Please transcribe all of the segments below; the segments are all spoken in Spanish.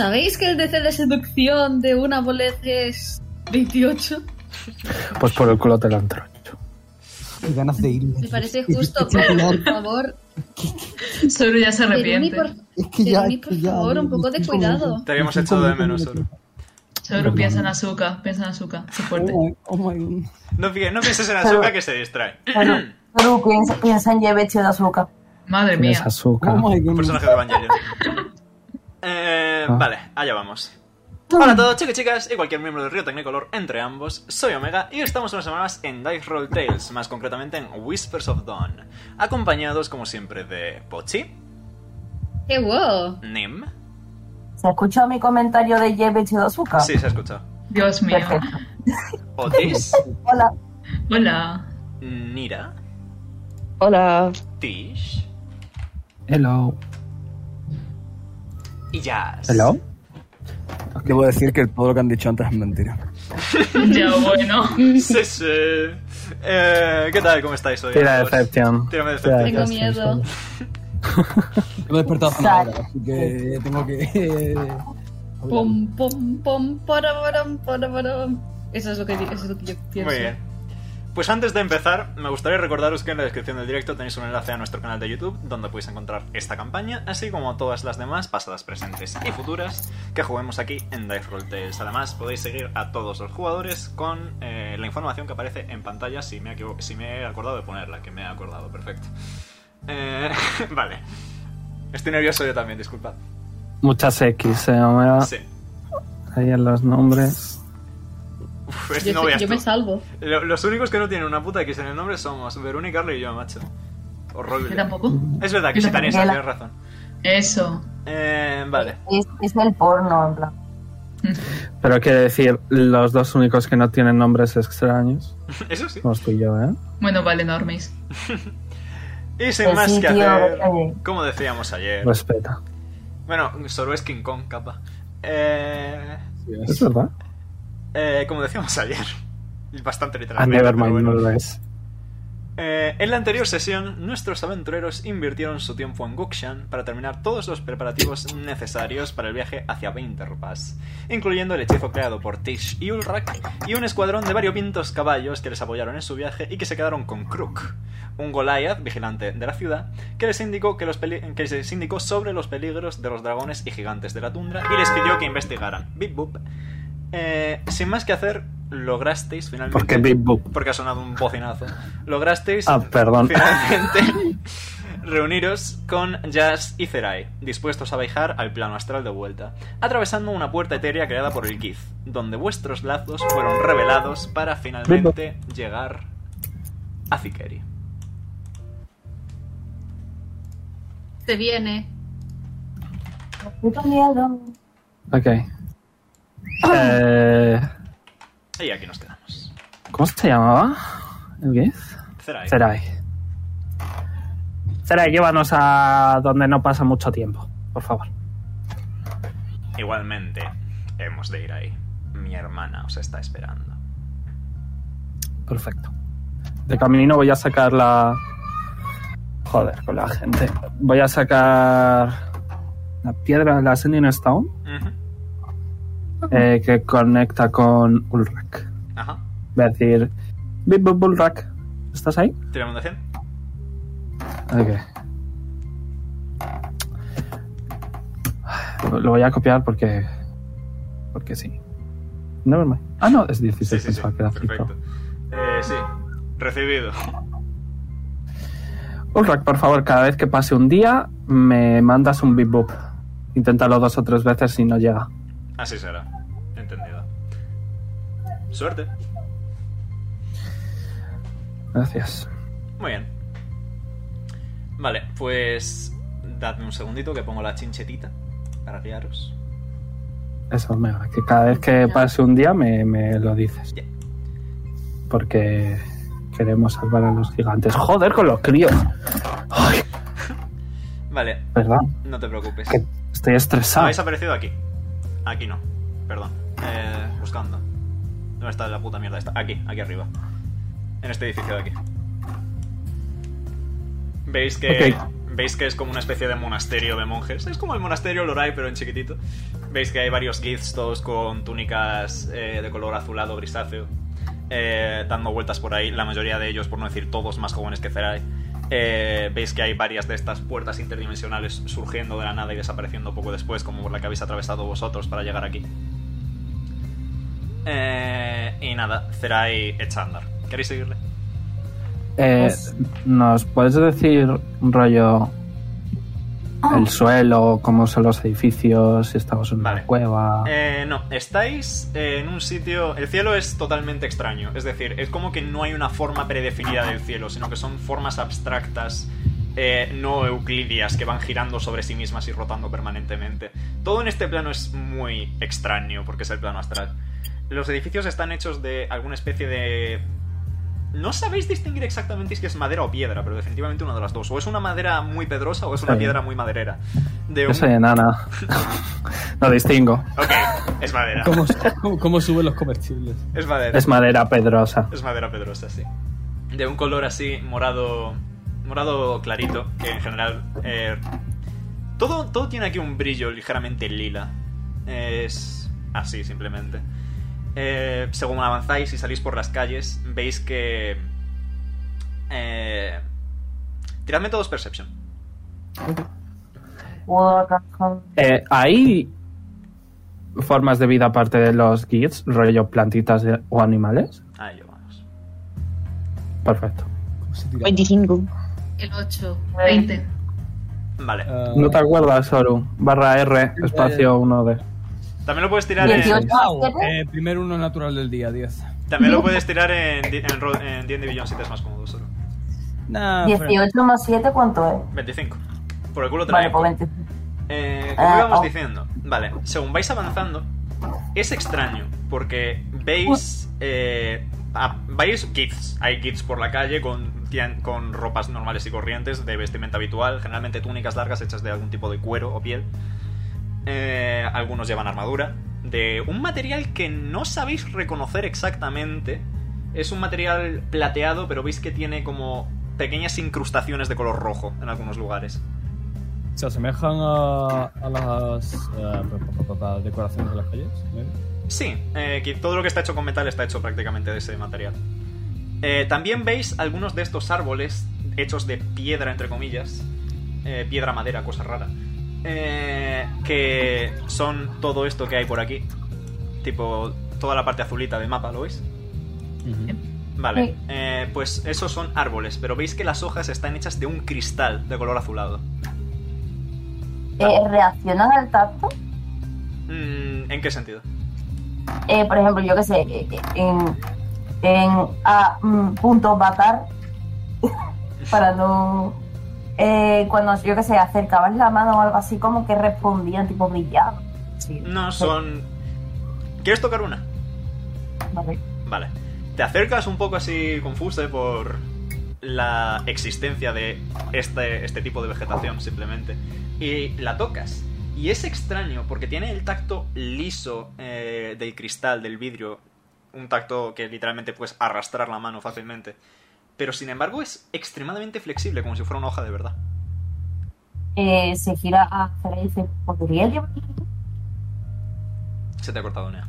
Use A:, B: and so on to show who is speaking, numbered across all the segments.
A: ¿Sabéis que el DC de seducción de una bolet es 28?
B: Pues por el culo te lo han trocho.
C: Qué ganas de irme.
A: Me parece justo, pero por favor,
D: Soru ya se
A: Terumi,
D: arrepiente.
A: por,
C: Es que ya,
A: Terumi,
C: es
A: por
C: que ya,
A: favor,
C: eh,
A: un poco de
C: cinco
A: cuidado.
C: minutos.
E: Te habíamos
C: Cinco
E: echado de menos,
C: minutos.
E: Soru.
D: Soru piensa en azúcar, piensa en azúcar. Qué fuerte.
F: uh,
C: Oh my- oh my god.
E: No, fie- no pienses en azúcar que se distrae.
G: Soru, Soru piensa, piensa en llevar vestido de azúcar.
D: Madre
B: Tienes
D: mía.
B: azúcar.
C: Oh my
E: Un
C: god.
E: personaje de Evangelion. Eh,
B: Ah.
E: Vale, allá vamos. Hola a todos chicos y chicas y cualquier miembro del Río Tecnicolor entre ambos, soy Omega y estamos una semana más en Dice Roll Tales, más concretamente en Whispers of Dawn, acompañados como siempre de Pochi,
A: ¡Qué wow!
E: Nim,
G: ¿Se escuchó mi comentario de llevar vestido
B: Ah.
G: de azúcar?
E: sí se ha escuchado,
D: Dios mío.
G: Perfecto.
E: Otis,
G: Hola.
D: Hola.
E: Nira,
H: Hola.
E: Tish
B: Hello.
E: y Jazz.
B: Hello.
I: Debo decir que todo lo que han dicho antes es mentira.
D: Ya bueno.
E: Sí, sí. Eh, ¿Qué tal? ¿Cómo estáis hoy?
B: Tira
E: amigos?
B: decepción.
E: Tírame
B: Tira
E: decepción.
A: Tengo
B: decepción,
A: miedo.
B: Soru.
C: Lo he despertado hace una hora, así que tengo que.
A: Pom, pom, pom, parabaram, parabaram. Eso es lo que, eso es lo que yo pienso.
E: Muy bien. Pues antes de empezar, me gustaría recordaros que en la descripción del directo tenéis un enlace a nuestro canal de YouTube, donde podéis encontrar esta campaña, así como todas las demás, pasadas, presentes y futuras, que juguemos aquí en Dice Roll Tales. Además, podéis seguir a todos los jugadores con eh, la información que aparece en pantalla, si me, he equivo- si me he acordado de ponerla, que me he acordado, perfecto. Eh, vale. Estoy nervioso yo también, disculpad.
B: Muchas X, eh, Omega.
E: Sí.
B: Ahí en los nombres.
E: Uf, es-
A: Yo,
E: no
A: sé-
E: veas
A: yo
E: tú.
A: me salvo.
E: Lo- Los únicos que no tienen una puta X en el nombre somos Verónica, Carly y yo, macho. Horrible.
D: Yo tampoco.
E: Es verdad que
D: Yo
E: sí,
D: tampoco.
E: Teresa, tienes razón.
D: Eso.
E: Eh, vale.
G: Es, es el porno, en plan.
B: Pero quiere decir, los dos únicos que no tienen nombres extraños.
E: Eso sí.
B: Somos tú y yo, ¿eh?
D: Bueno, vale, normis.
E: Y sin
G: Pues
E: más
G: sí,
E: que
G: tío,
E: hacer,
G: eh.
E: como decíamos ayer.
B: Respeta.
E: Bueno, Zoro es King Kong, capa. Eh,
B: Es verdad.
E: eh, como decíamos ayer. Bastante
B: A
E: literalmente. pero
B: Nevermind
E: bueno.
B: Ah, no lo es.
E: Eh, en la anterior sesión, nuestros aventureros invirtieron su tiempo en Gukshan para terminar todos los preparativos necesarios para el viaje hacia Winterpass, incluyendo el hechizo creado por Tish y Ulrak y un escuadrón de variopintos caballos que les apoyaron en su viaje y que se quedaron con Crook, un Goliath vigilante de la ciudad que les indicó que los peli- que les indicó sobre los peligros de los dragones y gigantes de la tundra y les pidió que investigaran. Bip bup. Eh, sin más que hacer, lograsteis finalmente
B: Porque Big Boop.
E: porque ha sonado un bocinazo. Lograsteis
B: Ah, perdón.
E: finalmente reuniros con Jazz y Zerai, dispuestos a viajar al plano astral de vuelta, atravesando una puerta etérea creada por el Giz, donde vuestros lazos fueron revelados para finalmente llegar a Zikeri.
J: Te viene.
G: Tengo miedo.
B: Ok. Eh,
E: Y aquí nos quedamos.
B: ¿Cómo se llamaba? ¿El Giz?
E: Zerai.
B: Zerai. Zerai, llévanos a donde no pasa mucho tiempo, por favor.
E: Igualmente, hemos de ir ahí. Mi hermana os está esperando.
B: Perfecto. De camino voy a sacar la. Joder, con la gente. Voy a sacar la piedra, la Sending Stone,
E: Ujú.
B: eh, que conecta con Ulrak.
E: Ajá.
B: Voy a decir: Bip, bup, Ulrak, ¿estás ahí?
E: Tiramos de 100.
B: Ok. Lo voy a copiar porque. Porque sí. Nevermind. Ah, no, es 16.
E: Sí, sí, sí.
B: pensaba que era cinco.
E: Perfecto. Eh, sí. Recibido.
B: Ulrak, por favor, cada vez que pase un día, me mandas un beep boop. Inténtalo dos o tres veces si no llega.
E: Así será. Entendido. Suerte.
B: Gracias.
E: Muy bien. Vale, pues. Dadme un segundito que pongo la chinchetita para guiaros.
B: Eso, Omega, que cada vez que pase un día me, me lo dices.
E: Ya.
B: Porque queremos salvar a los gigantes. Joder, con los críos. Ay,
E: Vale,
B: perdón,
E: no te preocupes.
B: que estoy estresado.
E: Habéis aparecido aquí. Aquí no, perdón. Eh, buscando. ¿Dónde está la puta mierda esta? Aquí, aquí arriba. En este edificio de aquí. ¿Veis que,
B: Ok.
E: ¿Veis que es como una especie de monasterio de monjes? Es como el monasterio Lorai, pero en chiquitito. Veis que hay varios gifs, todos con túnicas eh, de color azulado grisáceo, eh, dando vueltas por ahí, la mayoría de ellos, por no decir todos, más jóvenes que Zerai. Eh, veis que hay varias de estas puertas interdimensionales surgiendo de la nada y desapareciendo poco después, como por la que habéis atravesado vosotros para llegar aquí. Eh, y nada, Zerai Echandar. ¿Queréis seguirle?
B: Eh,
G: Pues-
B: ¿Nos puedes decir rollo
E: Ah.
B: el suelo, cómo son los edificios, si estamos en
E: Vale.
B: una cueva?
E: Eh, no, estáis eh, en un sitio... El cielo es totalmente extraño, es decir, es como que no hay una forma predefinida del cielo, sino que son formas abstractas, eh, no euclidias, que van girando sobre sí mismas y rotando permanentemente. Todo en este plano es muy extraño, porque es el plano astral. Los edificios están hechos de alguna especie de... No sabéis distinguir exactamente si es madera o piedra, pero definitivamente una de las dos. O es una madera muy pedrosa o es una
B: Sí.
E: piedra muy maderera. De
B: Yo
E: un-
B: soy enana. No distingo.
E: Ok, es madera.
C: ¿Cómo, cómo- cómo suben los comestibles?
E: Es madera.
B: Es madera pedrosa.
E: Es madera pedrosa, sí. De un color así morado morado clarito, que en general... eh, todo, todo tiene aquí un brillo ligeramente lila. Es así, simplemente. Eh, según avanzáis y salís por las calles, veis que... Eh, tiradme todos Perception.
G: What the hell?
B: Eh, ¿Hay formas de vida aparte de los gifs, rollo plantitas de- o animales?
E: Ahí vamos.
B: Perfecto.
C: ¿Cómo se tira?
H: 25.
J: El 8.
D: 20.
E: Vale.
C: Ah,
B: ¿No te acuerdas, Soru? Barra R, espacio 1D.
E: También lo puedes tirar
G: Dieciocho.
E: en...
C: wow,
E: Ah,
C: eh, primer uno natural del día, 10.
E: También lo puedes tirar en, di- en, ro- en D&D Beyond si te es más cómodo solo. pues.
C: Nah, fuera.
G: 18 más 7, ¿cuánto es?
E: 25. Por el culo te la
G: Vale,
E: dejo.
G: pues 20.
E: Eh,
G: Ah,
E: ¿Cómo íbamos
G: oh.
E: diciendo? Vale, según vais avanzando, es extraño porque veis. eh, a- veis gifs. Hay gifs por la calle con, tian- con ropas normales y corrientes de vestimenta habitual, generalmente túnicas largas hechas de algún tipo de cuero o piel. Eh, algunos llevan armadura de un material que no sabéis reconocer exactamente. Es un material plateado, pero veis que tiene como pequeñas incrustaciones de color rojo en algunos lugares.
C: ¿Se asemejan a, a las eh, pa, pa, pa, pa, decoraciones de las calles? ¿eh?
E: Sí, eh, que todo lo que está hecho con metal está hecho prácticamente de ese material. Eh, también veis algunos de estos árboles hechos de piedra, entre comillas. eh, piedra, madera, cosa rara. eh, que son todo esto que hay por aquí. Tipo, toda la parte azulita del mapa, ¿lo veis? Vale, eh, pues esos son árboles, pero veis que las hojas están hechas de un cristal de color azulado.
G: Eh, ¿Reaccionan al tacto?
E: Mm, ¿En qué sentido?
G: Eh, por ejemplo, yo qué sé, eh, eh, en, en a mm, punto bacar, para no... eh, cuando yo qué sé, acercabas la mano o algo así, como que respondían tipo brillado. Sí.
E: No, son... ¿Quieres tocar una?
G: Vale.
E: Vale. Te acercas un poco así confuso ¿eh? por la existencia de este, este tipo de vegetación, simplemente. Y la tocas. Y es extraño, porque tiene el tacto liso eh, del cristal, del vidrio. Un tacto que literalmente puedes arrastrar la mano fácilmente. Pero sin embargo es extremadamente flexible, como si fuera una hoja de verdad.
G: Eh, se gira a Cera y pues, dice, ¿podría llevar?
E: Se te ha cortado una.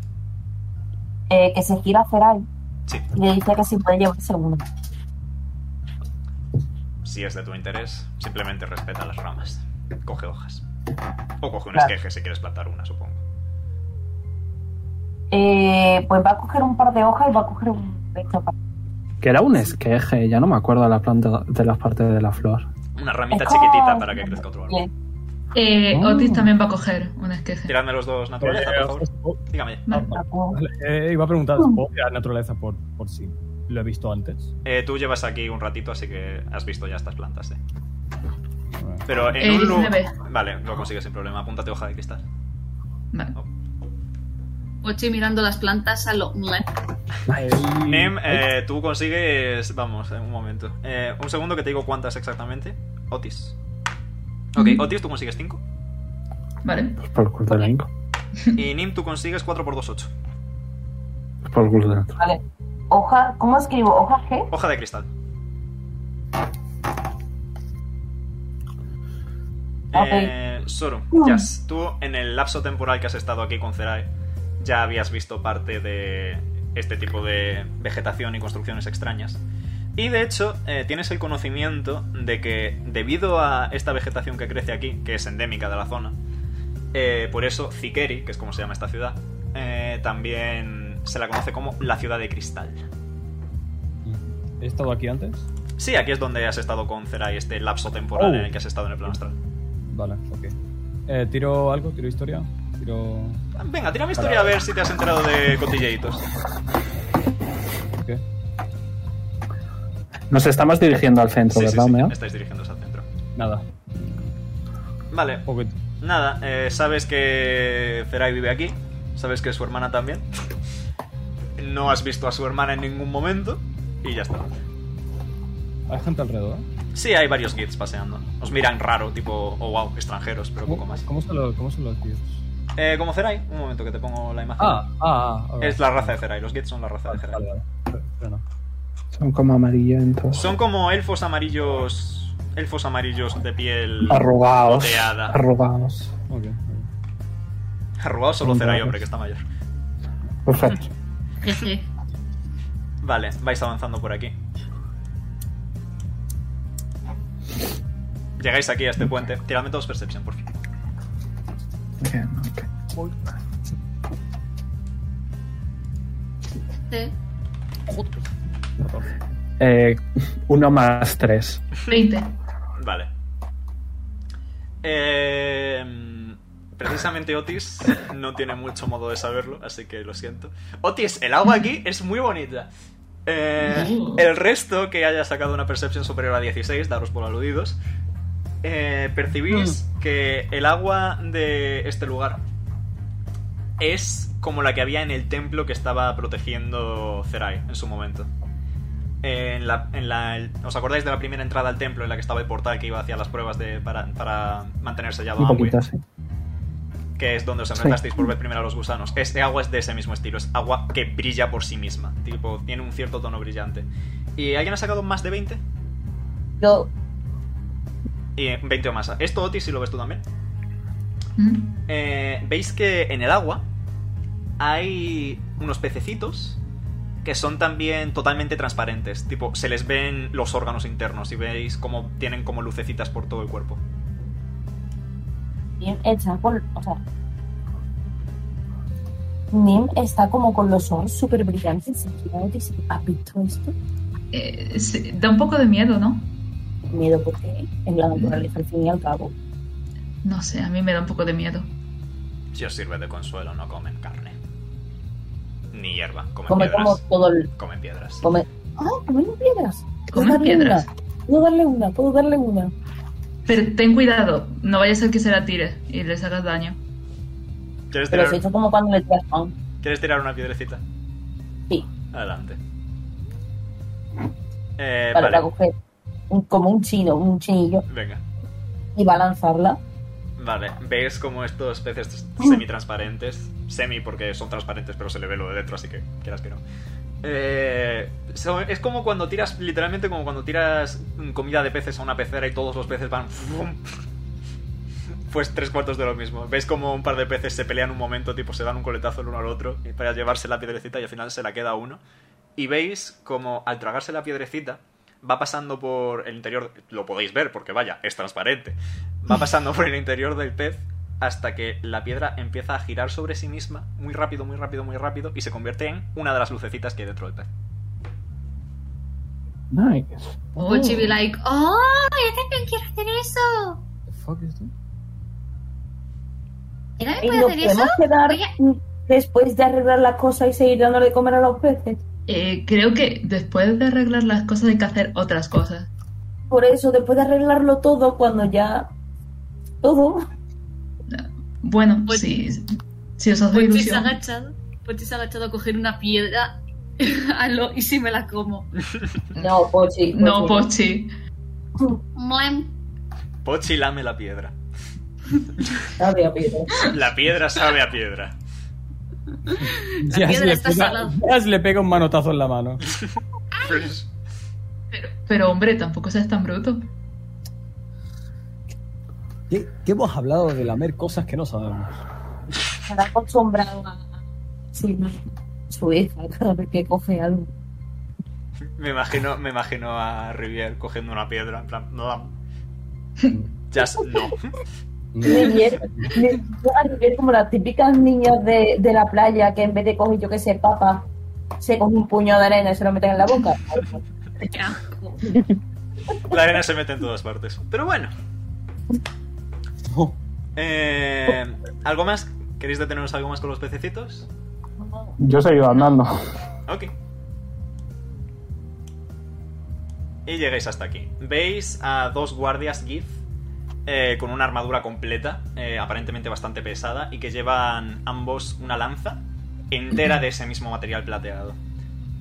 G: Eh, que se gira a Feray
E: Sí,
G: y le dice que si puede llevarse uno.
E: si es de tu interés, simplemente respeta las ramas. Coge hojas. O coge un
G: Claro.
E: esqueje si quieres plantar una, supongo.
G: Eh, pues va a coger un par de hojas y va a coger un esto pa-
B: Que era un esqueje, ya no me acuerdo de la planta de las partes de la flor.
E: Una ramita
G: Es como-
E: chiquitita para que crezca otro árbol.
G: Bien.
D: Eh, Otis también va a coger un esqueje.
E: Tiradme los dos naturaleza, por favor.
C: Oh,
E: Dígame.
D: Vale.
G: la pongo.
C: vale, eh, iba a preguntar, ¿puedo tirar naturaleza por, por si lo he visto antes?
E: Eh, tú llevas aquí un ratito, así que has visto ya estas plantas, sí.
C: Vale.
E: Pero en
D: Eh,
E: un lu-
D: 19.
E: Vale, lo consigues sin problema. Apúntate hoja de cristal.
D: Vale.
J: Ochi mirando las plantas a lo...
C: El-
E: Nem, eh, tú consigues... Vamos, en un momento. Eh, un segundo que te digo cuántas exactamente. Otis. Ok, Otis, tú consigues 5.
D: Vale.
B: Por el culo de la Inco.
E: Y Nim, tú consigues 4 por 2, 8.
B: Por el culo de la Inco.
G: Vale. Hoja, ¿cómo escribo? ¿Hoja G?
E: Hoja de cristal. Eh, Soru, ya, tú en el lapso temporal que has estado aquí con Cerai, ya habías visto parte de este tipo de vegetación y construcciones extrañas. Y de hecho, eh, tienes el conocimiento de que debido a esta vegetación que crece aquí, que es endémica de la zona, eh, por eso Zikeri, que es como se llama esta ciudad, eh, también se la conoce como la ciudad de cristal. Mm.
C: ¿He estado aquí antes?
E: Sí, aquí es donde has estado con Cerai, este lapso temporal
C: Oh.
E: en el que has estado en el plano astral.
C: Vale, ok. Eh, ¿Tiro algo? ¿Tiro historia? ¿Tiro...?
E: Ah, Venga, tira mi historia a ver si te has enterado de cotilleritos.
C: ¿Qué?
B: Nos estamos dirigiendo al centro,
E: Sí, sí,
B: ¿verdad,
E: sí,
B: Omega?
E: estáis dirigiéndose al centro.
C: Nada.
E: Vale,
C: Pocket.
E: Nada, eh, sabes que Zerai vive aquí, sabes que su hermana también. No has visto a su hermana en ningún momento y ya está.
C: Hay gente alrededor.
E: Sí, hay varios gits paseando. Os miran raro, tipo, oh wow, extranjeros, pero poco
C: ¿Cómo,
E: más.
C: cómo son los, cómo son los tíos?
E: Eh, como Zerai, un momento que te pongo la imagen.
C: Ah, ah, ah. ahora.
E: es la raza de Zerai, los gits son la raza de
C: Vale,
E: Zerai.
C: vale, vale. Pero- pero no.
B: Son como amarillentos.
E: Son como elfos amarillos, elfos amarillos de piel
B: Arrugados.
E: goteada.
B: Arrugados.
C: Ok, ok.
E: Arrugados solo Zerai, hombre, que está mayor. Mm.
B: Perfecto.
J: Jeje.
E: Vale, vais avanzando por aquí. Llegáis aquí a este puente. Tiradme todos Perception, por fin.
B: Bien, ok.
J: Sí.
B: Eh, uno más tres.
D: 20.
E: Vale. Eh, precisamente Otis no tiene mucho modo de saberlo, así que lo siento. Otis, el agua aquí es muy bonita. Eh, el resto que haya sacado una percepción superior a 16, daros por aludidos, eh, percibís
B: Mm.
E: que el agua de este lugar es como la que había en el templo que estaba protegiendo Zerai en su momento. En la, en la- el- ¿Os acordáis de la primera entrada al templo en la que estaba el portal que iba hacia las pruebas de, para, para mantener sellado
B: Un
E: a Amway?
B: poquito así.
E: que es donde os enfrentasteis por vez primera a los gusanos. Este agua es de ese mismo estilo, es agua que brilla por sí misma, tipo, tiene un cierto tono brillante. ¿Y alguien ha sacado más de 20?
G: Yo,
E: Y eh, 20 o más. Esto, Otis, si lo ves tú también. Eh, Veis que en el agua hay unos pececitos que son también totalmente transparentes, tipo, se les ven los órganos internos y veis como tienen como lucecitas por todo el cuerpo.
G: Nim está con. O sea. Nim está como con los ojos súper brillantes. y yo dice, ¿Has visto esto?
D: Eh, sí, da un poco de miedo, ¿no?
G: Miedo porque es la naturaleza al fin y al cabo.
D: No sé, a mí me da un poco de miedo.
E: Si os sirve de consuelo, no comen carne. Ni hierba, comen
G: Come como
E: piedras.
G: todo el.
E: Comen piedras.
G: Come. ¡Ah! Comen piedras. ¿Puedo
D: Comen
G: darle
D: piedras.
G: una? Puedo darle una, puedo darle una.
D: Pero ten cuidado, no vaya a ser que se la tire y les hagas daño.
E: ¿Quieres
G: Pero
E: tirar,
G: se hizo como cuando le tiras pan.
E: quieres tirar una piedrecita?
G: Sí.
E: Adelante. Eh,
G: Vale, la
E: vale.
G: coge un- como un chino, un chinillo,
E: Venga.
G: y va a lanzarla.
E: Vale. ¿Veis como estos peces semi-transparentes? Semi porque son transparentes pero se le ve lo de dentro, así que quieras que no. Eh, so- es como cuando tiras, literalmente como cuando tiras mm, comida de peces a una pecera y todos los peces van... fum. Pues tres cuartos de lo mismo. ¿Veis como un par de peces se pelean un momento, tipo se dan un coletazo el uno al otro y para llevarse la piedrecita y al final se la queda uno? Y veis como al tragarse la piedrecita va pasando por el interior, lo podéis ver porque vaya, es transparente, va pasando por el interior del pez hasta que la piedra empieza a girar sobre sí misma muy rápido, muy rápido, muy rápido y se convierte en una de las lucecitas que hay dentro del pez.
B: Nice.
J: Ochi be like, ¡Oh! Yo también quiero hacer eso.
C: The fuck is this?
J: ¿Yo
G: Y
J: también
G: nos
J: puedo hacer eso?
G: podemos quedar
J: Oye.
G: después de arreglar las cosas y seguir dándole de comer a los peces.
D: Eh, creo que después de arreglar las cosas hay que hacer otras cosas.
G: Por eso, después de arreglarlo todo, cuando ya. Todo.
D: Bueno,
J: Pues-
D: si, si os
A: Pues
D: hace
J: Pochi se ha
D: ilusión.
J: agachado. Pochi se ha agachado a coger una piedra a lo- y si me la como.
G: No, Pochi.
D: No, pues Pochi.
J: Muem.
E: Pochi lame la piedra.
G: Sabe a piedra.
E: La piedra sabe a piedra.
J: La
C: Jazz
J: piedra
C: le,
J: está
C: pega,
J: salada.
C: Jazz le pega un manotazo en la mano.
E: Pues,
D: Pero hombre, tampoco seas tan bruto.
C: ¿Qué, qué hemos hablado de lamer cosas que no sabemos?
G: Está acostumbrado a sí, su hija cada vez que coge algo.
E: Me imagino, me imagino a Rivier cogiendo una piedra. En plan, no. Just no.
G: Rivier, Rivier- Rivier como las típicas niñas de, de la playa que en vez de coger, yo que sé, papa, se coge un puño de arena y se lo meten en la boca.
J: Qué asco.
E: La arena se mete en todas partes. Pero bueno.
C: Oh.
E: Eh, ¿Algo más? ¿Queréis detenernos algo más con los pececitos?
B: Yo seguí andando.
E: Ok. Y llegáis hasta aquí. Veis a dos guardias GIF eh, con una armadura completa, eh, aparentemente bastante pesada, y que llevan ambos una lanza entera de ese mismo material plateado.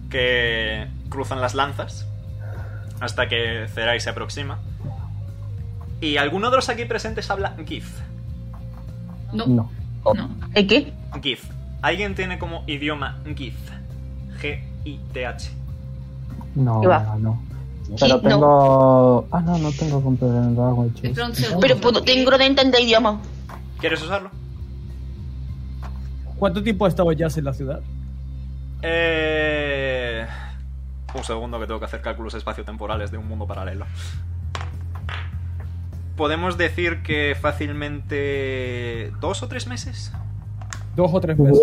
E: Que cruzan las lanzas hasta que Zerai se aproxima. Y alguno de los aquí presentes habla GIF.
J: No.
B: No.
D: No.
H: ¿El qué?
E: GIF. ¿Alguien tiene como idioma GIF? G-I-T-H.
B: No,
H: ¿Qué va?
B: no.
H: Sí,
B: Pero
H: no.
B: tengo. Ah, no, no tengo complemento de agua,
J: De
B: chis.
J: pronto se-
H: Pero puedo, tengo no entender idioma.
E: ¿Quieres usarlo?
C: ¿Cuánto tiempo ha estado Jazz en la ciudad?
E: Eh... Un segundo que tengo que hacer cálculos espaciotemporales de un mundo paralelo. Podemos decir que fácilmente dos o tres meses.
C: Dos o tres meses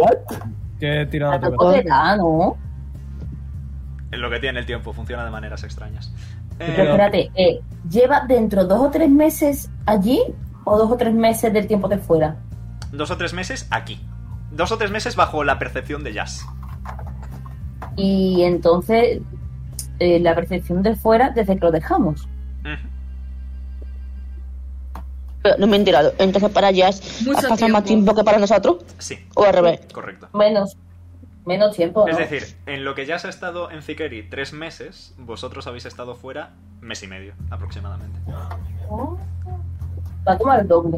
C: que he tirado de
G: Tampoco te da, ¿no?
E: Es lo que tiene el tiempo, funciona de maneras extrañas. Eh,
G: Pero espérate, eh, ¿lleva dentro dos o tres meses allí o dos o tres meses del tiempo de fuera?
E: dos o tres meses aquí. Dos o tres meses bajo la percepción de Jazz.
G: Y entonces eh, la percepción de fuera desde que lo dejamos.
E: Ujú.
H: Pero no me he enterado. Entonces para Jazz
J: Mucho
H: pasa
J: tiempo.
H: más tiempo que para nosotros.
E: Sí,
H: O al revés.
E: correcto.
G: Menos, menos tiempo. ¿no?
E: Es decir, en lo que Jazz ha estado en Zikeri tres meses, vosotros habéis estado fuera mes y medio aproximadamente.
G: Oh. Va a tomar el doble.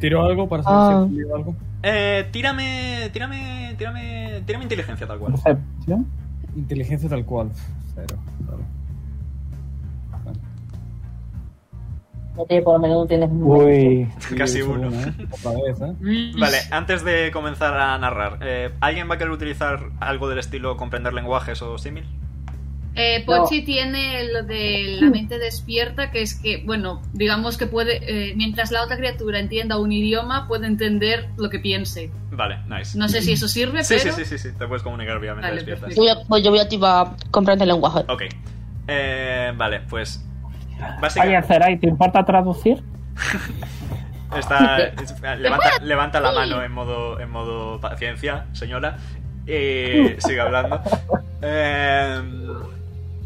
C: ¿Tiro algo para saber
H: Ah.
C: si he pillado algo?
E: Eh, tírame, tírame, tírame, tírame inteligencia tal cual.
B: Percepción.
C: Inteligencia tal cual. Cero. Vale.
G: No tiene, por lo menos no tienes ningún-
B: Uy.
E: Casi
C: Y eso,
E: uno.
C: ¿eh? Otra vez, ¿eh?
J: Mm.
E: Vale, antes de comenzar a narrar, eh, ¿alguien va a querer utilizar algo del estilo comprender lenguajes o símil?
J: Eh, Pochi tiene lo de la mente despierta, que es que, bueno, digamos que puede, eh, mientras la otra criatura entienda un idioma, puede entender lo que piense.
E: Vale, nice.
J: No sé si eso sirve,
E: sí, sí,
J: pero
E: sí, sí, sí, te puedes comunicar vía mente
J: Vale,
E: despierta.
J: perfecto.
H: Yo voy a, pues yo voy a activar comprender lenguaje.
E: Ok. Eh, vale, pues.
B: Oye,
E: Básicamente.
B: Zerai, ¿te importa traducir?
E: Está, levanta, levanta la mano en modo, en modo paciencia, señora. Y sigue hablando. Eh,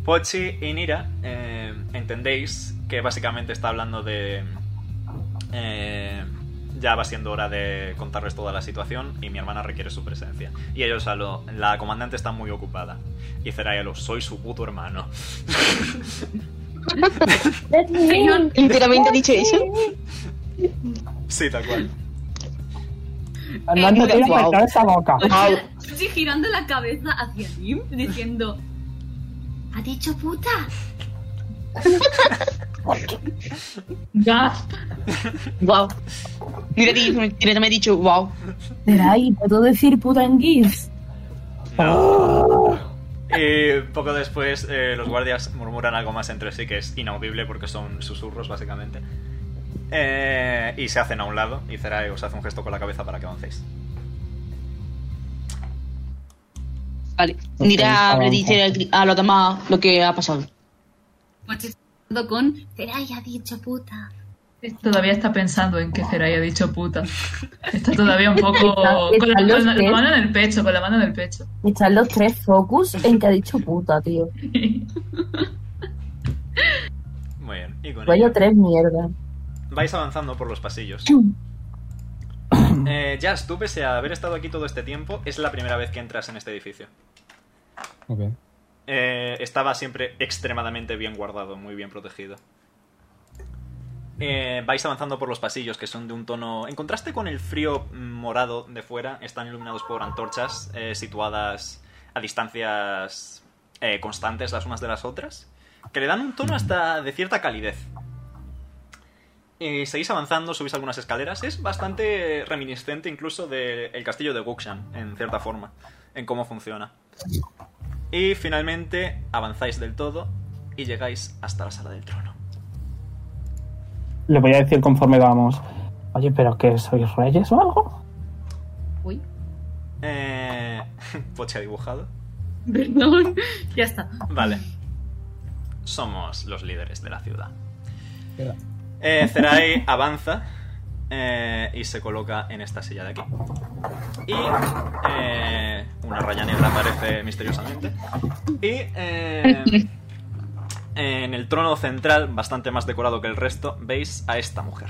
E: Pochi y Nira, eh, entendéis que básicamente está hablando de. eh, ya va siendo hora de contarles toda la situación y mi hermana requiere su presencia. Y ellos a lo. La comandante está muy ocupada. Y Zerai a lo. Soy su puto hermano.
G: Let me in.
H: Enteramente dicho eso.
E: Sí, tal cual.
B: No, no
H: Eh,
B: tienes
H: wow.
B: que esa boca.
H: Au.
J: Pochi girando la cabeza hacia Nim, diciendo, ha dicho puta.
D: Gasp.
H: Wow. Mira, di- mira, me he dicho, wow.
G: Espera ahí, ¿puedo decir puta en GIF?
E: Y poco después eh, los guardias murmuran algo más entre sí que es inaudible porque son susurros básicamente. Eh, y se hacen a un lado y Zerai os hace un gesto con la cabeza para que avancéis.
H: Vale. Mira,
B: Ok,
H: le dice al- a los demás lo que ha pasado.
J: Pochi está hablando con, Terai ha dicho puta.
D: Todavía está pensando en que Zerai ha dicho puta. Está todavía un poco.
G: Está-
D: con la,
G: están los
D: con la-
G: tres.
D: la mano en el pecho, con la mano en el pecho.
G: Están los tres focus en que ha dicho puta, tío.
E: Muy bien. Y con
G: Vaya
E: ello,
G: tres mierda.
E: vais avanzando por los pasillos. Eh, Jazz, tú pese a haber estado aquí todo este tiempo, es la primera vez que entras en este edificio.
C: Ok.
E: Eh, estaba siempre extremadamente bien guardado, muy bien protegido. Eh, vais avanzando por los pasillos que son de un tono. En contraste con el frío mm, morado de fuera, están iluminados por antorchas eh, situadas a distancias eh, constantes las unas de las otras, que le dan un tono hasta de cierta calidez. Y seguís avanzando, subís algunas escaleras. Es bastante reminiscente incluso del castillo de Guxan, en cierta forma, en cómo funciona. Y finalmente avanzáis del todo y llegáis hasta la sala del trono.
B: Le voy a decir conforme vamos. Oye, pero que sois reyes o algo.
A: Uy,
E: Eh... Poche ha dibujado.
J: Perdón. ya está.
E: Vale. Somos los líderes de la ciudad.
C: Queda.
E: Eh, Zerai avanza eh, y se coloca en esta silla de aquí. Y eh, una raya negra aparece misteriosamente. Y eh, en el trono central, bastante más decorado que el resto, veis a esta mujer.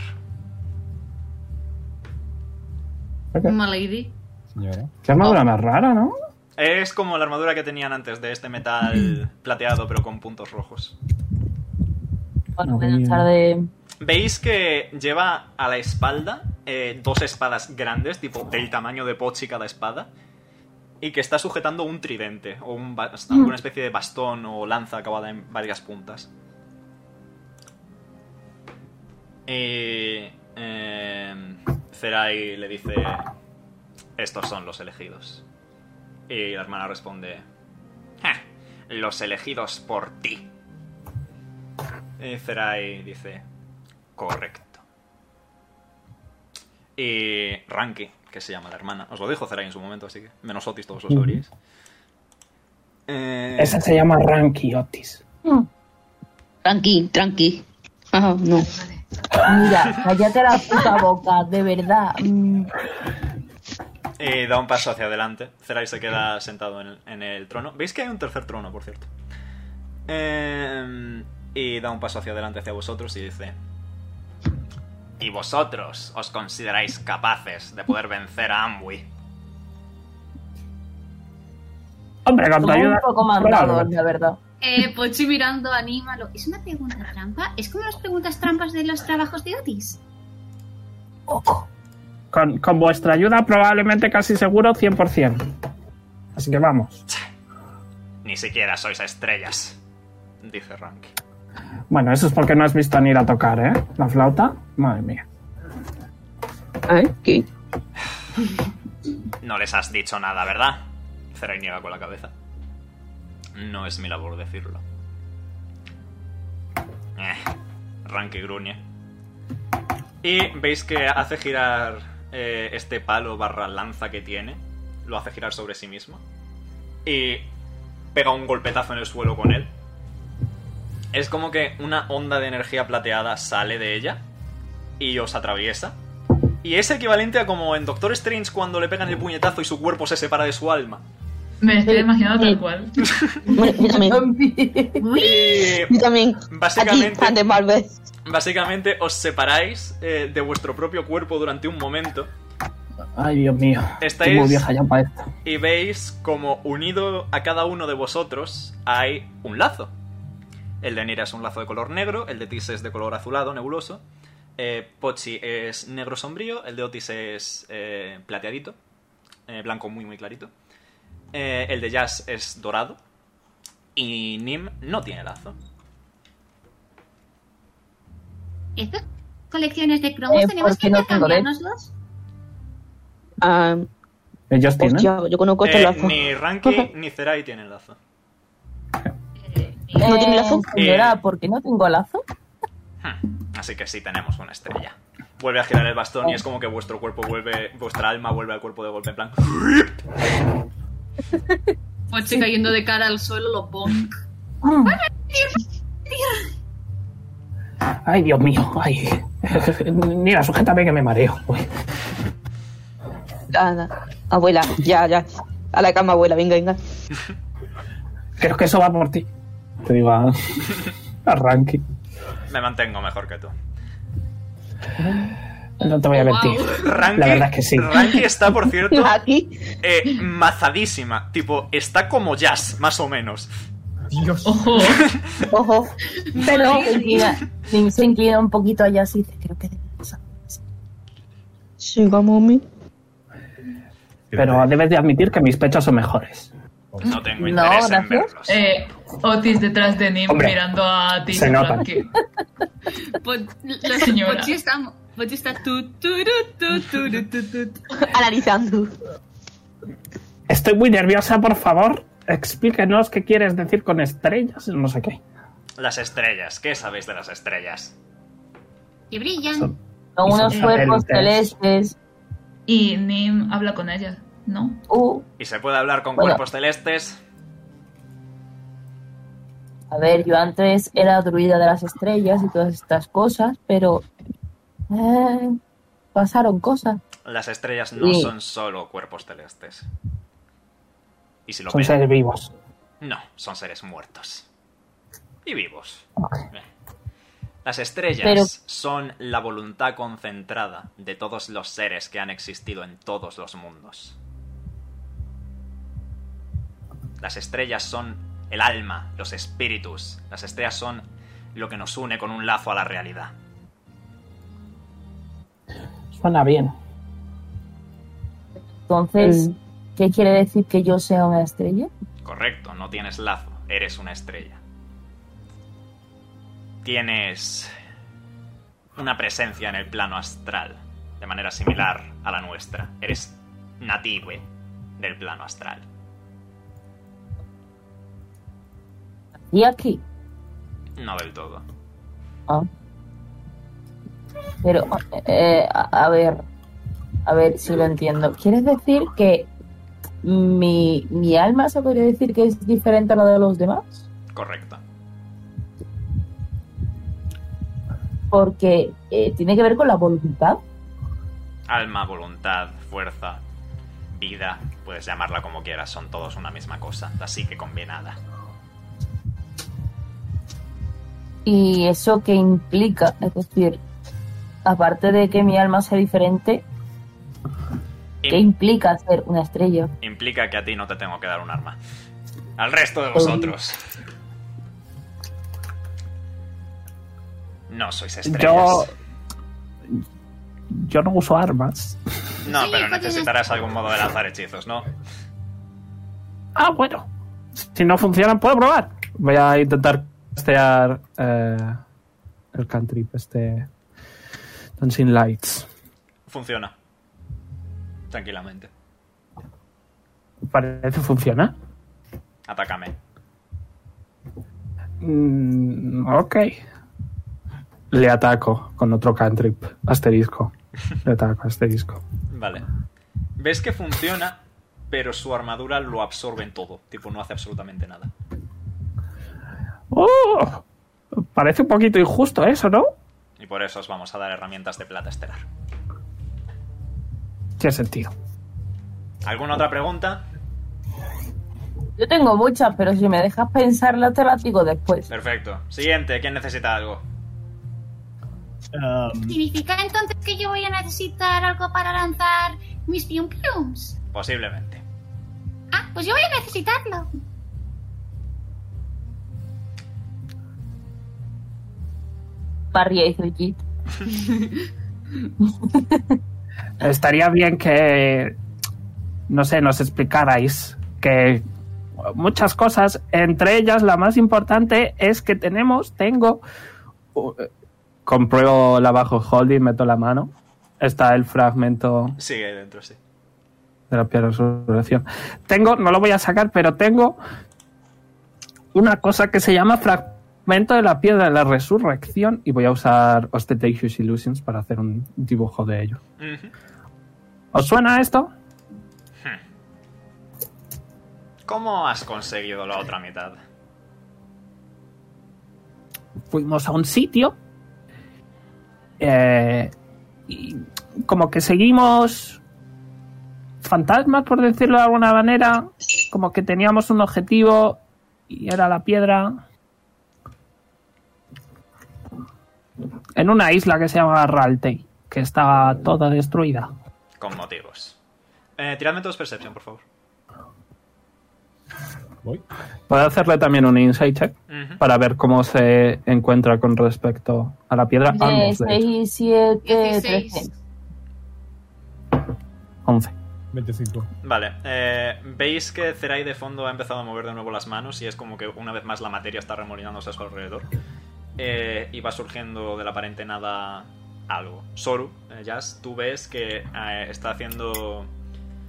J: Malady.
C: Señora.
B: Qué armadura más rara, ¿no?
E: Es como la armadura que tenían antes de este metal plateado pero con puntos rojos.
G: Bueno,
B: Madre
G: voy a
B: mía.
G: echar de.
E: Veis que lleva a la espalda eh, dos espadas grandes, tipo del tamaño de Pochi cada espada, y que está sujetando un tridente o un ba- alguna especie de bastón o lanza acabada en varias puntas. Y eh, Zerai le dice, estos son los elegidos. Y la hermana responde, "Ja, los elegidos por ti. Y Zerai dice, Correcto. Y Ranky, que se llama la hermana. Os lo dijo Zerai en su momento, así que menos Otis todos lo sabríais. Eh,
B: Esa se llama Ranky Otis.
H: Tranqui, tranqui. Ajá, no.
G: Mira, cállate la puta boca, de verdad. Mm,
E: y da un paso hacia adelante. Zerai se queda sentado en el, en el trono. ¿Veis que hay un tercer trono, por cierto? Eh, y da un paso hacia adelante hacia vosotros y dice... Y vosotros os consideráis capaces de poder vencer a Amwi.
B: Hombre, con tu
G: Somos un
B: ayuda.
G: poco mandados, la verdad.
J: Eh, Pochi mirando, anímalo. ¿Es una pregunta trampa? ¿Es como las preguntas trampas de los trabajos de Otis?
B: Con, con vuestra ayuda, probablemente casi seguro 100%. Así que vamos.
E: Ni siquiera sois estrellas, dice Ranky.
B: Bueno, eso es porque no has visto ni ir a tocar, ¿eh? La flauta. Madre mía.
H: ¿Eh? ¿Qué?
E: No les has dicho nada, ¿verdad? Zerai niega con la cabeza. No es mi labor decirlo. Eh, Ranke gruñe. Y veis que hace girar eh, este palo barra lanza que tiene. Lo hace girar sobre sí mismo. Y pega un golpetazo en el suelo con él. Es como que una onda de energía plateada sale de ella y os atraviesa. Y es equivalente a como en Doctor Strange cuando le pegan el puñetazo y su cuerpo se separa de su alma.
D: Me estoy imaginando tal cual.
H: Bueno, yo también.
E: Y
H: Yo también. Aquí,
E: básicamente,
H: fan de Marvel.
E: básicamente os separáis eh, de vuestro propio cuerpo durante un momento
B: Ay, Dios mío.
E: Esta
B: Estoy muy
E: es-
B: vieja ya para esto.
E: y veis como unido a cada uno de vosotros hay un lazo. El de Nira es un lazo de color negro, el de Tis es de color azulado, nebuloso. eh, Pochi es negro sombrío, el de Otis es eh, plateadito, eh, blanco muy muy clarito. eh, el de Jazz es dorado. Y Nim no tiene lazo.
J: ¿Estas colecciones de cromos
G: Eh,
J: tenemos
G: ¿por
J: que
G: qué no tengo de-
J: intercambiárnoslos?
H: Ah,
B: Ellos tienen.
H: hostia, yo conozco este
E: Eh,
H: lazo.
E: ni Ranky ni Zerai tienen lazo.
H: ¿No tiene
G: Eh,
H: lazo?
E: Eh.
G: Señora, ¿por qué no tengo lazo?
E: Hmm, Así que sí tenemos una estrella. Vuelve a girar el bastón y es como que vuestro cuerpo vuelve, vuestra alma vuelve al cuerpo de golpe en plan.
J: Pochi cayendo de cara al suelo, lo pon.
G: Mm,
B: Ay, Dios mío. Ay. Mira, sujétame que me mareo. Uy.
H: Anda, Ah, abuela, ya, ya. A la cama, abuela, venga, venga.
B: Creo que eso va por ti. Te digo a, a Ranky.
E: Me mantengo mejor que tú.
B: No te voy a
J: Wow.
B: mentir.
E: Ranky,
B: La verdad es que sí.
E: Ranky está, por cierto,
H: Aquí.
E: eh, mazadísima. Tipo, está como jazz, más o menos.
C: Dios.
D: Ojo.
H: Ojo.
G: Pero se inclina, Nim se inclina un poquito allá así. dice, Creo que debemos hacer eso".
H: Siga, mami.
B: Pero debes de admitir que mis pechos son mejores.
E: No tengo
G: No,
E: interés en
G: gracias. Eh.
E: verlos.
D: Eh, Otis detrás de Nim
B: Hombre,
D: mirando a ti.
B: se nota.
D: Que,
J: La
D: señora.
J: Pochi está, Pochi está tu, turu, tu, turu, tu, tu, tu.
H: Analizando.
B: Estoy muy nerviosa, por favor. Explíquenos qué quieres decir con estrellas, no sé qué.
E: Las estrellas, ¿qué sabéis de las estrellas?
J: Que brillan.
B: Son-
G: Son
B: Y son
G: unos cuerpos
B: satélites.
G: celestes.
D: Y Nim habla con ella, ¿no?
G: Uh,
E: ¿Y se puede hablar con
G: Bueno.
E: cuerpos celestes?
G: a ver, yo antes era druida de las estrellas y todas estas cosas, pero eh, pasaron cosas.
E: Las estrellas no
G: Sí.
E: son solo cuerpos celestes. ¿Y si lo
B: Son
E: ven?
B: seres vivos.
E: No, son seres muertos. Y vivos. Eh. Las estrellas
G: Pero-
E: son la voluntad concentrada de todos los seres que han existido en todos los mundos. Las estrellas son el alma, los espíritus. Las estrellas son lo que nos une con un lazo a la realidad.
B: Suena bien.
G: Entonces,
B: Mm.
G: ¿qué quiere decir que yo sea una estrella?
E: Correcto, no tienes lazo, eres una estrella. Tienes una presencia en el plano astral, de manera similar a la nuestra. Eres nativo del plano astral.
G: Y aquí,
E: No del todo.
G: pero eh, a, a ver, a ver si lo entiendo. ¿Quieres decir que mi, mi alma se podría decir que es diferente a la de los demás?
E: Correcto.
G: Porque eh, tiene que ver con la voluntad.
E: Alma, voluntad, fuerza, vida, puedes llamarla como quieras, son todos una misma cosa, así que combinada.
G: y eso que implica, es decir, aparte de que mi alma sea diferente, ¿qué
E: Im-
G: implica ser una estrella?
E: implica que a ti no te tengo que dar un arma. Al resto de vosotros. No sois estrellas.
B: Yo. Yo no uso armas.
E: No,
J: Sí,
E: pero
J: porque
E: necesitarás algún modo de lanzar hechizos, ¿no?
B: Ah, bueno. Si no funcionan, puedo probar. Voy a intentar castear eh, el cantrip, este. Dancing Lights.
E: Funciona. Tranquilamente.
B: Parece funciona.
E: Atácame.
B: Mm, ok. Le ataco con otro cantrip. Asterisco. Le ataco, asterisco.
E: Vale. Ves que funciona, pero su armadura lo absorbe en todo. Tipo, no hace absolutamente nada.
B: ¡Oh! Parece un poquito injusto eso, ¿no?
E: Y por eso os vamos a dar herramientas de plata estelar.
B: Tiene sentido.
E: ¿Alguna otra pregunta?
G: Yo tengo muchas, pero si me dejas pensarla te las digo después.
E: Perfecto. Siguiente, ¿quién necesita algo?
C: Um,
J: ¿Significa entonces que yo voy a necesitar algo para lanzar mis pium piums?
E: Posiblemente.
J: Ah, pues yo voy a necesitarlo.
G: Parry hizo el kit.
B: Estaría bien que, no sé, nos explicarais que muchas cosas, entre ellas la más importante es que tenemos, tengo... uh, Compruebo la bajo holding, meto la mano. Está el fragmento
E: Sigue dentro, sí.
B: de la piedra de resurrección. Tengo, no lo voy a sacar, pero tengo una cosa que se llama fragmento de la piedra de la resurrección y voy a usar Ostentatious Illusions para hacer un dibujo de ello.
E: Ujú.
B: ¿Os suena esto?
E: ¿Cómo has conseguido la otra mitad?
B: fuimos a un sitio eh, y como que seguimos fantasmas, por decirlo de alguna manera, como que teníamos un objetivo y era la piedra en una isla que se llama Raltei, que estaba toda destruida.
E: Con motivos. Eh, tiradme todos Perception, por favor.
C: voy.
B: Puedo hacerle también un insight check
E: Ujú.
B: para ver cómo se encuentra con respecto a la piedra.
G: De
B: Ambos, Ah, de hecho.
G: 6, 7,
J: 16.
G: 13.
B: 11.
C: 25.
E: Vale, eh, veis que Zerai de fondo ha empezado a mover de nuevo las manos y es como que una vez más la materia está remolinándose a su alrededor. eh, y va surgiendo de la aparente nada algo. Soru, eh, Jazz, tú ves que eh, está haciendo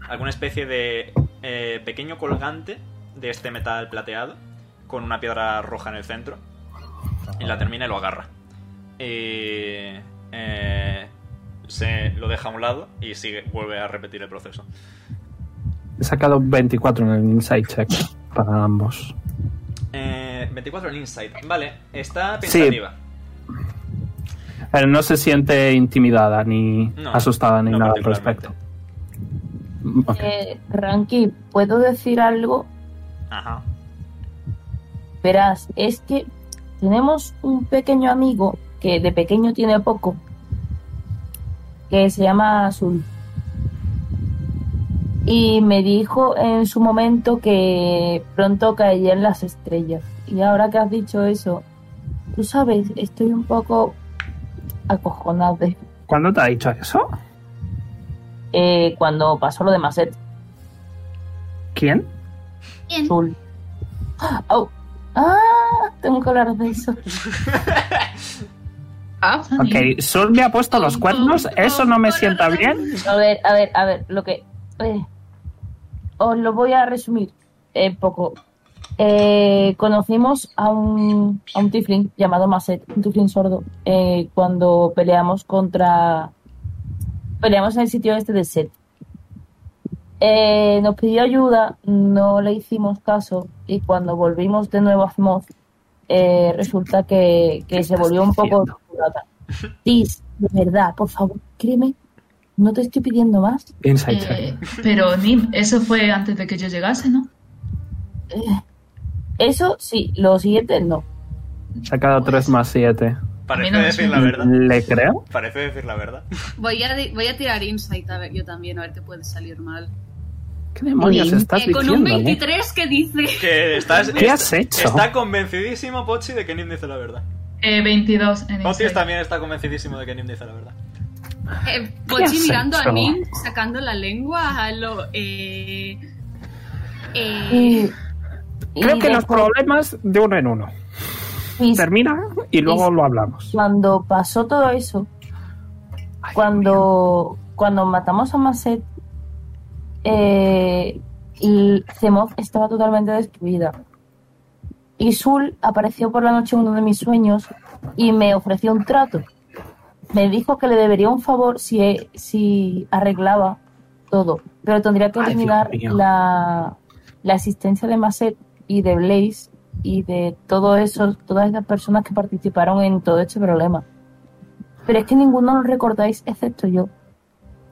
E: alguna especie de eh, pequeño colgante de este metal plateado con una piedra roja en el centro y la termina y lo agarra. Y eh, se lo deja a un lado y sigue, vuelve a repetir el proceso.
B: He sacado 24 en el inside check para ambos.
E: Eh, 24 en Insight. Vale, está pensativa.
B: Eh, no se siente intimidada ni
E: No,
B: asustada ni
E: no
B: nada al
E: particularmente.
B: respecto. Ok.
G: Eh, Ranky, ¿puedo decir algo?
E: Ajá.
G: Verás, es que tenemos un pequeño amigo que de pequeño tiene poco, que se llama Azul. Y me dijo en su momento que pronto caerían las estrellas. Y ahora que has dicho eso, tú sabes, estoy un poco acojonada
B: ¿Cuándo te ha dicho eso?
G: eh, cuando pasó lo de Macet
B: ¿Quién?
J: Bien.
G: Azul. ¡Au! ¡Ah! Tengo que hablar de eso.
H: Ah,
B: Ok, Sol me ha puesto los cuernos, eso no me sienta bien.
G: A ver, a ver, a ver, lo que... eh, os lo voy a resumir eh, poco. Eh, conocimos a un, a un tiflin llamado Maset, un tiflin sordo, eh, cuando peleamos contra... Peleamos en el sitio este de Set. Eh, nos pidió ayuda, no le hicimos caso y cuando volvimos de nuevo a Moz, resulta que, que se volvió un poco...
B: diciendo?
G: psicópata. Tis, de verdad, por favor, créeme, no te estoy pidiendo más.
B: Inside check.
D: Eh, pero, Nim, eso fue antes de que yo llegase, ¿no?
G: Eso sí, lo siguiente no.
B: He sacado 3 más 7.
E: Parece
D: no me
E: decir la
D: suena.
E: verdad.
B: ¿Le creo?
E: Parece decir la verdad.
J: Voy a, voy a tirar insight a ver, yo también, a ver qué puede salir mal.
B: ¿Qué demonios
G: Bien.
B: estás
J: Eh, con un
B: diciendo? eh?
J: 23 que dice.
E: Que estás,
B: ¿Qué has hecho?
E: Está convencidísimo Pochi de que Nim dice la verdad.
D: Eh, 22 en
E: Pochi
D: Insight.
E: también está convencidísimo de que Nim dice la verdad.
J: Eh,
B: has
J: Pochi
B: hecho?
J: mirando a Nim, sacando la lengua a lo. Eh, eh,
G: Y, y
B: Creo que los
G: después,
B: problemas de uno en uno.
G: Tis,
B: Termina y luego lo hablamos.
G: cuando pasó todo eso, cuando, cuando matamos a Maset, eh, y Zemov estaba totalmente destruida. Y Sul apareció por la noche en uno de mis sueños y me ofreció un trato. Me dijo que le debería un favor si, e, si arreglaba todo, pero tendría que
B: Ay, Dios
G: eliminar
B: mío.
G: la, la existencia de Maset y de Blaze y de todo eso, todas las personas que participaron en todo este problema. Pero es que ninguno lo recordáis excepto yo.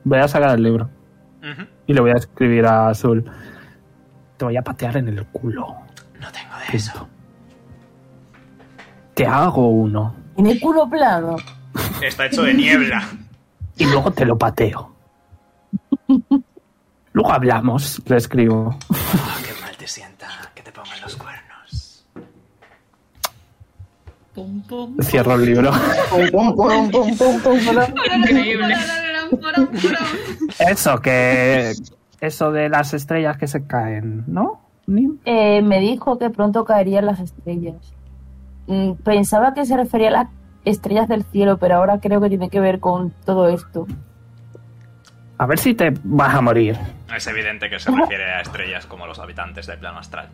B: Voy a sacar el libro
E: Ujú.
B: y le voy a escribir a Azul. Te voy a patear en el culo.
E: No tengo de eso.
B: Eso. Te hago uno
G: En el culo plano.
E: Está hecho de niebla.
B: y luego te lo pateo. Luego hablamos, le escribo.
E: Ah, qué mal te sienta que te pongan los cuernos.
A: Pom, pom.
B: Cierro el libro.
H: pum, pum, pum, pum, pum, pum, pum.
D: Increíble.
B: Eso, que. Eso de las estrellas que se caen, ¿no? Nim?
G: Eh, me dijo que pronto caerían las estrellas. Mm, Pensaba que se refería a las estrellas del cielo, pero ahora creo que tiene que ver con todo esto.
B: A ver si te vas a morir.
E: Es evidente que se refiere a estrellas como los habitantes del plano astral.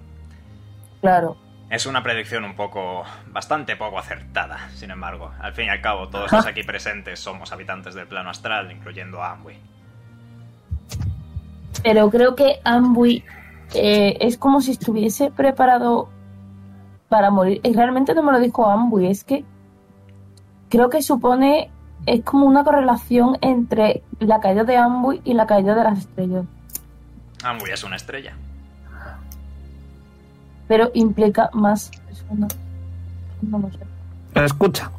G: Claro.
E: Es una predicción un poco. bastante poco acertada, sin embargo. Al fin y al cabo, todos los aquí presentes somos habitantes del plano astral, incluyendo a Amway.
G: Pero creo que Ambui eh, es como si estuviese preparado para morir. Y realmente no me lo dijo Ambui, es que creo que supone, es como una correlación entre la caída de Ambui y la caída de las estrellas.
E: Amway es una estrella.
G: Pero implica más personas. No lo sé.
B: Escucha,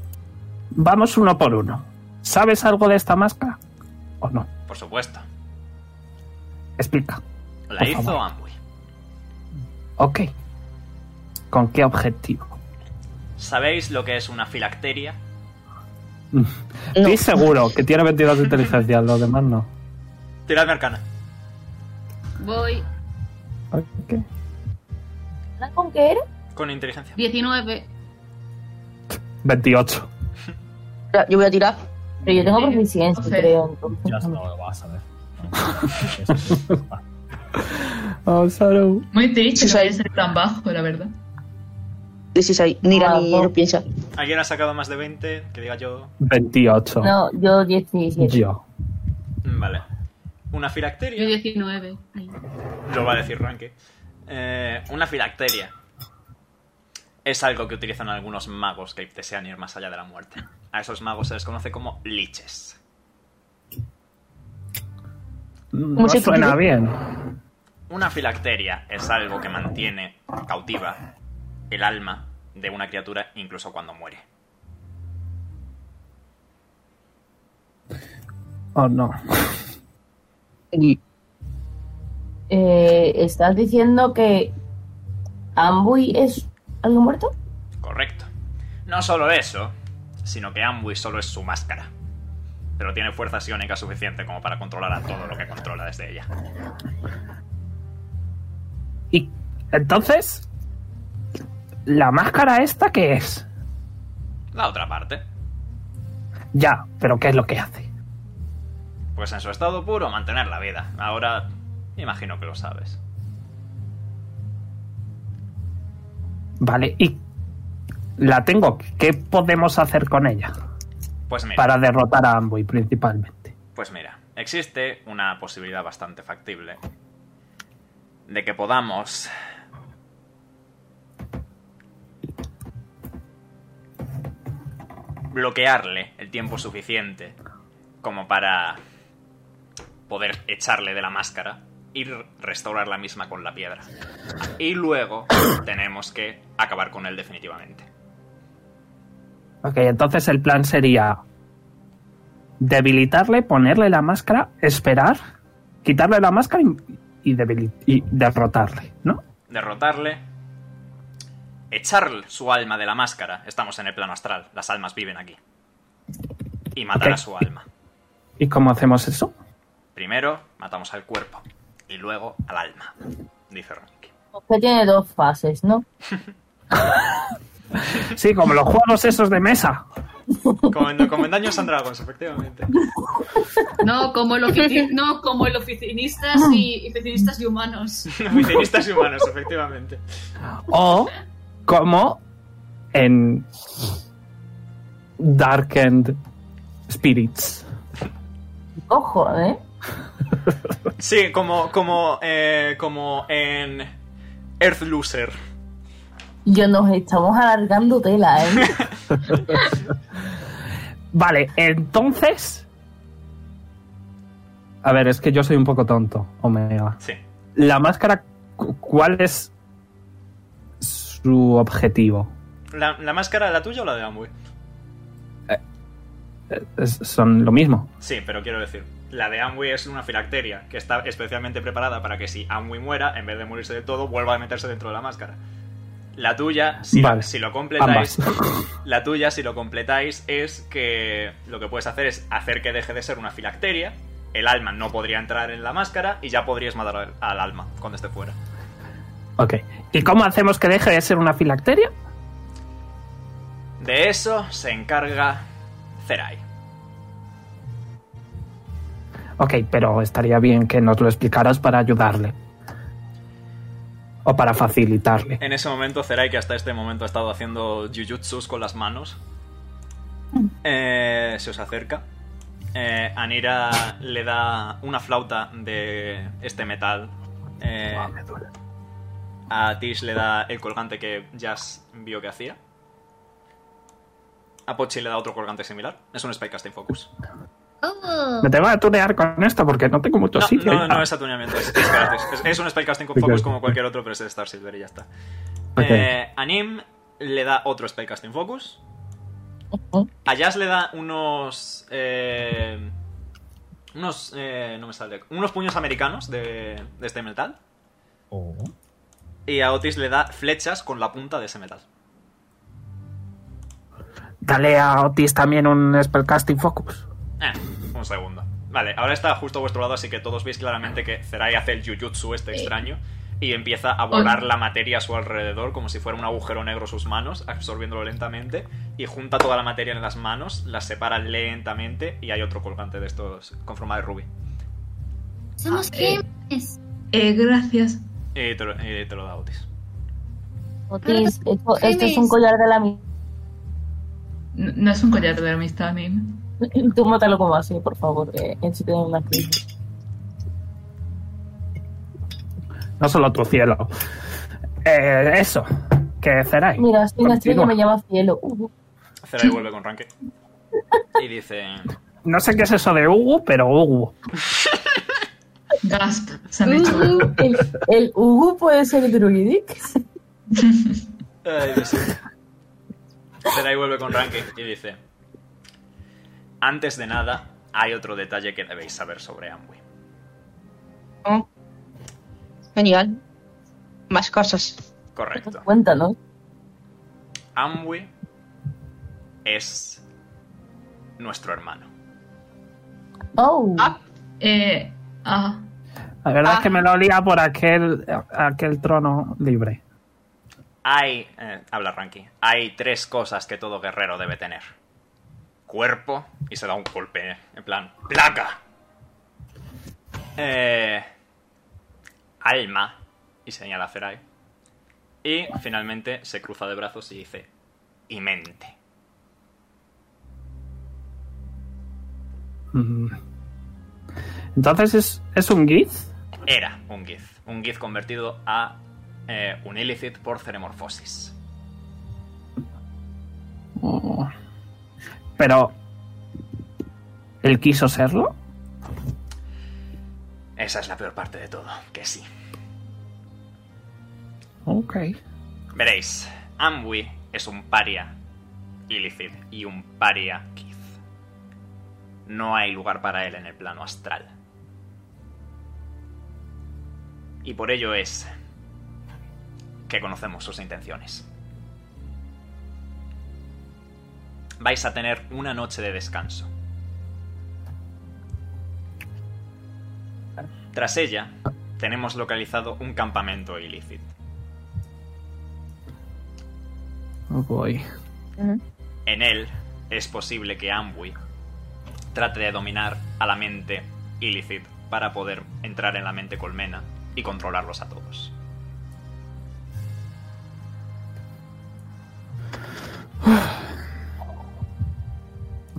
B: vamos uno por uno. ¿Sabes algo de esta máscara? ¿O no?
E: Por supuesto.
B: Explica.
E: La
B: Por
E: hizo
B: favor.
E: Amway.
B: Ok. ¿Con qué objetivo?
E: ¿Sabéis lo que es una filacteria?
B: Estoy seguro que tiene 22 de inteligencia, los demás no.
E: Tiradme arcana.
J: voy
B: Ok.
G: ¿Con qué era?
E: Con inteligencia.
J: 19.
B: 28.
H: Ya, Yo voy a tirar.
G: Pero yo tengo proficiencia,
D: Sí.
G: creo. entonces-
C: Ya está, lo vas a ver. Eso, eso, va.
B: Oh, Saru.
D: Muy triste que
H: Sí, sí.
D: vaya a ser tan bajo, la verdad.
H: 16. Mira,
G: Ah,
H: ni
G: no.
H: lo piensa.
E: ¿Alguien ha sacado más de 20? Que diga yo.
B: 28.
G: No, yo 17.
B: Yo.
E: Mm, Vale. Una
J: Yo
E: filacteria.
J: 19. Ahí.
E: Lo va a decir Ranke. Eh, una filacteria. Es algo que utilizan algunos magos que desean ir más allá de la muerte. A esos magos se les conoce como liches.
B: No
H: se
B: suena bien.
E: Una filacteria es algo que mantiene cautiva el alma de una criatura incluso cuando muere.
B: Oh, no.
H: Y-
G: Eh, ¿Estás diciendo que Ambuy es alguien muerto?
E: Correcto. No solo eso, sino que Amway solo es su máscara. Pero tiene fuerza psiónica suficiente como para controlar a todo lo que controla desde ella.
B: Y entonces, ¿la máscara esta qué es?
E: La otra parte,
B: Ya, pero ¿qué es lo que hace?
E: pues en su estado puro, mantener la vida. Ahora, imagino que lo sabes.
B: Vale, y la tengo. ¿Qué podemos hacer con ella?
E: Pues mira,
B: Para derrotar a Amboy principalmente.
E: pues mira, existe una posibilidad bastante factible de que podamos bloquearle el tiempo suficiente como para poder echarle de la máscara y r- restaurar la misma con la piedra. Y luego tenemos que acabar con él definitivamente.
B: Ok, entonces el plan sería debilitarle, ponerle la máscara, esperar, quitarle la máscara y, y debili- y derrotarle, ¿no?
E: derrotarle, echar su alma de la máscara. Estamos en el plano astral, las almas viven aquí. Y matar
B: Ok.
E: a su alma.
B: ¿Y cómo hacemos eso?
E: Primero matamos al cuerpo y luego al alma, dice Rank.
G: Que tiene dos fases, ¿no?
B: Sí, como los juegos esos de mesa.
E: Como en, como en Dungeons and Dragons, efectivamente.
J: No, como el, ofici- no, como el
G: Ah.
J: oficinistas y oficinistas y humanos.
E: Oficinistas y humanos, efectivamente.
B: O como en Darkened Spirits.
G: Ojo, ¿eh?
E: Sí, como, como, eh, como en Earth Loser.
G: Yo nos estamos alargando tela, ¿eh?
B: Vale, entonces... A ver, es que yo soy un poco tonto, Omega.
E: Sí.
B: La máscara, cu- ¿cuál es su objetivo?
E: ¿La, la máscara, la tuya o la de Amway?
B: Es- son lo mismo.
E: Sí, pero quiero decir, la de Amway es una filacteria que está especialmente preparada para que si Amway muera, en vez de morirse de todo, vuelva a meterse dentro de la máscara. La tuya, si,
B: Vale.
E: si lo
B: Ambas.
E: completáis, la tuya, si lo completáis, es que lo que puedes hacer es hacer que deje de ser una filacteria, el alma no podría entrar en la máscara y ya podrías matar al, al alma cuando esté fuera.
B: Ok. ¿Y cómo hacemos que deje de ser una filacteria?
E: De eso se encarga Zerai.
B: Ok, pero estaría bien que nos lo explicaras para ayudarle. O para facilitarle.
E: En ese momento, Zerai, que hasta este momento ha estado haciendo jujutsus con las manos, eh, se os acerca. Eh, Anira le da una flauta de este metal. Eh, a Tish le da el colgante que Jazz vio que hacía. A Pochi le da otro colgante similar. Es un Spycasting Focus.
G: Oh,
B: Me tengo que tunear con esto porque no tengo mucho
E: No,
B: sitio.
E: no,
B: ya.
E: no es atuneamiento, es, es gratis. Es, es un Spellcasting con Focus como cualquier otro, pero es de Star Silver y ya está.
B: Ok.
E: Eh, a Nim le da otro Spellcasting Focus. A Jazz le da unos. eh, unos. eh, no me sale. Unos puños americanos de, de este metal.
C: Oh.
E: Y a Otis le da flechas con la punta de ese metal.
B: Dale a Otis también un Spellcasting Focus.
E: Eh, un segundo. Vale, ahora está justo a vuestro lado, así que todos veis claramente que Zerai hace el Jujutsu este extraño y empieza a borrar la materia a su alrededor como si fuera un agujero negro sus manos, absorbiéndolo lentamente y junta toda la materia en las manos, las separa lentamente y hay otro colgante de estos con forma de rubí.
K: Somos
D: eh.
K: gemes.
D: Eh, gracias.
E: Y te lo, y te lo da Otis.
G: Otis, esto, esto es
K: Gemis.
G: un collar de la amistad.
D: No, no es un collar de amistad, Nim.
G: Tú mátalo como así, por favor, eh, en si tiene una crisis.
B: No solo tu cielo. Eh, eso, que Zerai.
G: Mira, soy una estrella
B: continúa.
G: que me llama cielo. Uh,
E: Zerai vuelve con Ranke. Y dice...
B: No sé qué es eso de Hugo, pero Hugo.
D: Gasp, se han hecho.
J: Uh-huh.
G: uh, el, el Ugu puede ser druidic.
E: Ay, Dios mío. Zerai vuelve con Ranke y dice... Antes de nada, hay otro detalle que debéis saber sobre Amway.
H: Oh. Genial. Más cosas.
E: Correcto.
G: Cuéntanos.
E: Amway es nuestro hermano.
G: Oh,
H: Ah.
D: Eh, ah,
B: La verdad
H: Ah.
B: es que me lo olía por aquel, aquel trono libre.
E: Hay, eh, habla Ranky, hay tres cosas que todo guerrero debe tener. Cuerpo, y se da un golpe, eh, en plan, ¡placa! Eh, alma, y señala a Zerai. Y finalmente se cruza de brazos y dice, y mente.
B: Mm. Entonces es, es un Giz.
E: Era un Giz, un Giz convertido a eh, un illicit por cenemorfosis.
B: Oh. Pero. ¿Él quiso serlo?
E: Esa es la peor parte de todo, que sí.
B: Ok.
E: Veréis, Amwi es un paria illicit y un paria Kith. No hay lugar para él en el plano astral. Y por ello es que conocemos sus intenciones. Vais a tener una noche de descanso. Tras ella, tenemos localizado un campamento illicit.
B: Oh boy.
E: En él es posible que Amway trate de dominar a la mente illicit para poder entrar en la mente colmena y controlarlos a todos.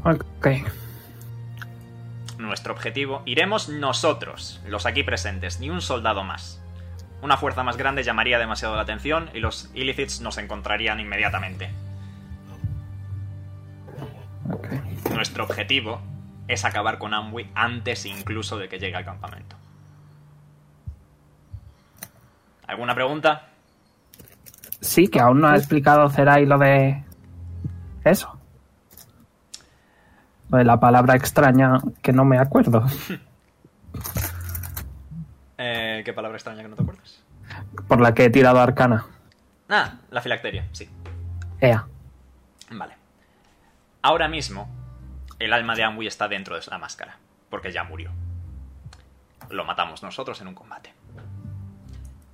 B: Ok.
E: Nuestro objetivo, iremos nosotros, los aquí presentes, ni un soldado más. Una fuerza más grande llamaría demasiado la atención y los illicits nos encontrarían inmediatamente.
B: Ok.
E: Nuestro objetivo es acabar con Amway antes incluso de que llegue al campamento. ¿Alguna pregunta?
B: Sí, que aún no ha explicado Zerai lo de. Eso. Lo de la palabra extraña que no me acuerdo.
E: Eh, ¿Qué palabra extraña que no te acuerdas?
B: Por la que he tirado arcana.
E: Ah, la filacteria, sí.
B: Ea.
E: Vale. Ahora mismo, el alma de Amway está dentro de la máscara, porque ya murió. Lo matamos nosotros en un combate.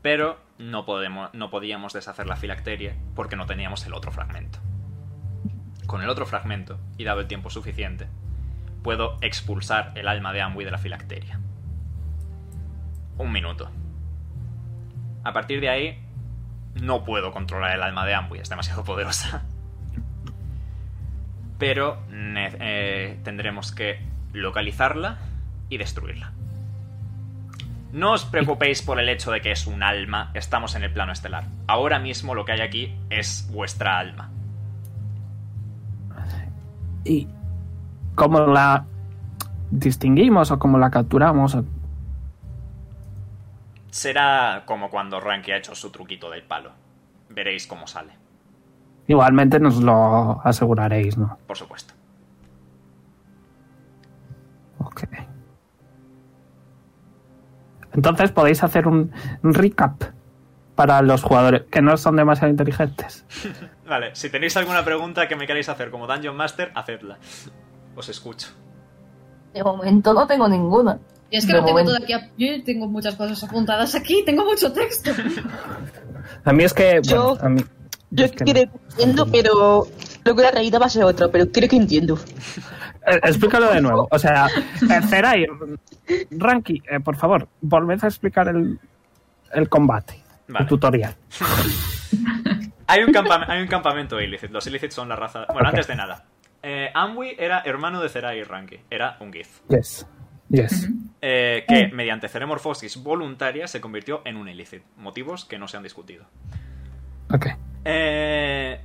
E: Pero no, podemos, no podíamos deshacer la filacteria porque no teníamos el otro fragmento. Con el otro fragmento, y dado el tiempo suficiente, puedo expulsar el alma de Amway de la filacteria. Un minuto. A partir de ahí, no puedo controlar el alma de Amway, es demasiado poderosa pero ne- eh, tendremos que localizarla y destruirla. No os preocupéis por el hecho de que es un alma, estamos en el plano estelar. Ahora mismo lo que hay aquí es vuestra alma.
B: ¿Y cómo la distinguimos o cómo la capturamos? o-
E: Será como cuando Ranky ha hecho su truquito del palo. Veréis cómo sale,
B: Igualmente nos lo aseguraréis, ¿no?
E: por supuesto.
B: Ok. Entonces podéis hacer un un recap para los jugadores que no son demasiado inteligentes.
E: Vale, si tenéis alguna pregunta que me queréis hacer como Dungeon Master, hacedla. Os escucho.
G: de momento no tengo ninguna.
A: Y es que
G: De
A: no tengo
G: momento.
A: todo aquí. a- Yo tengo muchas cosas apuntadas aquí. Tengo mucho texto.
B: A mí es que.
H: Yo-
B: bueno, a mí-
H: Yo
B: es que
H: quiero- entiendo, pero Lo que la traída va a ser otra, pero creo que entiendo.
B: Eh, explícalo de nuevo. O sea, eh, Zerai, Ranky, eh, por favor, volved a explicar el, el combate,
E: Vale.
B: el tutorial.
E: Hay un, campam- hay un campamento illicit. Los illicit son la raza. Bueno,
B: Ok.
E: antes de nada. Eh, Amwi era hermano de Zerai y Ranki. Era un Gith.
B: Yes. Yes.
E: Eh, que mediante ceremorfosis voluntaria se convirtió en un illicit. Motivos que no se han discutido.
B: Ok.
E: Eh,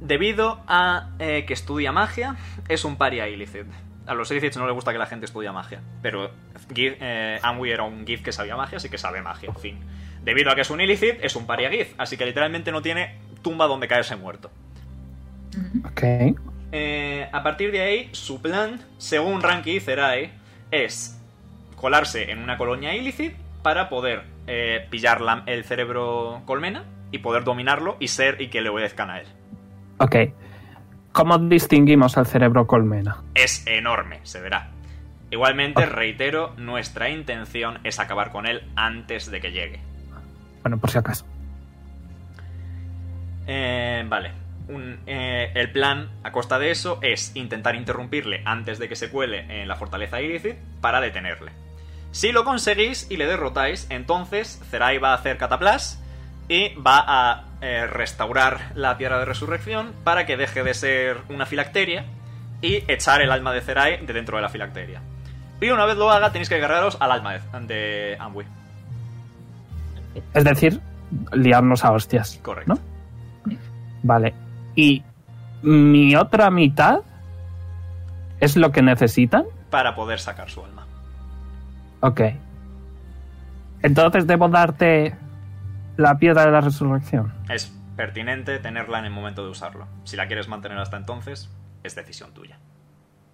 E: debido a eh, que estudia magia, es un paria illicit. A los illicits no les gusta que la gente estudia magia. Pero Gi- eh, Amwi era un Gith que sabía magia, así que sabe magia. Fin. Debido a que es un illicit, es un paria Gith. Así que literalmente no tiene tumba donde caerse muerto.
B: Ok.
E: Eh, a partir de ahí, su plan, según Ranky y Zerai, es colarse en una colonia illicit para poder eh, pillar la- el cerebro colmena y poder dominarlo y ser y que le obedezcan a él.
B: Ok. ¿Cómo distinguimos al cerebro colmena?
E: Es enorme, se verá. Igualmente, reitero, nuestra intención es acabar con él antes de que llegue.
B: Bueno, por si acaso.
E: Eh, vale. Un- eh, el plan a costa de eso es intentar interrumpirle antes de que se cuele en la fortaleza illicit para detenerle. Si lo conseguís y le derrotáis, entonces Zerai va a hacer cataplas y va a eh, restaurar la piedra de resurrección para que deje de ser una filacteria y echar el alma de Zerai de dentro de la filacteria. Y una vez lo haga, tenéis que agarraros al alma de, de Amwi.
B: Es decir, liarnos a hostias.
E: Correcto.
B: ¿no? Vale. ¿Y mi otra mitad es lo que necesitan?
E: para poder sacar su alma.
B: Ok. Entonces debo darte la piedra de la resurrección.
E: Es pertinente tenerla en el momento de usarlo. Si la quieres mantener hasta entonces, es decisión tuya.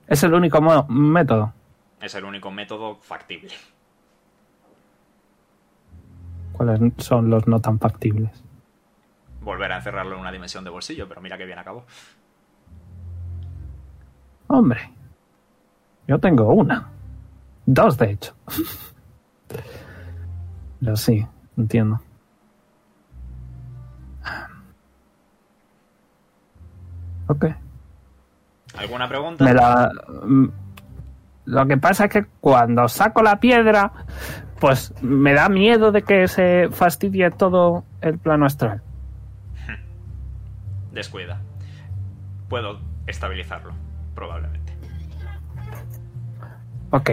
B: Es el único mo- método.
E: Es el único método factible.
B: ¿Cuáles son los no tan factibles?
E: Volver a encerrarlo en una dimensión de bolsillo, pero mira que bien acabó.
B: Hombre. Yo tengo una. Dos, de hecho. Pero sí, entiendo. Ok.
E: ¿Alguna pregunta?
B: Me la, mm, lo que pasa es que cuando saco la piedra, pues me da miedo de que se fastidie todo el plano astral.
E: Descuida. Puedo estabilizarlo, probablemente.
B: Ok.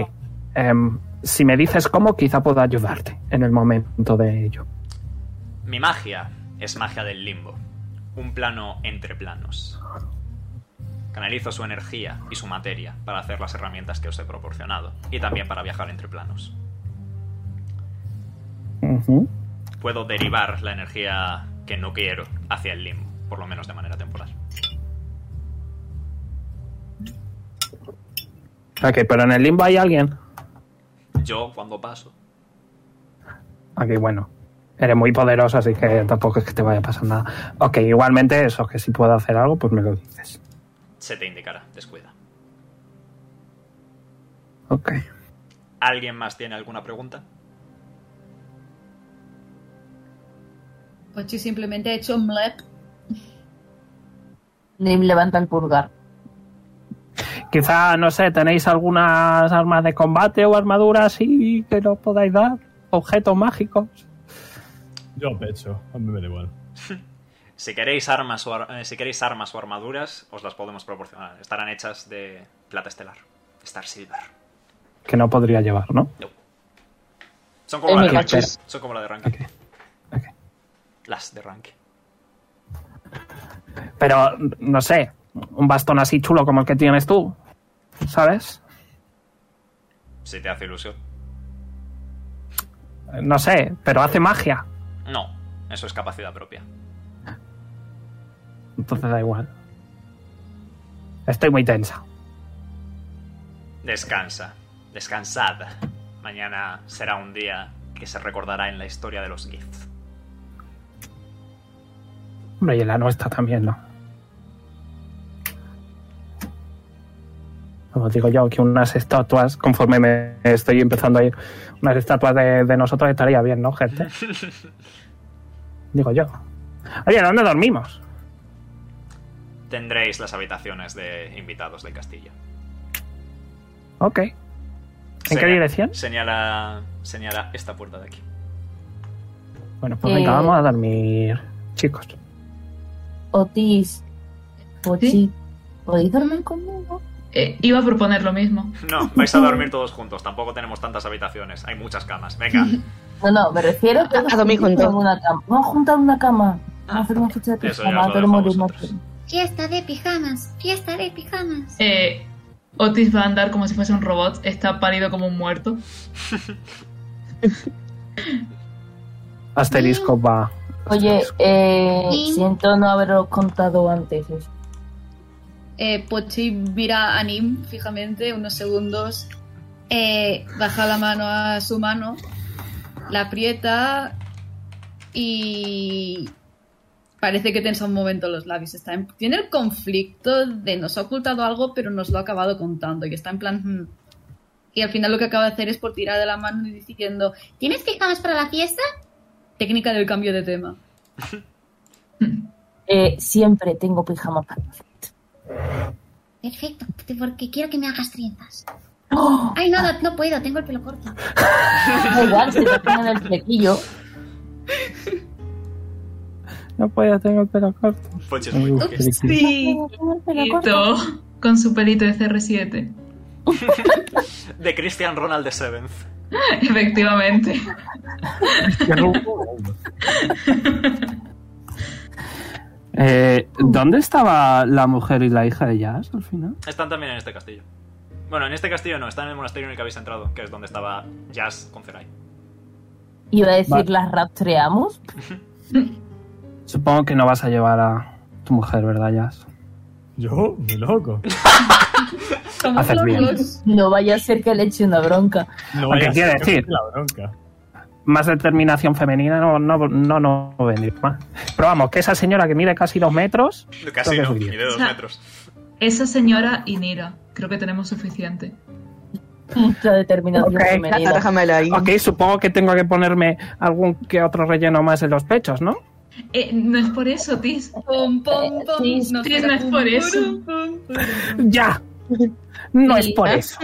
B: Em, si me dices cómo, quizá pueda ayudarte en el momento de ello.
E: Mi magia es magia del limbo. Un plano entre planos. Canalizo su energía y su materia para hacer las herramientas que os he proporcionado y también para viajar entre planos.
B: Ujú.
E: Puedo derivar la energía que no quiero hacia el limbo, por lo menos de manera temporal.
B: Ok, pero en el limbo hay alguien.
E: Yo, cuando paso,
B: Ok, bueno. Eres muy poderoso, así que tampoco es que te vaya a pasar nada. Ok, igualmente eso, que si puedo hacer algo, pues me lo dices.
E: se te indicará, descuida.
B: Ok.
E: ¿Alguien más tiene alguna pregunta?
J: Pues
A: Pochi simplemente ha hecho un mlep.
G: Nim levanta el pulgar.
B: Quizá, no sé, tenéis algunas armas de combate o armaduras así que nos podáis dar. Objetos mágicos.
C: Yo pecho, a mí me da igual.
E: Si queréis armas o, ar- eh, si queréis armas o armaduras, os las podemos proporcionar. Estarán hechas de plata estelar. Star Silver.
B: Que no podría llevar, ¿no?
E: Son como, la de
B: Espera,
E: ranking.
B: espera.
E: Son como la de ranking. Las de ranking.
B: Pero, no sé, un bastón así chulo como el que tienes tú. ¿Sabes?
E: Si te hace ilusión.
B: No sé, pero hace magia.
E: No, eso es capacidad propia.
B: Entonces da igual. Estoy muy tensa.
E: Descansa. Descansad. Mañana será un día que se recordará en la historia de los GIFs.
B: Hombre, y en la nuestra también, ¿no? Como digo yo, que unas estatuas, conforme me estoy empezando a ir, unas estatuas de, de nosotros estaría bien, ¿no, gente? Digo yo. Oye, ¿dónde dormimos?
E: tendréis las habitaciones de invitados del castillo.
B: Ok. ¿En qué
E: Señal-
B: dirección?
E: Señala, señala esta puerta de aquí.
B: Bueno, pues
G: Eh.
B: venga, vamos a dormir, chicos.
G: Otis, Pochi, ¿podéis dormir conmigo?
D: Eh, iba a proponer lo mismo.
E: No, vais a dormir todos juntos. Tampoco tenemos tantas habitaciones. Hay muchas camas. Venga.
G: No, no, me refiero
K: Ah,
G: a,
H: a dormir juntos.
G: En una cama. Vamos a juntar una cama. Vamos a hacer una fiesta de
E: eso ya
G: pijama,
E: lo
G: todo el
E: dejo a
G: mundo en una cama.
K: Fiesta de pijamas, fiesta de pijamas.
D: Eh, Otis va a andar como si fuese un robot. Está pálido como un muerto.
B: Asterisco va.
G: Oye, eh,
J: Sí.
G: siento no haberos contado antes eso.
A: Eh, Pochi mira a Nim fijamente unos segundos, eh, baja la mano a su mano, la aprieta y parece que tensa un momento los labios. Está en- tiene el conflicto de nos ha ocultado algo pero nos lo ha acabado contando y está en plan... "Hmm". Y al final lo que acaba de hacer es por tirar de la mano y diciendo
K: ¿Tienes pijamas para la fiesta?
A: técnica del cambio de tema.
G: Eh, siempre tengo pijama para la fiesta.
K: Perfecto, porque quiero que me hagas trenzas.
G: ¡Oh!
K: Ay, no, no, no puedo, tengo el pelo corto.
G: Oigan, se te pone en el flequillo.
B: No puedo, tengo el pelo corto.
E: Pochi es muy
B: Uy,
E: coqueta.
B: friki.
D: Sí. Listo. Con su pelito de CR7.
E: De Christian Ronald de Seventh.
D: Efectivamente.
B: Eh, ¿Dónde estaba la mujer y la hija de Jazz al final?
E: Están también en este castillo. Bueno, en este castillo no, están en el monasterio en el que habéis entrado, que es donde estaba Jazz con Zerai.
G: Iba a decir,
B: Vale.
G: ¿las rastreamos?
B: Supongo que no vas a llevar a tu mujer, ¿verdad, Jazz?
C: Yo, muy loco.
A: Somos
B: Haces
A: los
B: bien.
A: dos.
G: No vaya a ser que le eche una bronca.
C: No
B: Aunque
C: vaya a ser
B: quiere
C: que
B: decir.
C: me la bronca.
B: Más determinación femenina no no no, no vendría mal. Pero vamos, que esa señora que mide casi dos metros,
E: Casi
B: Creo que
E: no,
B: es bien.
E: ni de dos
D: O sea-
E: metros.
D: Esa señora y Nira. Creo que tenemos suficiente.
G: La determinación
B: Ok.
H: Hasta
G: femenina.
H: déjamelo ahí.
B: ok, supongo que tengo que ponerme algún que otro relleno más en los pechos, ¿no?
D: Eh, no es por eso, Tis.
A: Pom,
D: Eh,
A: pom, pom,
G: Sí,
A: no
D: sí,
A: será
D: no es
A: pum,
D: por eso.
A: pum, pum, pum.
B: ¡Ya! No es
H: Sí.
B: por eso.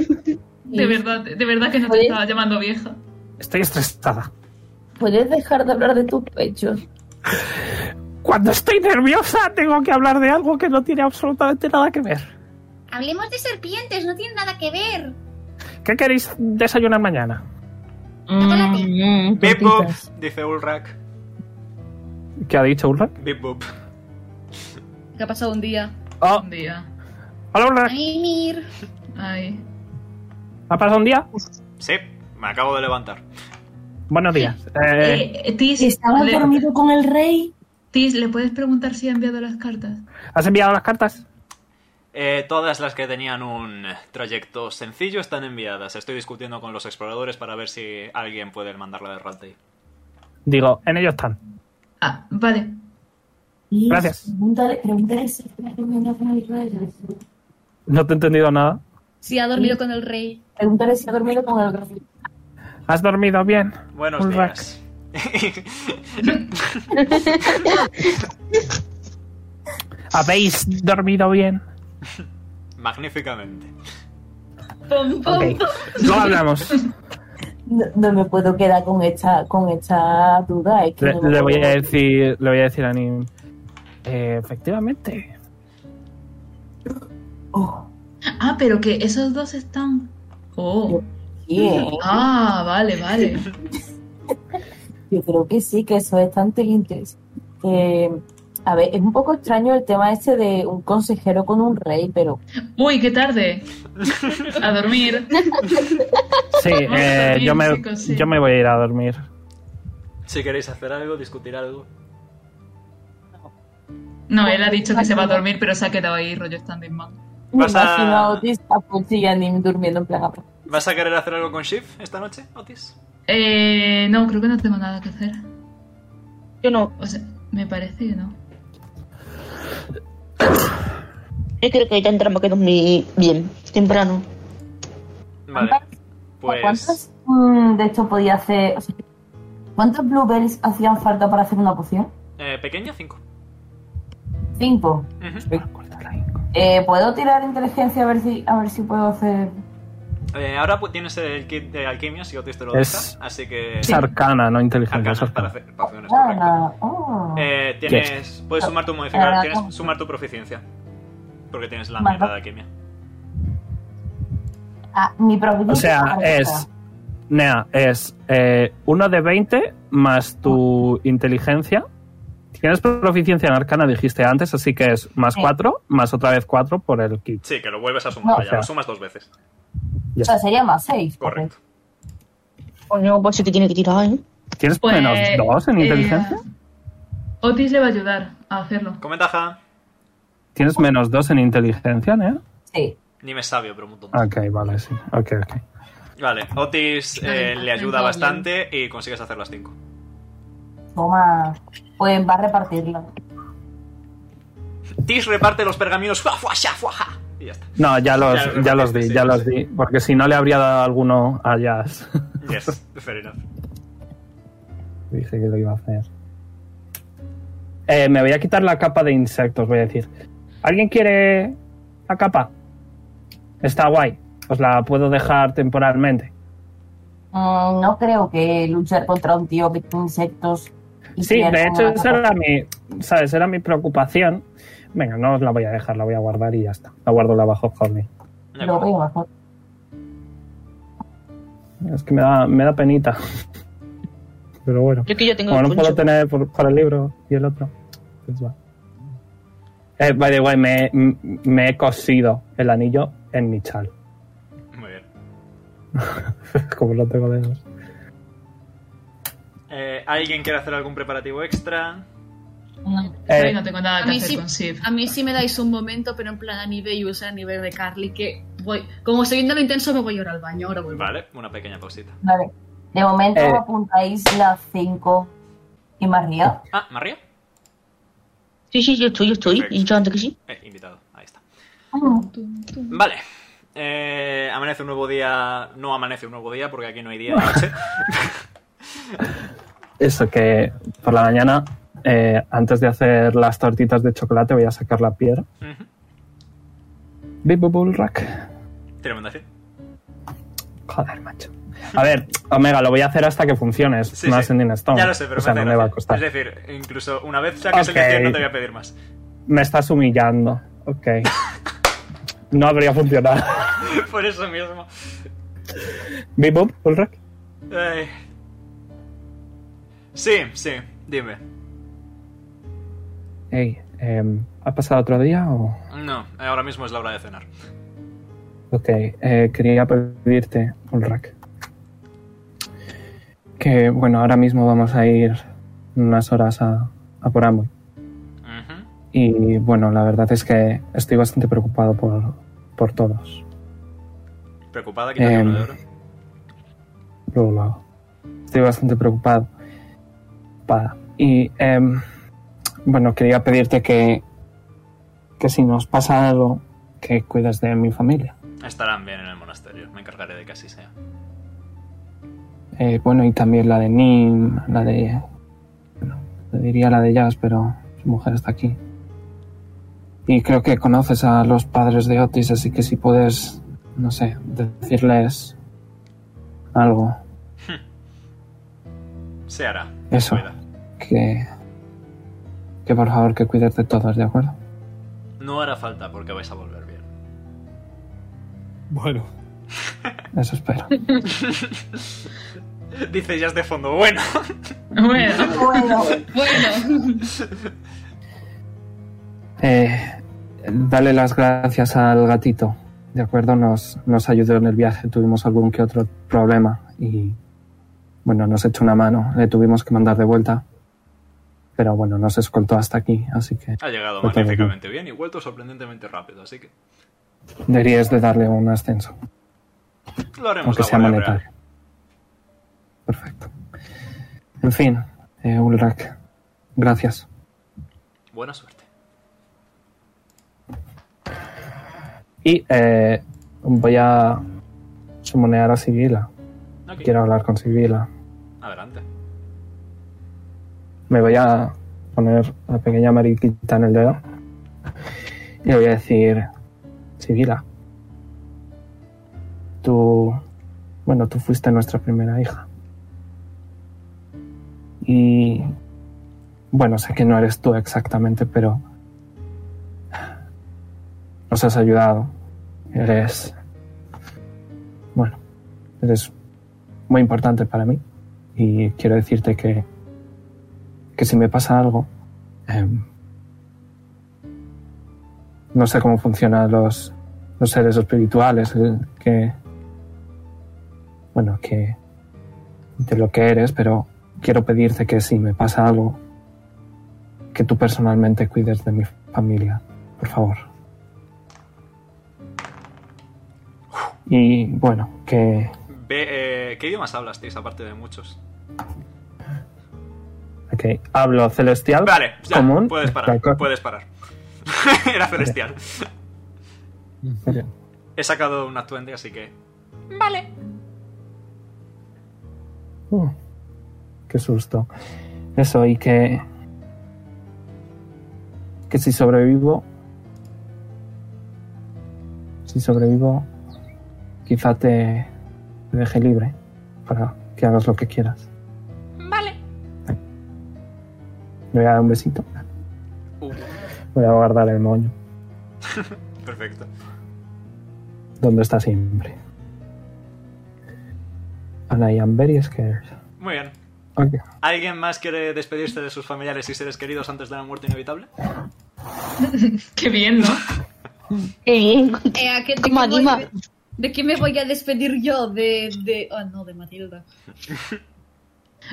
D: De verdad, de verdad que no te
G: Oye.
D: estaba llamando vieja.
B: Estoy estresada.
G: ¿Puedes dejar de hablar de tus pechos?
B: Cuando estoy nerviosa tengo que hablar de algo que no tiene absolutamente nada que ver.
K: Hablemos de serpientes, no tiene nada que ver.
B: ¿Qué queréis desayunar mañana?
K: Chocolate.
H: Mm.
E: Bip boop,
G: tortitas.
E: dice Ulrak.
B: ¿Qué ha dicho Ulrak?
E: Bip boop.
A: ¿Qué ha pasado un día?
B: Oh,
D: Un día.
B: hola Ulrak,
K: Ay, Mir.
D: Ay.
B: ¿ha pasado un día?
E: Sí, me acabo de levantar.
B: Buenos días. Eh,
D: Eh, Tis,
G: ¿Estabas
D: le,
G: dormido con el rey?
D: Tis, ¿le puedes preguntar si ha enviado las cartas?
B: ¿Has enviado las cartas?
E: Eh, todas las que tenían un trayecto sencillo están enviadas. Estoy discutiendo con los exploradores para ver si alguien puede mandarla de Rantei.
B: Digo, en ello están.
D: Ah, vale.
G: Y
B: Gracias.
G: Pregúntale, pregúntale si está durmiendo con el rey.
B: No te he entendido nada.
A: Si ha
D: Mm.
A: dormido con el rey.
G: Pregúntale si ha dormido con el rey.
B: ¿Has dormido bien?
E: Buenos
B: Ulrak.
E: días.
B: ¿Habéis dormido bien?
E: Magníficamente.
A: Pom, pom,
B: Ok.
A: pom.
B: Luego hablamos.
G: No, no me puedo quedar con esta, con esta duda. Es que
B: Le,
G: no me
B: le voy a
G: puedo-
B: decir, le voy a decir a Nim. eh, efectivamente.
G: Oh,
D: Ah, pero que esos dos están. Oh.
G: bien.
D: Ah, vale, vale.
G: Yo creo que sí, que eso es bastante interesante. Eh, a ver, es un poco extraño el tema ese de un consejero con un rey, pero
D: Uy, qué tarde. A dormir.
B: Sí,
D: Vamos a
B: eh,
D: dormir,
B: yo, me,
D: chicos, sí.
B: yo me voy a ir a dormir.
E: Si queréis hacer algo, discutir algo.
D: No, él ha dicho que se va a dormir, pero se ha quedado ahí, rollo standing man.
G: me
E: Vas a-
G: imagino a Otis a Pussy y a Nim durmiendo en plan apretado.
E: ¿Vas a querer hacer algo con Shiv esta noche, Otis?
D: Eh, no, creo que no tengo nada que hacer.
H: Yo no.
D: O sea, me parece que no.
H: Yo creo que ya entramos que dormir bien. Temprano.
E: Vale. Pues.
G: ¿Cuántos mm, de esto podía hacer? O sea, ¿Cuántos blueberries hacían falta para hacer una poción?
E: Eh, pequeña, cinco.
G: Cinco.
E: Ujú.
G: Uy, Eh, ¿Puedo tirar inteligencia a ver si, a ver si puedo hacer...?
E: Eh, ahora pues, tienes el kit de alquimia, si Otis te lo
B: Es-
E: deja, así que...
B: Es arcana, no inteligencia. es
E: Arcana, para
B: arcana.
E: hacer- para hacer una
G: Ah,
E: correcta.
G: la- oh.
E: Eh, tienes, puedes sumar tu
G: Ah,
E: modificador,
G: ¿cómo?
E: tienes sumar tu proficiencia. Porque tienes la
G: Vale.
E: mierda de alquimia.
G: Ah, mi
B: O sea, es. Nea, es eh, uno de 20 más tu inteligencia. Tienes proficiencia en arcana, dijiste antes, así que es más
G: Sí.
B: 4, más otra vez 4 por el kit.
E: Sí, que lo vuelves a sumar,
G: No.
E: vaya, lo sumas dos veces.
G: O sea, sería más 6.
E: Correcto.
H: Coño, pues se te tiene que tirar, ¿eh?
B: ¿Tienes
D: Pues,
B: menos 2 en
D: eh,
B: inteligencia?
D: Otis le va a ayudar a hacerlo.
E: Con ventaja,
B: ¿Tienes menos 2 en inteligencia, Nea?
G: Sí.
E: ni me es sabio, pero un
G: Ah.
E: montón.
B: Ok, vale, sí. Ok, ok.
E: Vale, Otis eh, le ayuda bastante y consigues hacer las cinco.
G: Toma. Pues va a repartirlo.
E: Tis reparte los pergaminos. ¡fua, fua, sha, fua, ja! Y ya está.
B: No, ya
E: Ya
B: los,
E: lo
B: ya los
E: repetiste,
B: di,
E: sí,
B: ya
E: sí,
B: los
E: sí.
B: di. Porque si no le habría dado alguno a Jazz.
E: Yes, fair enough.
B: Dije que lo iba a hacer. Eh, me voy a quitar la capa de insectos, voy a decir. ¿Alguien quiere la capa? Está guay. Os la puedo dejar temporalmente.
G: Mm, no creo que luchar contra un tío que tiene insectos... y
B: Sí,
G: pierda
B: de hecho,
G: una-
B: esa era mi, ¿sabes? Era mi preocupación. Venga, no os la voy a dejar, la voy a guardar y ya está. La guardo la bajo Horny.
E: De
G: Lo
E: acuerdo.
G: veo mejor.
B: Es que me da, me da penita. Pero bueno.
H: Yo que yo tengo
B: Como
H: el
B: no
H: poncho.
B: puedo tener por, por el libro y el otro. Pues va. Eh, by the way, me, m- me he cosido el anillo en mi chal.
E: Muy bien.
B: Como lo tengo de
E: Eh, ¿Alguien quiere hacer algún preparativo extra?
D: No,
B: Eh,
D: no tengo nada
J: A
D: que
J: mí
D: hacer
J: sí.
D: con Sid.
J: A mí sí me dais un momento, pero en plan a nivel user, a nivel de Carly, que voy. Como estoy viendo lo intenso, me voy ahora al baño, ahora vuelvo.
E: Vale, una pequeña pausita.
G: Vale. De momento
B: Eh.
G: apuntáis las 5 y más ría.
E: Ah, María.
H: Sí, sí, yo estoy, yo estoy.
E: Perfecto.
H: Y yo antes que sí.
E: Eh, invitado, ahí está.
B: Ah,
E: Vale. Eh, amanece un nuevo día. No amanece un nuevo día porque aquí no hay día ni noche.
B: Eso que por la mañana, eh, antes de hacer las tortitas de chocolate, voy a sacar la piedra.
E: Ujú.
B: Bibu Bull Rack.
E: Tira mandación.
B: Joder, macho. A ver, Omega, lo voy a hacer hasta que funcione. Es
E: Sí,
B: una
E: sí.
B: Sending Stone.
E: Ya lo sé, pero
B: o sea,
E: me
B: no
E: hace
B: me va a
E: gracia.
B: costar.
E: Es decir, incluso una vez saques
B: Ok.
E: el 100 no te voy a pedir más.
B: Me estás humillando. Ok. no habría funcionado.
E: Por eso mismo.
B: Bibu Bull Rack.
E: Ay. Sí, sí, dime.
B: Hey, em, ¿ha pasado otro día o...?
E: No, ahora mismo es la hora de cenar.
B: Ok, eh, quería pedirte, Ulrak, que, bueno, ahora mismo vamos a ir unas horas a, a por Amway.
E: Ujú.
B: Y, bueno, la verdad es que estoy bastante preocupado por, por todos.
E: Preocupada, quítate
B: Em.
E: uno de oro.
B: Luego lo hago. Estoy bastante preocupado. Pa. Y, em, bueno, quería pedirte que, que si nos pasa algo, que cuides de mi familia.
E: Estarán bien en el monasterio, me encargaré de que así sea.
B: Eh, bueno, y también la de Nim, la de. Bueno, te diría la de Jazz, pero su mujer está aquí. Y creo que conoces a los padres de Otis, así que si puedes, no sé, decirles algo
E: Se hará.
B: Eso.
E: Cuida.
B: que. que por favor que cuides de todos, ¿de acuerdo?
E: No hará falta porque vais a volver bien.
C: Bueno.
B: Eso espero.
E: Dice ya es de fondo, bueno.
D: Bueno,
G: Bueno,
B: Eh, dale las gracias al gatito, ¿de acuerdo? Nos, nos ayudó en el viaje, tuvimos algún que otro problema y, bueno, nos echó una mano, le tuvimos que mandar de vuelta, pero bueno, nos escoltó hasta aquí, así que
E: Ha llegado
B: Pues todo
E: magníficamente bien y vuelto sorprendentemente rápido, así que
B: deberías de darle un ascenso,
E: lo haremos
B: aunque
E: la
B: sea
E: guardia real.
B: monetario. Perfecto. En fin, eh, Ulrak, gracias.
E: Buena suerte.
B: Y eh, voy a sumonear a Sibila,
E: Ok,
B: quiero hablar con Sibila.
E: Adelante.
B: me voy a poner la pequeña mariquita en el dedo Le voy a decir, Sibila, tú, bueno, tú fuiste nuestra primera hija. Y, bueno, sé que no eres tú exactamente, pero nos has ayudado. Eres, bueno, eres muy importante para mí. Y quiero decirte que, que si me pasa algo, em, no sé cómo funcionan los, los seres espirituales, eh, que, bueno, que de lo que eres, pero quiero pedirte que si me pasa algo, que tú personalmente cuides de mi familia, por favor. Y bueno, que
E: Ve, eh, ¿Qué idiomas hablasteis aparte de muchos?
B: ok, hablo celestial,
E: Vale, ya,
B: común,
E: puedes parar,
B: Draco-
E: puedes parar. Era celestial.
B: Bien.
E: He sacado un actuente, así que...
B: Uh, qué susto. Eso, y que. Que si sobrevivo. Si sobrevivo, quizá te, te deje libre para que hagas lo que quieras. Vale. Le voy a dar un besito.
E: Uh,
B: Voy a guardar el moño.
E: perfecto.
B: Donde está siempre. And I am very scared.
E: Muy bien.
B: Ok.
E: ¿Alguien más quiere despedirse de sus familiares y seres queridos antes de la muerte inevitable?
D: Qué bien, ¿no?
H: Qué bien.
A: Eh, ¿a qué- de,
H: Como
A: qué voy-
H: anima.
A: de qué me voy a despedir yo? De. de
J: ah,
A: oh, no, de Matilda.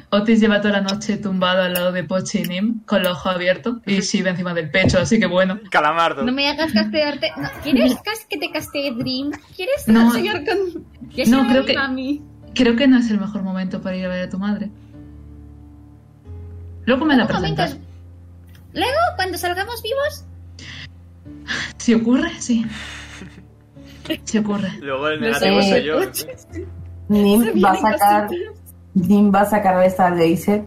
D: Otis lleva toda la noche tumbado al lado de Pochi y Nim, con los ojos abiertos y Shiva encima del pecho, así que bueno.
E: Calamardo.
K: No me hagas castearte. no, ¿Quieres cas- que te castee Dream? ¿Quieres
D: No.
K: enseñar con.?
A: Que
D: No,
A: se
D: creo
A: me
D: que-
A: anima a mí.
D: Creo que no es el mejor momento para ir a ver a tu madre. Luego me la
K: Un momento.
D: presentas.
K: Luego, cuando salgamos vivos,
D: Si ocurre, sí. Si ocurre.
E: Luego el
A: No
E: negativo
G: sé.
E: soy yo.
A: Se
G: Nim va a
A: vienen los
G: sacar. Nim va a sacar a esta Geyser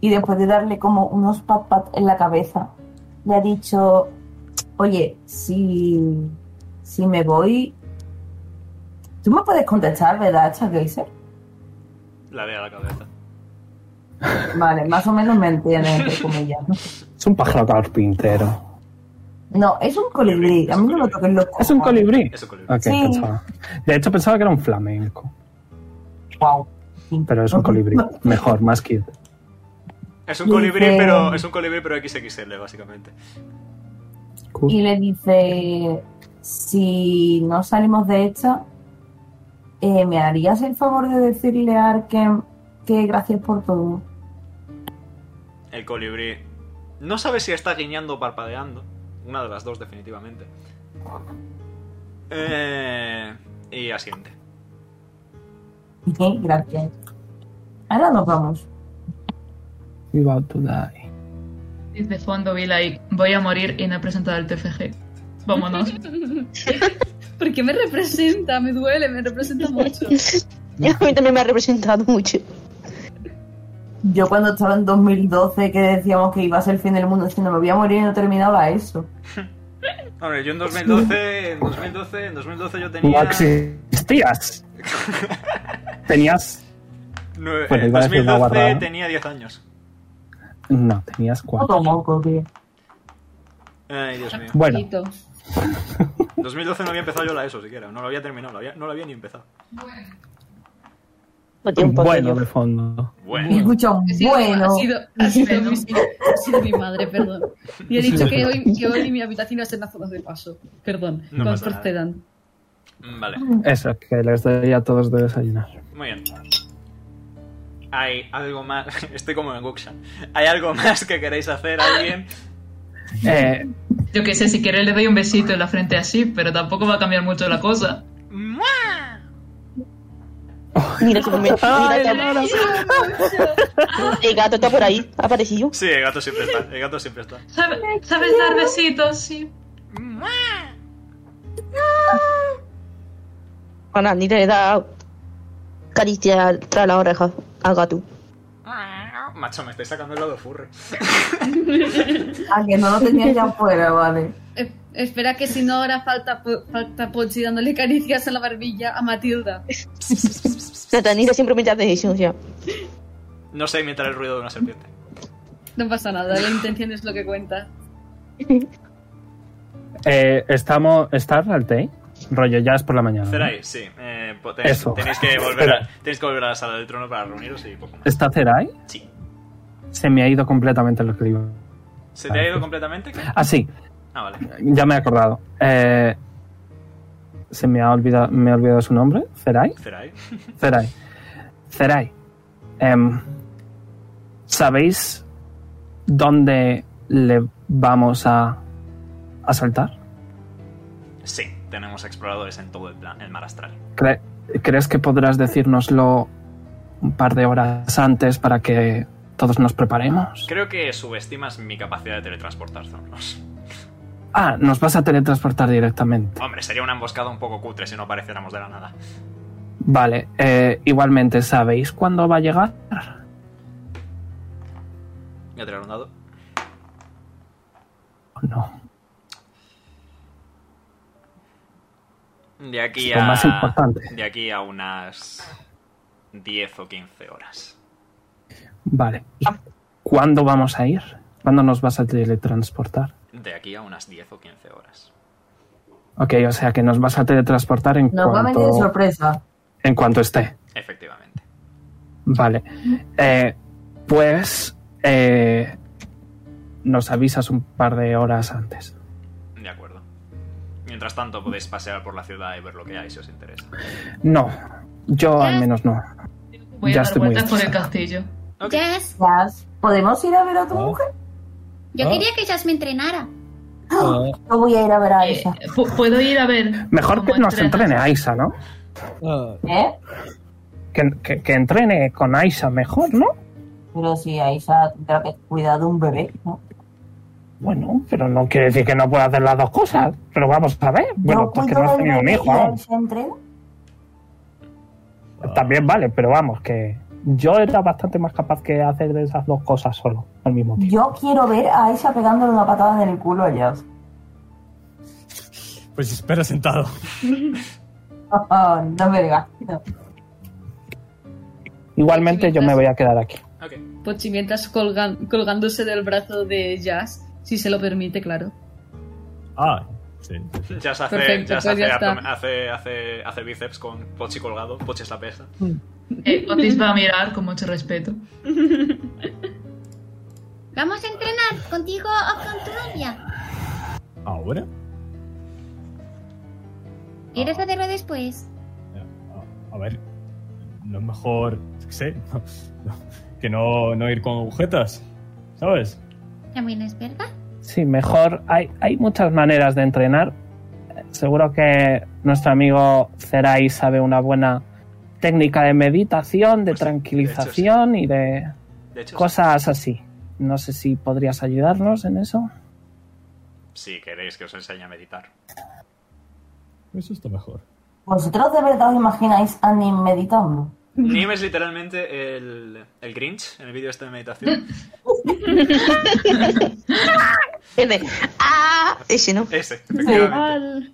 G: y después de darle como unos pat pat en la cabeza, le ha dicho: Oye, si, si me voy. Tú me puedes contestar, ¿verdad, esta Geyser?
E: La veo a la cabeza.
G: Vale, más o menos me entiende, entre comillas. ¿no?
B: Es un pájaro carpintero.
G: No, es un colibrí. A mí no me toquen los
B: Es un
G: cojones.
B: colibrí.
E: Es un colibrí.
B: Ok,
G: Sí.
B: Ah, pensaba. De hecho, pensaba que era un flamenco,
G: Guau.
B: pero es un colibrí. Mejor, más kid.
E: Es un colibrí,
G: Dice-
E: pero es un colibrí pero XXL básicamente.
G: y le dice, si no salimos de esta, eh, ¿me harías el favor de decirle a Arkem que gracias por todo?
E: El colibrí no sabe si está guiñando o parpadeando, una de las dos definitivamente. Eh, y asiente.
G: Y, gracias. Ahora nos vamos.
B: We about to die.
D: Y De fondo vi la i- voy a morir y no he presentado el TFG. Vámonos.
A: ¿Por qué me representa? Me duele, me representa mucho.
H: A mí también me ha representado mucho.
G: Yo cuando estaba en 2012 que decíamos que iba a ser el fin del mundo, diciendo me voy a morir y no terminaba eso.
E: Hombre, yo en 2012, en 2012, en 2012 yo
B: No
E: tenía
B: existías. Tenías.
E: nueve-
B: Bueno,
E: en
B: pues iba a decir una
E: 2012
B: guarrada.
E: tenía 10 años.
B: No, tenías cuatro.
G: Todo moco, tío.
E: Ay, Eh, Dios mío.
B: Bueno,
A: Poquito.
E: 2012 no había empezado yo la ESO siquiera, no lo había terminado, lo había- no lo había ni empezado.
H: Por tiempo,
B: bueno,
H: tío.
B: de fondo.
G: Y
E: Bueno,
G: escucha un
A: Ha sido-
G: bueno.
A: Ha sido, ha sido
D: Bueno.
A: mi, ha sido mi madre, perdón. Y he dicho que hoy, que hoy mi habitación está en las zonas de paso. Perdón,
E: No
A: con
E: pasa nada.
A: procedan.
E: mm, vale,
B: Eso, que les doy a todos de desayunar.
E: muy bien. Hay algo más, estoy como en Guxan. ¿Hay algo más que queréis hacer alguien?
B: Eh,
D: Yo qué sé, si quieres le doy un besito en la frente así, pero tampoco va a cambiar mucho la cosa.
H: Mira que me. Mira que El gato está por ahí. Ha aparecido.
E: Sí, el gato siempre está, el gato siempre está.
D: ¿Sabe- ¿Sabes dar besitos? Sí.
H: Bueno, ni le da caricia tras la oreja al gato.
E: Ah, Macho, me estáis sacando el lado furry.
G: A que no lo tenía ya afuera, vale.
A: Eh, Espera que si no ahora falta, Po- falta Pochi dándole caricias en la barbilla a Matilda.
H: Satanita siempre me llama atención, ya.
E: No sé imitar el ruido de una serpiente.
A: No pasa nada, la intención es lo que cuenta.
B: Eh, estamos. ¿Está Raltei? Rollo, ya es por la mañana. ¿no?
E: Cerai, sí. Eh, po- tenéis,
B: Eso.
E: tenéis que volver a, tenéis que volver a la sala del trono para reuniros y poco más.
B: ¿Está Cerai?
E: Sí.
B: Se me ha ido completamente lo que iba.
E: ¿Se te ha ido completamente? ¿Qué?
B: Ah, sí,
E: Ah, vale.
B: ya me he acordado. Eh, se me ha olvidado, me he olvidado su nombre. ¿Cerai?
E: Cerai.
B: Zerai. Zerai. em, ¿Sabéis dónde le vamos a asaltar?
E: Sí, tenemos exploradores en todo el, plan, el mar astral.
B: ¿Cre- ¿Crees que podrás decírnoslo un par de horas antes para que todos nos preparemos?
E: Creo que subestimas mi capacidad de teletransportar zonos.
B: Ah, nos vas a teletransportar directamente.
E: Hombre, sería una emboscada un poco cutre si no apareciéramos de la nada.
B: Vale, eh, igualmente, ¿sabéis cuándo va a llegar?
E: Voy a tirar un dado.
B: ¿O no?
E: De aquí
B: Es lo
E: a.
B: más importante.
E: De aquí a unas 10 o 15 horas.
B: Vale. ¿Y ¿Cuándo vamos a ir? ¿Cuándo nos vas a teletransportar?
E: De aquí a unas 10 o 15 horas.
B: Ok, o sea que nos vas a teletransportar en
G: Nos va a venir de
B: cuanto,
G: sorpresa.
B: en cuanto esté.
E: Efectivamente.
B: Vale. Eh, pues eh, nos avisas un par de horas antes.
E: De acuerdo. Mientras tanto, podéis pasear por la ciudad y ver lo que hay si os interesa.
B: No, yo al menos no.
D: Voy
B: Ya
D: a dar
B: estoy muy
D: vueltas por el
B: estresado.
D: castillo.
K: Jazz,
G: Jazz, ¿podemos ir a ver a tu mujer?
K: yo
C: Ah.
K: quería que Jazz me entrenara.
C: Ah,
G: No voy a ir a ver a
D: Eh,
G: esa.
D: pu- ¿Puedo ir a ver?
B: Mejor
D: cómo
B: que nos
D: entrenas?
B: entrene Aisa, ¿no?
C: ah,
G: ¿Eh?
B: Que, que- que entrene con Aisa mejor, ¿no?
G: Pero si a esa tendrá que cuidar de un bebé, ¿no?
B: Bueno, pero no quiere decir que no pueda hacer las dos cosas. Pero vamos a ver. Bueno,
G: pues Yo
B: porque
G: cuido
B: no has
G: del
B: tenido un
G: bebé
B: hijo
G: y a
B: aún.
G: esa entrena.
B: También vale, pero vamos, que yo era bastante más capaz que hacer de esas dos cosas solo al mismo tiempo.
G: Yo quiero ver a esa pegándole una patada en el culo a Jazz.
C: Pues espera sentado.
G: no me digas. no.
B: Igualmente yo me voy a quedar aquí.
E: Ok.
A: Pochi pues, mientras colgan- colgándose del brazo de Jazz, si se lo permite, claro.
C: Ah, sí.
E: Ya se hace,
A: Perfecto,
E: ya se
A: pues ya
E: hace,
A: está.
E: abdomen- hace, hace, hace bíceps con Pochi colgado. Pochi es la pesa.
D: Eh, Otis va a mirar con mucho respeto.
K: Vamos a entrenar contigo o con tu novia.
C: ¿Ahora?
K: ¿Quieres hacerlo después?
C: A ver, no es mejor, yo qué sé, no, que no, no ir con agujetas, ¿sabes?
K: También es verdad.
B: Sí, mejor. Hay, hay muchas maneras de entrenar. Eh, Seguro que nuestro amigo Zerai sabe una buena técnica de meditación, de
E: Pues sí, de hecho,
B: tranquilización y de
E: De hecho,
B: cosas así. No sé si podrías ayudarnos en eso.
E: si queréis que os enseñe a meditar.
C: Eso está mejor.
G: ¿Vosotros de verdad os imagináis a Nim meditando?
E: Nim es literalmente el, el Grinch en el vídeo este de meditación.
H: El de, ¡Ah! Ese no.
E: Ese, efectivamente.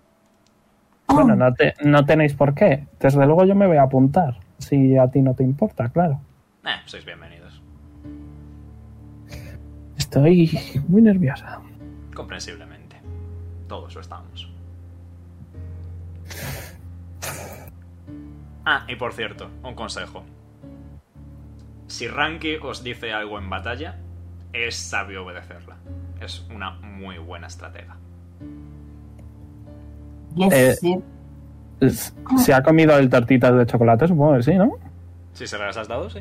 B: Bueno, no, te- no tenéis por qué. Desde luego yo me voy a apuntar, si a ti no te importa, claro.
E: Eh, sois bienvenidos.
B: Estoy muy nerviosa.
E: Comprensiblemente. Todos lo estamos. Ah, y por cierto, un consejo. Si Ranky os dice algo en batalla, es sabio obedecerla. Es una muy buena estratega.
G: Yes,
B: Eh,
G: sí.
B: Es- ¿Se ha comido el tartitas de chocolate? Supongo que sí, ¿no?
E: Si se las has dado, sí.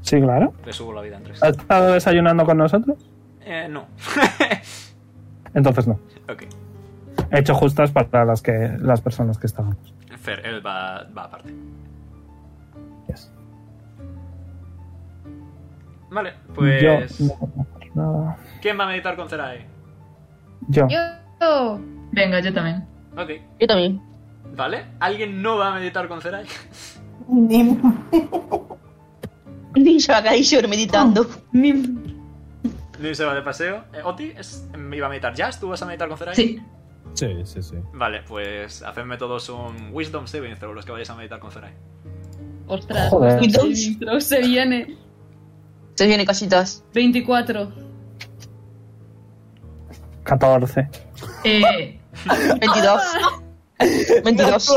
B: Sí, claro.
E: Le subo la vida en tres.
B: ¿Ha estado desayunando con nosotros?
E: Eh, no.
B: Entonces no.
E: ok.
B: He hecho justas para las, que, las personas que estábamos.
E: Fer, él va, va aparte.
B: Yes.
E: Vale, pues.
B: Yo no puedo nada.
E: ¿Quién va a meditar con Zerai?
B: Yo.
A: Yo.
D: Venga, yo también.
E: Ok.
H: Yo también.
E: ¿Vale? ¿Alguien no va a meditar con Zerai?
G: Nim.
H: Ninja Gaisher meditando.
E: Nui se va de paseo. Eh, Oti, es- iba a meditar jazz. ¿Tú vas a meditar con Zerai?
D: Sí.
C: Sí, sí, sí.
E: Vale, pues hacedme todos un Wisdom Saving Throw los que vayáis a meditar con Zerai.
A: Ostras,
E: Joder.
A: Wisdom Saving Throw se viene.
H: Se viene cositas.
A: 24.
B: 14.
D: Eh,
H: 22. 22.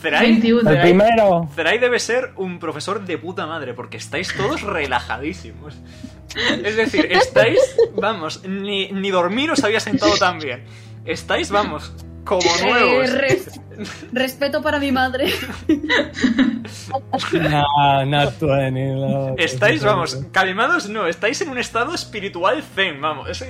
E: Zerai,
D: 21.
B: El primero.
E: Zerai debe ser un profesor de puta madre porque estáis todos relajadísimos. Es decir, estáis, vamos, ni, ni dormir os había sentado tan bien. Estáis, vamos, como
A: Eh,
E: nuevos.
A: res- respeto para mi madre.
C: Nah, not 20. no.
E: Estáis, vamos, calmados no, estáis en un estado espiritual zen, vamos. Es-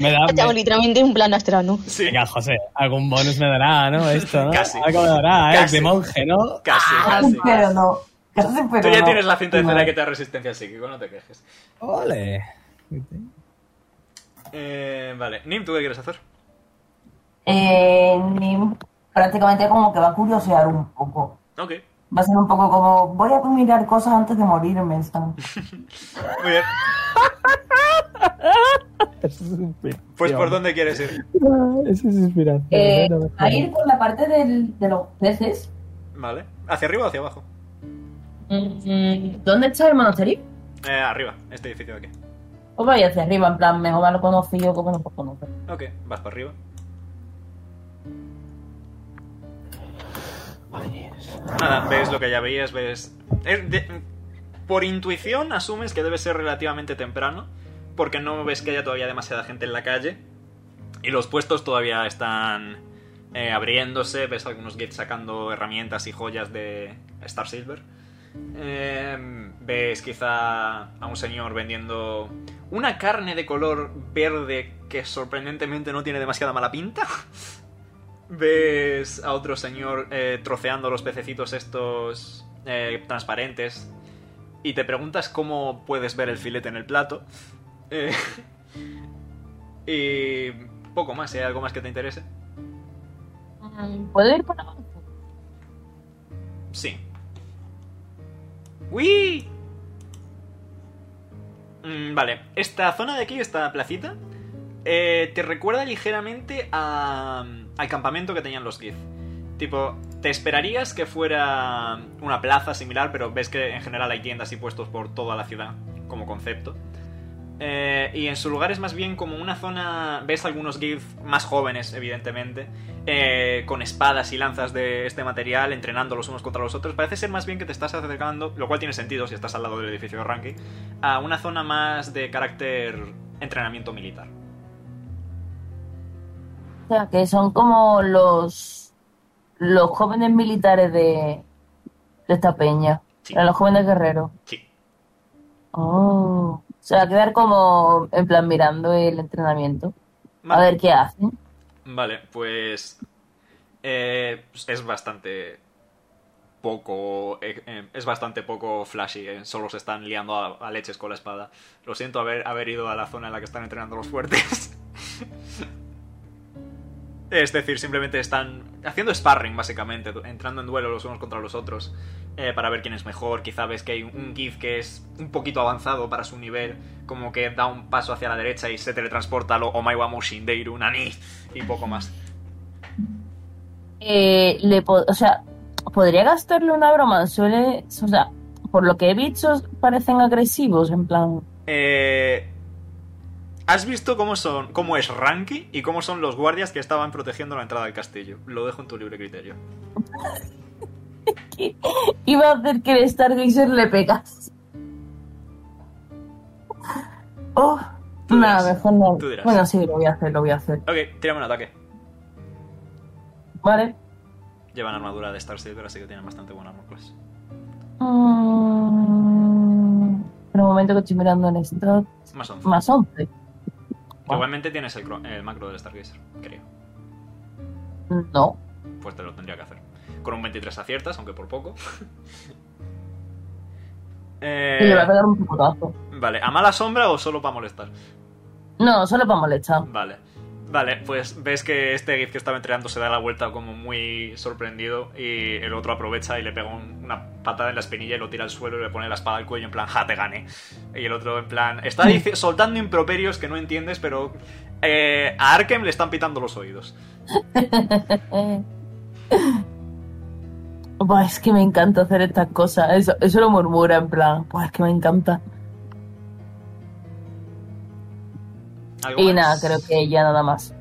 C: Me da.
H: Estamos Este literalmente en un plan astrano.
C: Venga, José, algún bonus me dará, ¿no? Esto, ¿no?
E: Casi.
C: Algo me dará, ¿eh?
E: Casi.
C: De monje, ¿no?
E: Casi,
G: Casi,
E: casi.
G: Ah, pero no. Casi, pero
E: Tú ya
G: no.
E: tienes la cinta de
G: No.
E: cera que te da resistencia al psíquico, no te quejes.
C: Ole.
E: Eh, vale, Nim, ¿tú qué quieres hacer?
G: Eh, Nim prácticamente como que va a curiosear un poco.
E: Ok,
G: Va a ser un poco como, voy a mirar cosas antes de morirme. ¿sabes?
E: muy bien.
B: Eso es inspiración.
E: Pues ¿por dónde quieres ir?
B: Eso es inspiración.
G: Eh,
B: Bueno, bueno.
G: a ir por la parte del- de los peces.
E: Vale, ¿hacia arriba o hacia abajo?
G: Mm, ¿Dónde está el monasterio?
E: Eh, arriba, este edificio de aquí.
G: O voy hacia arriba, en plan, mejor me lo conozco yo como no lo conozco.
E: Ok, vas para arriba. Nada, ves lo que ya veías, ves... es de- Por intuición asumes que debe ser relativamente temprano, porque no ves que haya todavía demasiada gente en la calle, y los puestos todavía están eh, abriéndose, ves algunos gates sacando herramientas y joyas de Star Silver. Eh, ves quizá a un señor vendiendo una carne de color verde que sorprendentemente no tiene demasiada mala pinta. Ves a otro señor eh, troceando los pececitos estos eh, transparentes y te preguntas cómo puedes ver el filete en el plato. Eh, y poco más, si hay algo más que te interese.
G: Mm, ¿Puedo ir por abajo?
E: Sí. ¡Uy! Mm, Vale, esta zona de aquí, esta placita, eh, te recuerda ligeramente a- al campamento que tenían los Gith. Tipo, te esperarías que fuera una plaza similar, pero ves que en general hay tiendas y puestos por toda la ciudad, como concepto. Eh, y en su lugar es más bien como una zona. Ves algunos GIF más jóvenes, evidentemente, eh, con espadas y lanzas de este material, entrenando los unos contra los otros. Parece ser más bien que te estás acercando, lo cual tiene sentido si estás al lado del edificio de Ranky, a una zona más de carácter entrenamiento militar.
G: O sea, que son como los los jóvenes militares de, de esta peña.
E: Sí.
G: Los jóvenes guerreros.
E: Sí.
G: Oh. O sea, quedar como en plan mirando el entrenamiento. A
E: Vale.
G: ver qué hacen.
E: Vale, pues. eh, es bastante poco. eh, eh, es bastante poco flashy. eh, Solo se están liando a, a leches con la espada. Lo siento haber, haber ido a la zona en la que están entrenando los fuertes. es decir, simplemente están haciendo sparring, básicamente. du- Entrando en duelo los unos contra los otros. eh, para ver quién es mejor. Quizá ves que hay un GIF que es un poquito avanzado para su nivel. Como que da un paso hacia la derecha y se teletransporta a lo Omaiwa Mushindeiru Nani. Y poco más.
G: Eh, le po- o sea, podría gastarle una broma. Suele, o sea, por lo que he visto, parecen agresivos. En plan,
E: Eh, ¿Has visto cómo son, cómo es Ranky y cómo son los guardias que estaban protegiendo la entrada al castillo? Lo dejo en tu libre criterio.
G: iba a hacer que el Stargazer le pegas. Oh,
E: Tú dirás.
G: nada, mejor no.
E: Tú dirás.
G: Bueno, sí, lo voy a hacer, lo voy a hacer.
E: Ok, tírame un ataque.
G: Vale.
E: Llevan armadura de Star Silver, así que tienen bastante buen armor class.
G: Mm, en el momento que estoy mirando en esto,
E: Más 11.
G: más 11.
E: Igualmente tienes el, cro- el macro del Stargazer, creo.
G: No.
E: Pues te lo tendría que hacer. Con un 23 aciertas, aunque por poco. Eh,
G: Y le va a pegar un picotazo.
E: vale, ¿a mala sombra o solo para molestar?
G: No, solo para molestar.
E: Vale. Vale, pues ves que este GIF que estaba entrenando se da la vuelta como muy sorprendido y el otro aprovecha y le pega un- una patada en la espinilla y lo tira al suelo y le pone la espada al cuello en plan, ja, te gané. Y el otro en plan, está dic- soltando improperios que no entiendes, pero eh, a Arkem le están pitando los oídos.
G: Eh. Buah, es que me encanta hacer estas cosas. Eso, eso lo murmura en plan. Buah, es que me encanta.
E: ¿Algo
G: Y
E: más?
G: nada, creo que ya nada más.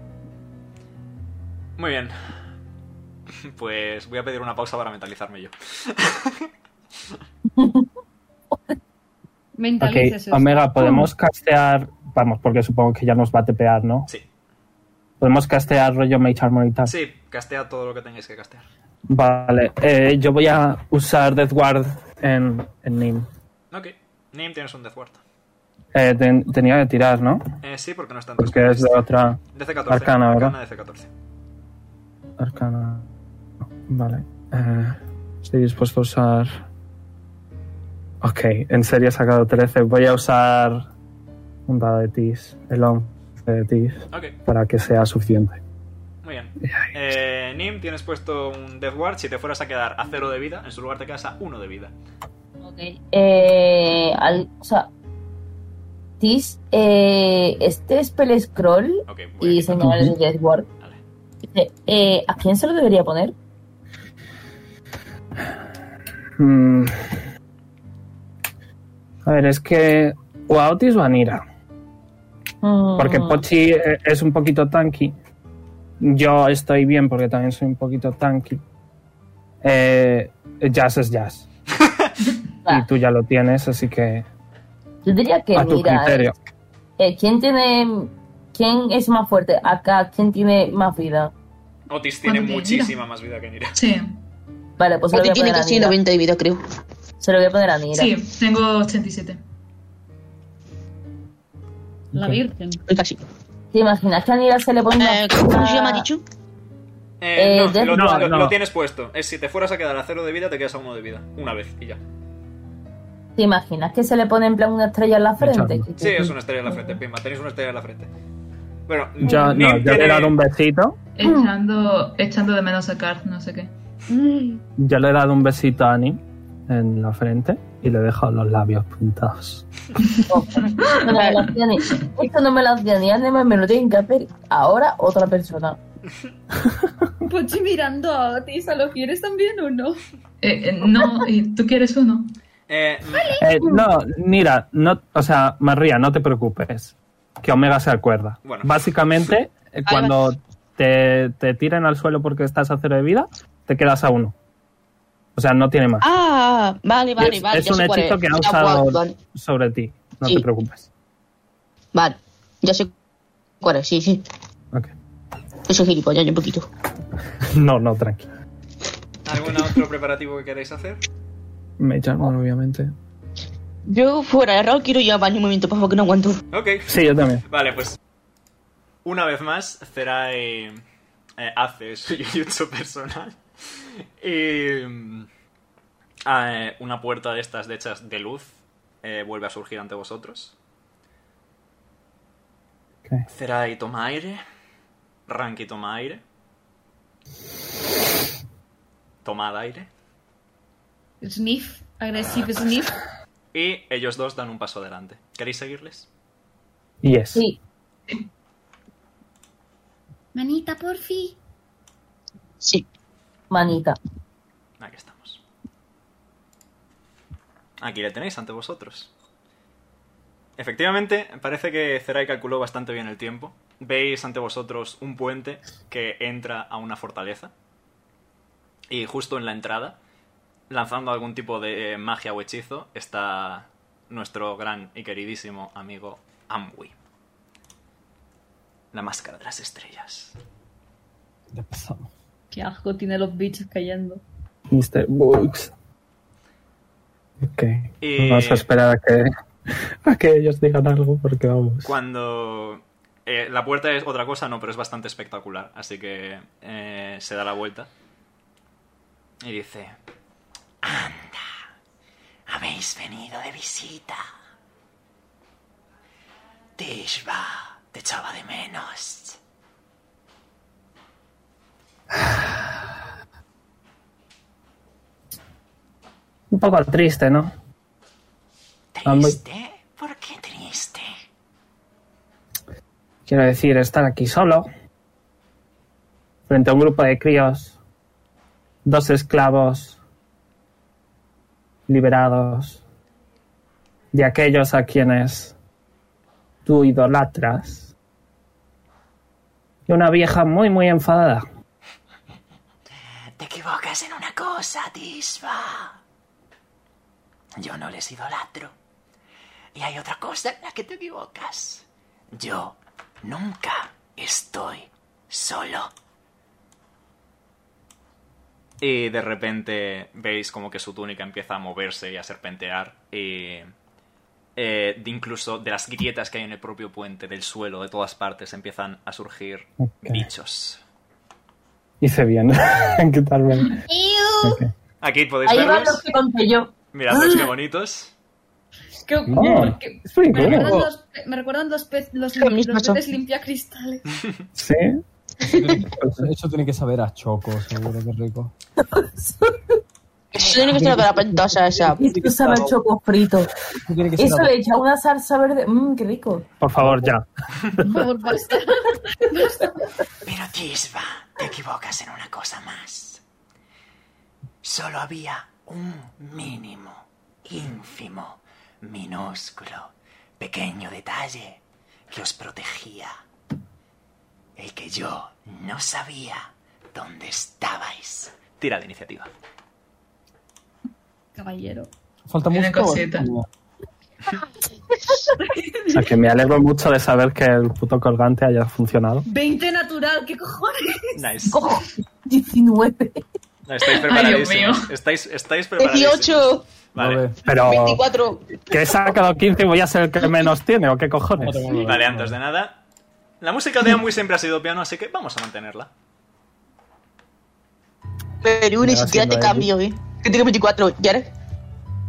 E: Muy bien. Pues voy a pedir una pausa para mentalizarme yo.
B: Ok,
A: Mentalices eso.
B: Omega, podemos castear. Vamos, porque supongo que ya nos va a tepear, ¿no?
E: Sí.
B: Podemos castear rollo Mage Armor y tal.
E: Sí, castea todo lo que tengáis que castear.
B: Vale, eh, yo voy a usar Death Guard en, en Nim.
E: Ok, Nim, tienes un Death Ward.
B: Eh, ten- tenía que tirar, ¿no?
E: Eh, sí, porque no está en tu
B: Porque es de otra.
E: DC-14.
B: Arcana, ¿verdad?
E: DC 14.
B: Arcana. Vale. Eh, estoy dispuesto a usar. Ok, en serio he sacado 13. Voy a usar un dado de TIS, el 11 de TIS,
E: Ok,
B: para que sea suficiente.
E: muy bien. Eh, Nim, tienes puesto un Death Ward. Si te fueras a quedar a cero de vida, en su lugar te quedas a uno de vida.
G: Eh, al- o sea, Tis, eh, este es Spell Scroll y señalar el Death Ward. Dice, eh, ¿A quién se lo debería poner?
B: Mm. A ver, es que. O a Otis o a Nira. Porque
G: Mm,
B: Pochi eh, es un poquito tanky. Yo estoy bien porque también soy un poquito tanky. Eh, jazz es jazz. y
G: Ah.
B: tú ya lo tienes, así que.
G: Yo diría que,
B: a tu
G: mira,
B: criterio.
G: eh, ¿quién tiene. ¿Quién es más fuerte? Acá, ¿quién tiene más vida?
E: Otis tiene
G: ¿Cuánto tiene
E: muchísima más vida que Nira.
D: Sí.
G: Vale, pues se lo voy
H: Otis
G: a
H: Este tiene
G: poner a
H: casi
G: Nira.
H: 90 de vida, creo.
G: Se lo voy a poner a Nira.
D: Sí, tengo 87.
A: Mm. La Virgen.
H: Casi.
G: ¿Te imaginas que a Nira se le pone una...
H: Eh, ¿Cómo se llama, dicho?
E: Eh,
G: Eh,
E: no,
G: Death
E: lo,
G: Ward.
E: lo-
G: No.
E: lo tienes puesto. Es si te fueras a quedar a cero de vida, te quedas a uno de vida. Una vez y ya.
G: ¿Te imaginas que se le pone en plan una estrella en la frente?
E: Sí, es una estrella en la frente, Pimba. Tenéis una estrella en la frente. Bueno,
B: Yo, no,
E: Nim
B: yo le he
E: tiene-
B: dado un besito.
D: Echando, echando de menos a Karth, no sé qué.
B: Yo le he dado un besito a Annie en la frente y le he dejado los labios pintados.
G: No me lo hacía ni- Esto no me lo hacía ni Anima, me lo tienen que hacer ahora otra persona.
A: Pochi mirando a Otis, ¿a lo quieres también o no?
D: Eh, eh, no, ¿y tú quieres uno?
E: Eh,
B: Eh, no, Nira, no, o sea, María, no te preocupes. Que Omega se acuerda.
E: Bueno.
B: Básicamente, eh, cuando te, te tiren al suelo porque estás a cero de vida, te quedas a uno. O sea, no tiene más.
H: Ah, vale, vale,
B: es
H: vale.
B: es
H: ya
B: un
H: sé cuál
B: hechizo
H: es.
B: que ha
H: Ya,
B: usado
H: guau, Vale,
B: sobre ti. No
H: Sí.
B: te preocupes.
H: vale, ya sé cuál es, sí, sí.
B: Ok.
H: Yo soy gilipollas, yo un poquito.
B: No, no, tranqui.
E: ¿Algún otro preparativo que queráis hacer?
B: Me llaman, obviamente.
H: Yo fuera de error quiero ir al baño un momento, por favor, que no aguanto.
E: Ok.
B: Sí, yo también.
E: Vale, pues. Una vez más, Zerai eh, hace su yujutsu personal. Y. mm, eh, una puerta de estas de hechas de luz eh, vuelve a surgir ante vosotros. Zerai toma aire. Ranky toma aire. Tomad aire.
A: Sniff, agresivo sniff.
E: Y ellos dos dan un paso adelante. ¿Queréis seguirles?
B: Y es.
G: Sí.
K: Manita, porfi.
H: Sí.
G: Manita.
E: Aquí estamos. Aquí le tenéis ante vosotros. Efectivamente, parece que Zerai calculó bastante bien el tiempo. Veis ante vosotros un puente que entra a una fortaleza. Y justo en la entrada, lanzando algún tipo de eh, magia o hechizo, está nuestro gran y queridísimo amigo Amwi. La máscara de las estrellas.
A: Qué asco tiene los bichos cayendo.
B: Mr. Bugs. Ok.
E: Y-
B: Vamos a esperar a que, a que ellos digan algo porque vamos.
E: Cuando eh, la puerta es otra cosa, no, pero es bastante espectacular. Así que eh, se da la vuelta y dice: Anda, habéis venido de visita. Tishba, te echaba de menos.
B: Un poco triste, ¿no? Ah,
L: ¿Triste? ¿Por qué triste?
B: Quiero decir, estar aquí solo, frente a un grupo de críos, dos esclavos liberados de aquellos a quienes tú idolatras, y una vieja muy, muy enfadada.
L: Te equivocas en una cosa, Tisba. Yo no les idolatro. Y hay otra cosa en la que te equivocas. Yo nunca estoy solo.
E: Y de repente veis como que su túnica empieza a moverse y a serpentear. Y eh, de incluso de las grietas que hay en el propio puente, del suelo, de todas partes, empiezan a surgir
B: Ok.
E: bichos.
B: Hice bien en quitarme. Ok.
E: Aquí podéis
G: Ahí van
E: verlos.
G: los que ¡Ah! conté yo.
E: Mirad, qué bonitos.
A: Creo-
B: No,
A: porque-
B: es muy
A: me, recuerdan
B: bueno.
A: los, me recuerdan los, pe- los,
H: Lo mismo
A: los
H: son.
A: peces limpiacristales.
B: Sí.
F: Eso tiene que saber a Choco, seguro que rico.
H: Eso tiene que ser la cara pentosa esa.
G: Tú sabes choco frito.
F: tiene que ser
G: Eso
F: algo.
G: le echa una salsa verde. Mmm, qué rico.
B: Por favor, ya.
A: Por favor, basta.
L: Pero Tisba, te equivocas en una cosa más. Solo había un mínimo, ínfimo, minúsculo, pequeño detalle que os protegía. El que yo no sabía dónde estabais.
E: Tira de iniciativa.
A: Caballero.
F: Falta
D: Tiene
F: mucho.
D: cosita.
B: O sea, que me alegro mucho de saber que el puto colgante haya funcionado.
A: 20 natural, ¿qué cojones?
E: Nice.
G: 19.
E: No, estáis preparadísimos. estáis, estáis preparadísimos.
H: 18,
E: Vale.
B: Pero
H: 24.
B: que he sacado 15 y voy a ser el que menos tiene, ¿o qué cojones?
E: Vale, antes de nada. La música de Amway siempre ha sido piano, así que vamos a mantenerla.
H: Pero ni
B: Me va
H: siquiera te
B: haciendo
H: cambio, eh. Que tengo 24, ¿ya eres?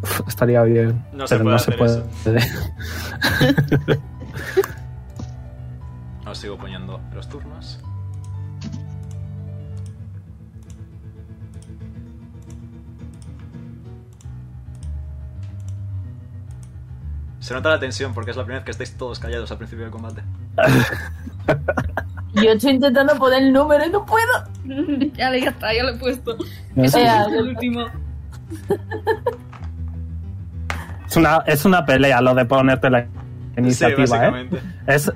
B: Uf, Estaría bien.
E: No se
B: pero
E: puede
B: no se
E: hacer
B: puede.
E: Os sigo poniendo los turnos. Se nota la tensión porque es la primera vez que estáis todos callados al principio del combate.
G: Yo estoy intentando poner el número y no puedo.
A: ya, le- ya está, ya lo he puesto.
B: No
A: Eso
B: sé.
A: es el último.
B: Es una, es una pelea lo de ponerte la iniciativa, ¿eh?
E: básicamente.
B: Es,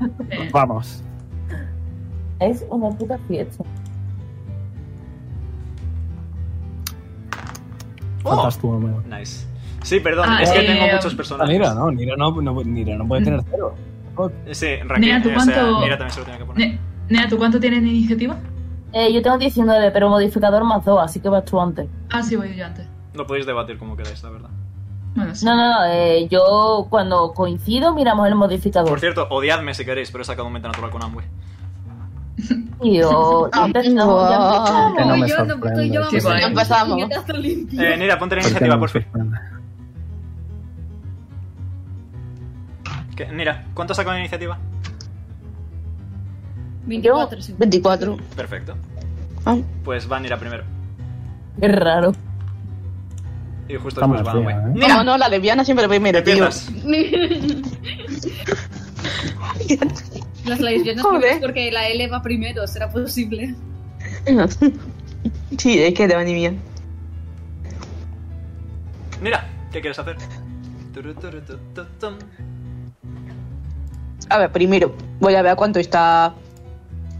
B: vamos.
G: Es una puta fiesta.
E: Oh.
B: Faltas tú, Homero.
E: Nice. Sí, perdón,
D: Ah,
E: es que
D: eh,
E: tengo muchos
F: Ah,
E: personajes.
F: Nira, no, Nira no, no, Nira no puede tener cero.
E: Sí,
D: Nea,
E: Raquel, eh,
D: ¿tú
E: o sea,
D: cuánto-
E: Mira también se lo tenía que poner.
D: Ne- Nea, ¿tú cuánto tienes de iniciativa?
G: Eh, yo tengo 19, pero modificador más 2, así que vas tú antes.
D: Ah, sí, voy yo antes.
E: Lo podéis debatir como queráis, la verdad.
D: Bueno, sí.
G: No, no, no. eh, yo cuando coincido miramos el
E: Por
G: modificador.
E: cierto, odiadme si queréis, pero he sacado un mente natural con Amway.
G: Tío, ya empezamos, ya empezamos.
B: Que no me
A: yo, no, estoy
B: sorprende.
A: yo vamos a
D: Sí,
A: hacer un
H: empezamos.
A: puñetazo limpio.
E: Eh, Nira, ponte la
B: ¿Por qué
E: iniciativa,
B: no
E: por
B: me
E: fin.
B: sorprende?
E: Que- Nira, ¿cuánto sacó la iniciativa?
A: 24 sí.
H: 24.
E: Perfecto.
H: Ah.
E: Pues va Nira primero.
G: Qué raro.
E: Y justo
B: Está
E: después
B: muy
E: va
B: fea,
E: Amway.
B: ¿eh?
H: No, no, la lesbiana siempre primero, tío.
E: Empiezas.
A: Las lesbianas
H: Joder.
A: primero porque la L va primero, será posible.
H: Sí, es que te va ni bien.
E: Nira, ¿qué quieres hacer? Turu, turu, tu, tu, tum.
H: A ver, primero voy a ver cuánto está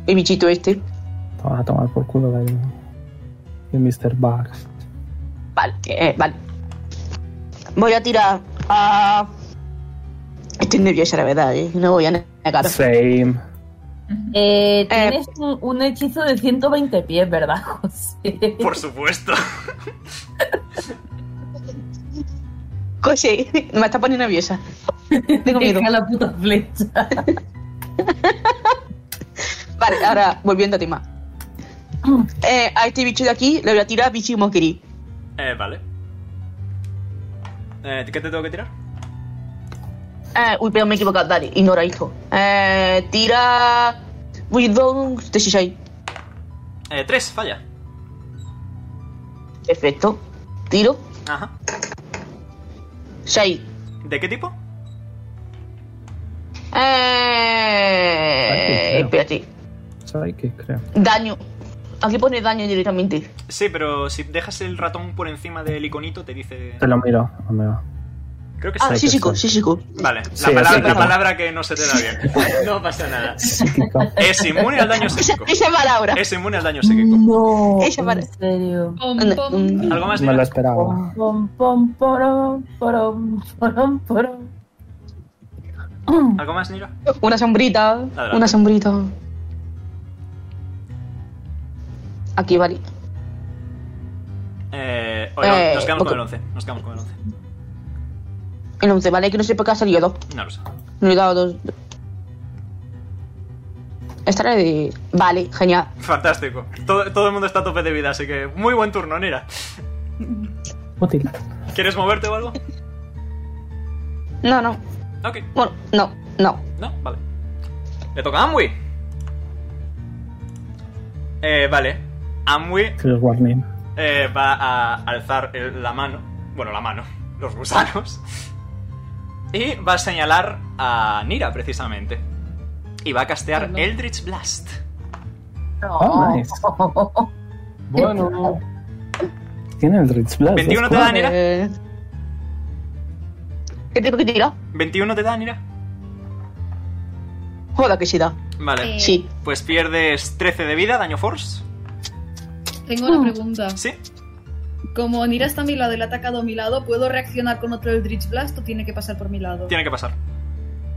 H: el bichito este.
B: Toma, a tomar por culo de, de Mr. Bugs.
H: Vale, eh, vale. Voy a tirar a. Estoy nerviosa, la verdad, eh. No voy a negar.
B: Same.
G: Eh, tienes un, un hechizo de 120 pies, ¿verdad, José?
E: Por supuesto.
H: Coche, me está poniendo nerviosa. Tengo miedo.
G: Deja la puta flecha.
H: Vale, ahora volviendo a tema. Eh, a este bicho de aquí le voy a tirar bicho Mokiri.
E: Eh, vale. Eh, ¿Qué te tengo que tirar?
H: Eh, uy, pero me he equivocado. Dale, ignora, hijo. Eh, tira. Wisdom 16.
E: Eh, tres, falla.
H: Perfecto. Tiro.
E: Ajá.
H: 6.
E: ¿De qué tipo?
H: Eh... Espérate.
F: Psychic, creo.
H: Daño. Aquí pone daño directamente.
E: Sí, pero si dejas el ratón por encima del iconito te dice...
B: Te lo miro, amigo.
E: Creo que
H: Ah,
E: sí.
H: físico, físico.
E: Vale, la,
B: Sí,
E: palabra,
B: psíquico.
E: la palabra que no se te da bien. No pasa nada. Es inmune al daño psíquico.
H: Esa palabra.
E: Es inmune al daño psíquico.
G: No,
H: Esa palabra.
G: en serio.
E: ¿Algo más?
B: Me lo esperaba.
H: Oh.
G: Pom, pom, porom, porom, porom, porom.
E: ¿Algo más, Nira?
H: Una sombrita.
E: Adelante.
H: Una sombrita. Aquí, vale.
E: Eh, oye, no,
H: Eh,
E: nos quedamos con el
H: ok.
E: 11. Nos quedamos con el 11.
H: El 11, vale, que no sé por qué ha salido dos.
E: No lo sé.
H: No he dado dos. Esta era de. Vale, genial.
E: Fantástico. Todo, todo el mundo está a tope de vida, así que muy buen turno, Nira.
B: Útil.
E: ¿Quieres moverte o algo?
H: No, no.
E: Ok.
H: Bueno, no, no.
E: No, vale. Le toca a Amwi. Eh, vale. Amwi
B: Tres warning.
E: eh, va a alzar el- la mano. Bueno, la mano. Los gusanos. Y va a señalar a Nira, precisamente. Y va a castear Eldritch Blast.
B: Oh, nice.
F: Bueno.
B: Tiene el Ritz Blast.
E: 21 te da, Nira.
H: Eh, ¿Qué tengo que tirar?
E: 21 te da, Nira.
H: Joda que sí da.
E: Vale.
H: Eh. Sí.
E: Pues pierdes 13 de vida, daño force.
A: Tengo una
H: Ah.
A: pregunta.
E: Sí.
A: Como Nira está a mi lado y le ha atacado a mi lado, ¿puedo reaccionar con otro Eldritch Blast o tiene que pasar por mi lado?
E: Tiene que pasar.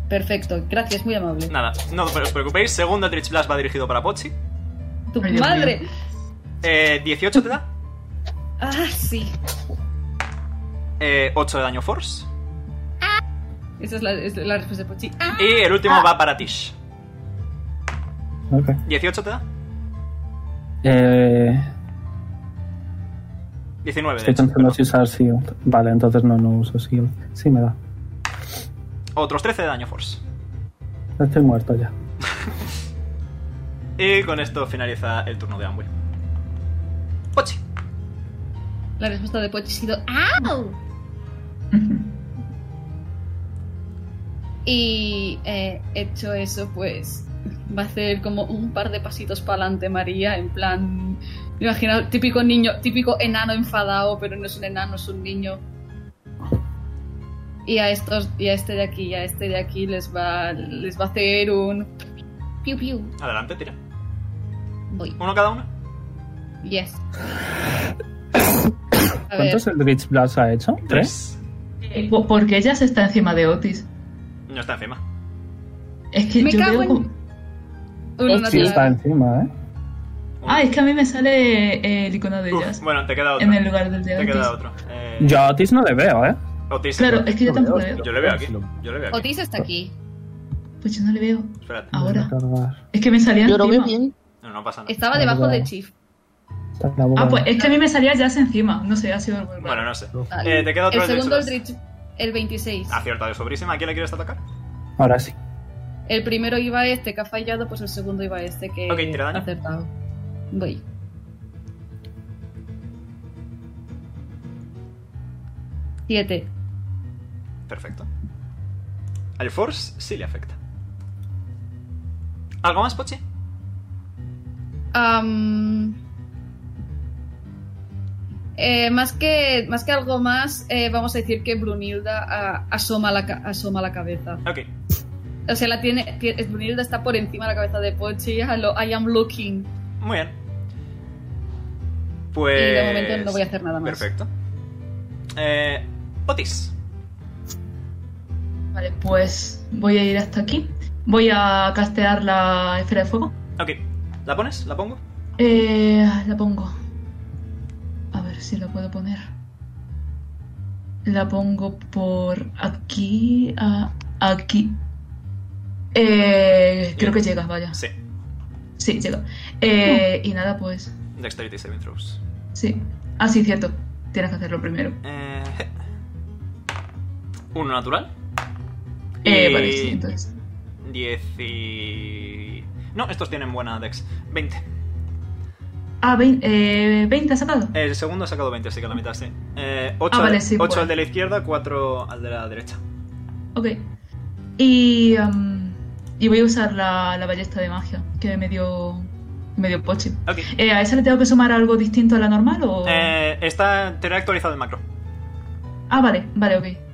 A: Perfecto, gracias, muy amable.
E: Nada, no os preocupéis. Segundo Eldritch Blast va dirigido para Pochi.
A: ¡Tu
E: Ay, Dios
A: madre!
E: Eh, 18 te da.
A: Ah, sí.
E: Eh, 8 de daño force.
A: Esa es la, es la respuesta de Pochi. ¡Ah!
E: Y el último va para Tish.
B: Ok.
E: 18 te da.
B: Eh,
E: 19. de
B: estoy
E: hecho.
B: pensando si usar Shield. Vale, entonces no, no uso Shield. Sí, me da.
E: Otros 13 de daño force.
B: Estoy muerto ya.
E: Y con esto finaliza el turno de Amway. Pochi.
A: La respuesta de Pochi ha sido ¡Au! y eh, hecho eso, pues va a hacer como un par de pasitos para adelante María, en plan, me imagino, típico niño, típico enano enfadado, pero no es un enano, es un niño. Y a estos, y a este de aquí, y a este de aquí les va, les va a hacer un piu piu.
E: Adelante, tira.
A: Voy.
E: ¿Uno cada uno?
A: Yes. A ver.
B: ¿Cuántos el Ritz Blast ha hecho?
E: ¿Tres?
D: Eh, po- Porque ella se está encima de Otis.
E: No está encima.
D: Es que
A: Me
D: yo
A: cago
D: veo
A: en-
D: como-
A: Uno
B: Sí,
A: natural.
B: está encima, ¿eh?
D: Ah, es que a mí me sale eh, el icono de ellas.
E: Uf, bueno, te queda otro.
D: En el lugar del de
E: Te queda
D: Otis.
E: otro. Eh,
B: Yo a Otis no le veo, ¿eh?
E: Otis.
D: Claro, es que yo tampoco le veo.
E: Yo le veo aquí. Yo le veo aquí.
A: Otis está aquí.
D: Pues yo no le veo.
E: Espérate.
D: Ahora. Es que me salía
H: Yo lo veo
D: encima.
H: bien.
E: No, no pasa nada.
A: Estaba debajo de Chief.
B: Está en la boca.
D: Ah, pues es que a mí me salía Jazz encima. No sé, ha sido algo raro.
E: Bueno, no sé.
A: Vale.
E: Eh, te queda otro Ah.
A: el
E: Eldritch
A: segundo
E: Blast.
A: Eldritch, el 26.
E: Acierta de sobrísima. ¿A quién le quieres atacar?
B: Ahora sí.
A: El primero iba a este que ha fallado, pues el segundo iba a este que
E: Ok, tira
A: ha
E: daño.
A: acertado. Voy. Siete.
E: Perfecto. Al Force sí le afecta. ¿Algo más, Pochi?
A: Am, eh, más, que, más que algo más, eh, vamos a decir que Brunilda ah, asoma, la, ca- asoma la cabeza.
E: Ok.
A: O sea, la tiene, tie- Brunilda está por encima de la cabeza de Pochi. Hello, I am looking.
E: Muy bien. Pues.
A: Y de momento no voy a hacer nada más.
E: Perfecto. Eh, Otis.
D: Vale, pues voy a ir hasta aquí. Voy a castear la esfera de fuego.
E: Ok. ¿La pones? ¿La pongo?
D: Eh, la pongo. A ver si la puedo poner. La pongo por aquí a aquí. Eh, creo que llega, vaya.
A: Ah.
E: Sí.
D: Sí, llega. Eh, y nada, pues.
E: Dexterity Saving Throws.
D: Sí. Ah, sí, cierto. Tienes que hacerlo primero.
E: Eh, uno natural.
D: Eh,
E: Y-
D: vale, sí, entonces.
E: Dieci... No, estos tienen buena dex. 20.
D: Ah, vein- eh, 20 ha sacado.
E: El segundo ha sacado 20, así que la mitad sí. Eh, 8
D: Ah, vale, sí, pues.
E: al de la izquierda, 4 al de la derecha.
D: Ok. Y, um, y voy a usar la, la ballesta de magia que me dio, me dio Pochi.
E: Ok.
D: Eh, ¿A esa le tengo que sumar algo distinto a la normal o...?
E: Eh, está, te lo he actualizado el macro.
D: Ah, vale, vale, ok.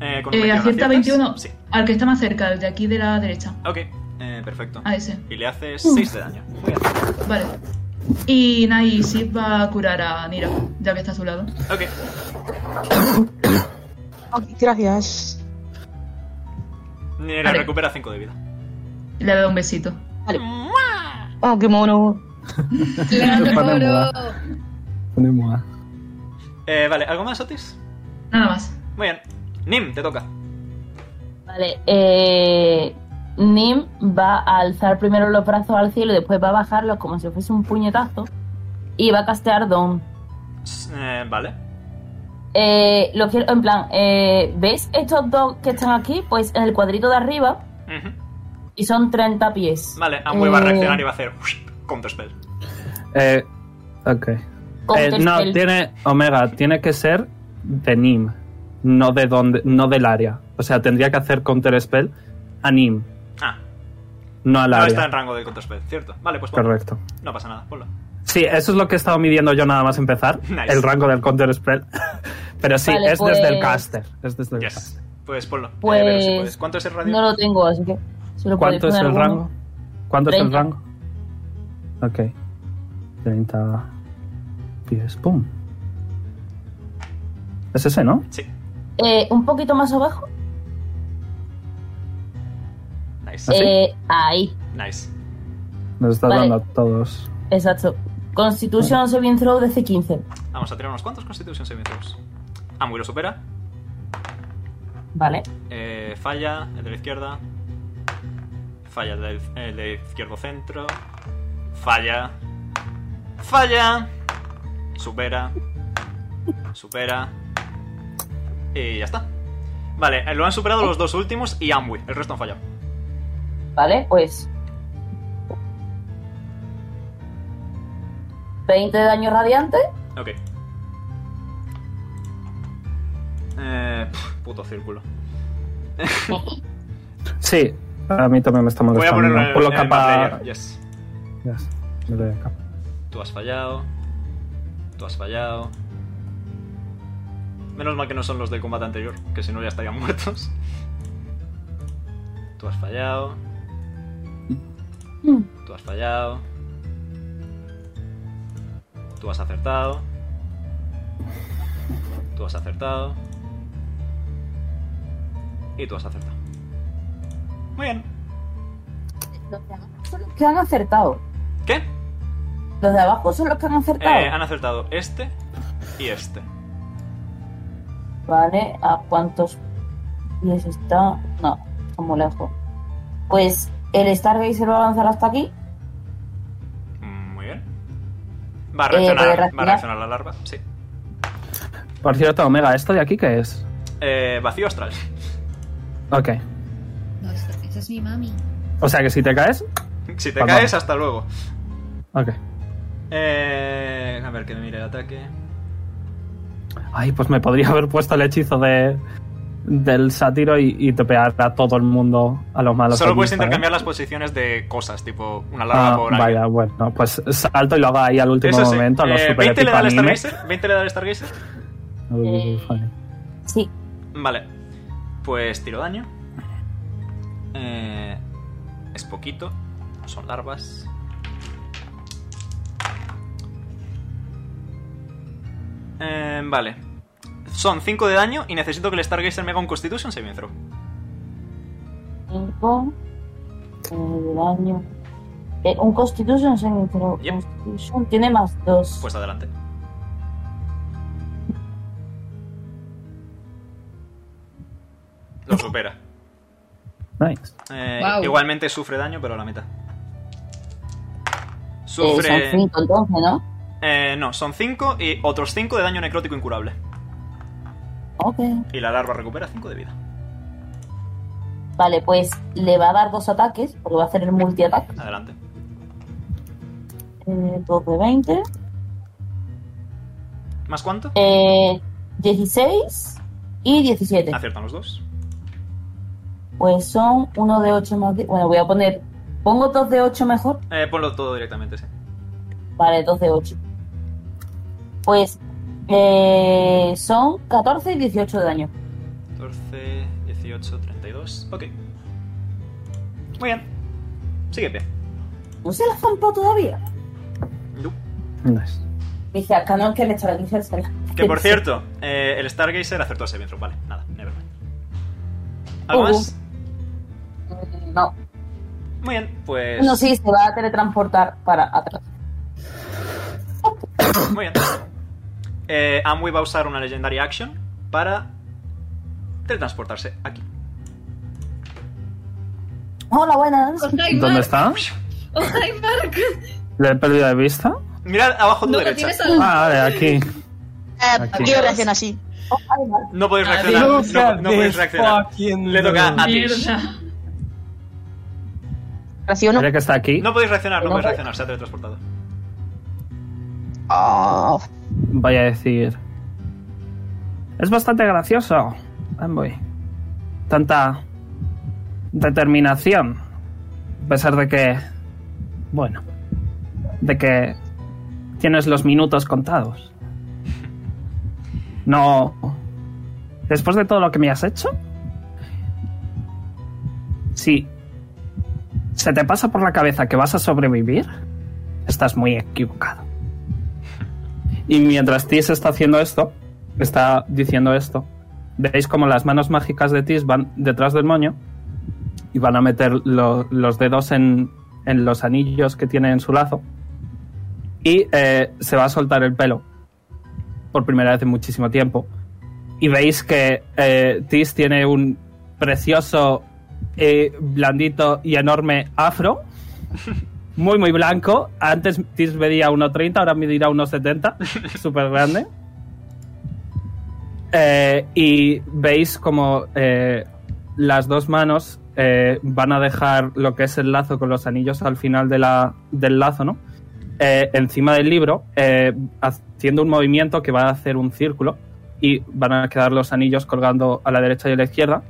E: Eh, con un
D: Eh,
E: 21
D: acierta
E: aciertas.
D: 21
E: Sí.
D: al que está más cerca, el de aquí de la derecha.
E: Ok, eh, perfecto.
D: A ese.
E: Y le haces 6 de daño.
D: Vale. Y Nai Sid va a curar a Nira, ya que está a su lado.
E: Ok.
H: Gracias.
E: Nira
D: Vale.
E: recupera 5 de vida.
D: Le da un besito.
H: Vale. Oh, qué mono.
F: Ponemos
E: Eh, vale, ¿algo más, Otis?
D: Nada más.
E: Muy bien. Nim, te toca.
G: Vale, eh, Nim va a alzar primero los brazos al cielo y después va a bajarlos como si fuese un puñetazo y va a castear Dawn.
E: Eh, vale.
G: Eh, lo quiero, en plan, eh, ¿ves estos dos que están aquí? Pues en el cuadrito de arriba
E: Ujú.
G: y son 30 pies.
E: Vale, Amway va a
G: Eh,
E: reaccionar y va a hacer counter spell.
B: Eh, ok. Eh,
G: Counterspell.
B: no, tiene. Omega, tiene que ser de Nim. No de donde. No del área. O sea, tendría que hacer counter spell a Nim.
E: Ah.
B: No al
E: No
B: área.
E: está en rango del counter spell, ¿cierto? Vale, pues ponlo.
B: Correcto.
E: No pasa nada, ponlo.
B: Sí, eso es lo que he estado midiendo yo nada más empezar.
E: Nice.
B: El rango del counter spell. Pero sí,
G: Vale,
B: es desde el
G: pues-
B: caster. Es desde el caster.
E: Pues ponlo. Eh,
G: Pues
E: veo si puedes. ¿Cuánto es el radio?
G: no lo tengo, así que se lo podéis
B: ¿Cuánto es
G: poner
B: el
G: alguno.
B: rango? ¿Cuánto es el
G: 30.
B: rango? Ok. 30 pies. ¡Pum! Es ese, ¿no?
E: Sí.
G: Eh, un poquito más abajo.
B: ¿Ah,
E: Nice.
G: Eh, ahí,
E: Nice.
B: Nos está
G: Vale.
B: dando a todos.
G: exacto. Constitution Saving Throw de C15.
E: Vamos a tirar unos cuantos Constitution Saving throws. Amway lo supera.
G: Vale.
E: Eh, falla, el de la izquierda. Falla el del- el de izquierdo centro. Falla. Falla. Supera. Supera. Y ya está. Vale, eh, lo han superado los dos últimos y Amway. El resto han fallado.
G: Vale, pues. 20 de daño radiante.
E: Ok. Eh, pf, puto círculo.
B: Sí, a mí también me está
E: Voy a
B: molestando.
E: ponerlo en el,
B: Por lo
E: en
B: que
E: el map
B: apa-
E: layer, yes.
B: Yes, me doy acá.
E: Tú has fallado. Tú has fallado. Menos mal que no son los del combate anterior, que si no ya estarían muertos. Tú has fallado. Tú has fallado. Tú has acertado. Tú has acertado. Y tú has acertado. Muy bien.
G: Son los que han acertado.
E: ¿Qué?
G: Los de abajo son los que han acertado.
E: Eh, han acertado este y este.
G: Vale, ¿a cuántos pies está? No, está muy lejos. Pues el Stargazer va a avanzar hasta aquí.
E: Muy bien. Va a
G: Eh, voy a
E: reaccionar, va a
G: reaccionar.
E: reaccionar la larva, sí.
B: Por cierto, Omega, ¿esto de aquí qué es?
E: Eh, vacío astral.
B: Ok.
K: No, esa esa es mi mami.
B: O sea que si te caes.
E: Si te
B: Perdón.
E: caes, hasta luego.
B: Ok.
E: Eh, a ver que me mire el ataque.
B: Ay, pues me podría haber puesto el hechizo de del sátiro y, y topear a todo el mundo a los malos.
E: Solo
B: allí,
E: puedes
B: ¿sabes?
E: intercambiar las posiciones de cosas, tipo una larva
B: Ah,
E: por alguien.
B: vaya, bueno, pues salto y lo hago ahí al último
E: Eso sí,
B: momento. a los
E: eh,
B: super
E: 20 le da al
B: epipanime.
E: Stargazer. 20 le da al Stargazer.
G: Sí.
E: Vale. Pues tiro daño. Eh, es poquito. Son larvas. Eh, vale. Son 5 de daño y necesito que el Stargazer me haga un Constitution saving throw.
G: 5 daño. Eh, un Constitution Saving Throw. Constitution tiene más Eh, 2.
E: Pues adelante. Lo supera.
B: Nice.
E: Eh,
G: Wow.
E: Igualmente sufre daño, pero a la mitad.
G: son
E: Sufre.
G: 5 entonces, ¿no?
E: Eh, no, son 5 y otros 5 de daño necrótico incurable.
G: Ok.
E: Y la larva recupera 5 de vida.
G: Vale, pues le va a dar dos ataques, porque va a hacer el multiataque.
E: Adelante.
G: Eh, dos de 20.
E: ¿Más cuánto?
G: Eh, 16 y 17.
E: Aciertan los dos.
G: Pues son uno de 8 más 10. Bueno, voy a poner. ¿Pongo dos de 8 mejor?
E: Eh, ponlo todo directamente, sí.
G: Vale, dos de 8. Pues eh, son 14 y 18 de daño.
E: 14, 18, 32. Ok. Muy bien. Sigue, Pia.
G: ¿No se la zampó todavía? Dice al canon que le estará diciendo.
E: Que por cierto, eh, el Stargazer acertó ese bien Vale, nada, nevermind. ¿Algo
G: Uh.
E: más?
G: No.
E: Muy bien, pues.
G: No, sí, se va a teletransportar para atrás.
E: Muy bien. Eh, Amway va a usar una Legendary Action para teletransportarse aquí.
G: Hola, buenas.
B: ¿Dónde está? ¿Le he perdido de vista?
E: Mirad abajo a tu
G: No, lo
E: derecha.
G: tienes
B: Ah, vale, aquí.
H: Eh,
B: Aquí.
H: Yo reacciono así.
E: No podéis reaccionar. No, no podéis reaccionar. Le toca a ti.
H: ¿Reacciono?
B: que está aquí?
E: No podéis reaccionar, no podéis reaccionar, se ha teletransportado.
H: Ah.
B: Voy a decir. Es bastante gracioso, Amboy. Tanta determinación. A pesar de que. Bueno. De que tienes los minutos contados. No. Después de todo lo que me has hecho. Si. Se te pasa por la cabeza que vas a sobrevivir. Estás muy equivocado. Y mientras Tis está haciendo esto, está diciendo esto, veis como las manos mágicas de Tis van detrás del moño y van a meter lo- los dedos en, en los anillos que tiene en su lazo y eh, se va a soltar el pelo por primera vez en muchísimo tiempo. Y veis que eh, Tis tiene un precioso, eh, blandito y enorme afro muy, muy blanco. Antes Tis medía 1,30, ahora medirá 1,70. Súper grande. Eh, y veis como eh, las dos manos eh, van a dejar lo que es el lazo con los anillos al final de la- del lazo, ¿no? Eh, encima del libro, eh, haciendo un movimiento que va a hacer un círculo y van a quedar los anillos colgando a la derecha y a la izquierda.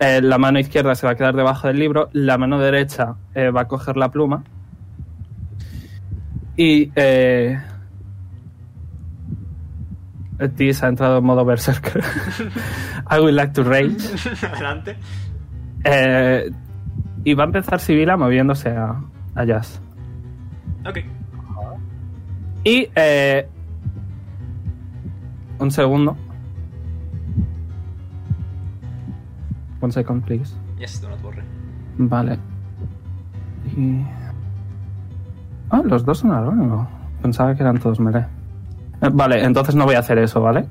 B: Eh, la mano izquierda se va a quedar debajo del libro, la mano derecha eh, va a coger la pluma y eh, Tis ha entrado en modo berserker. I would like to rage.
E: Adelante.
B: Eh, y va a empezar Sibila moviéndose a, a Jazz.
E: Ok.
B: Y eh, un segundo. One second, please.
E: Yes, do not worry.
B: Vale. Y- Ah, los dos son agrónimos. Pensaba que eran todos melee. Eh, Vale, entonces no voy a hacer eso, ¿vale?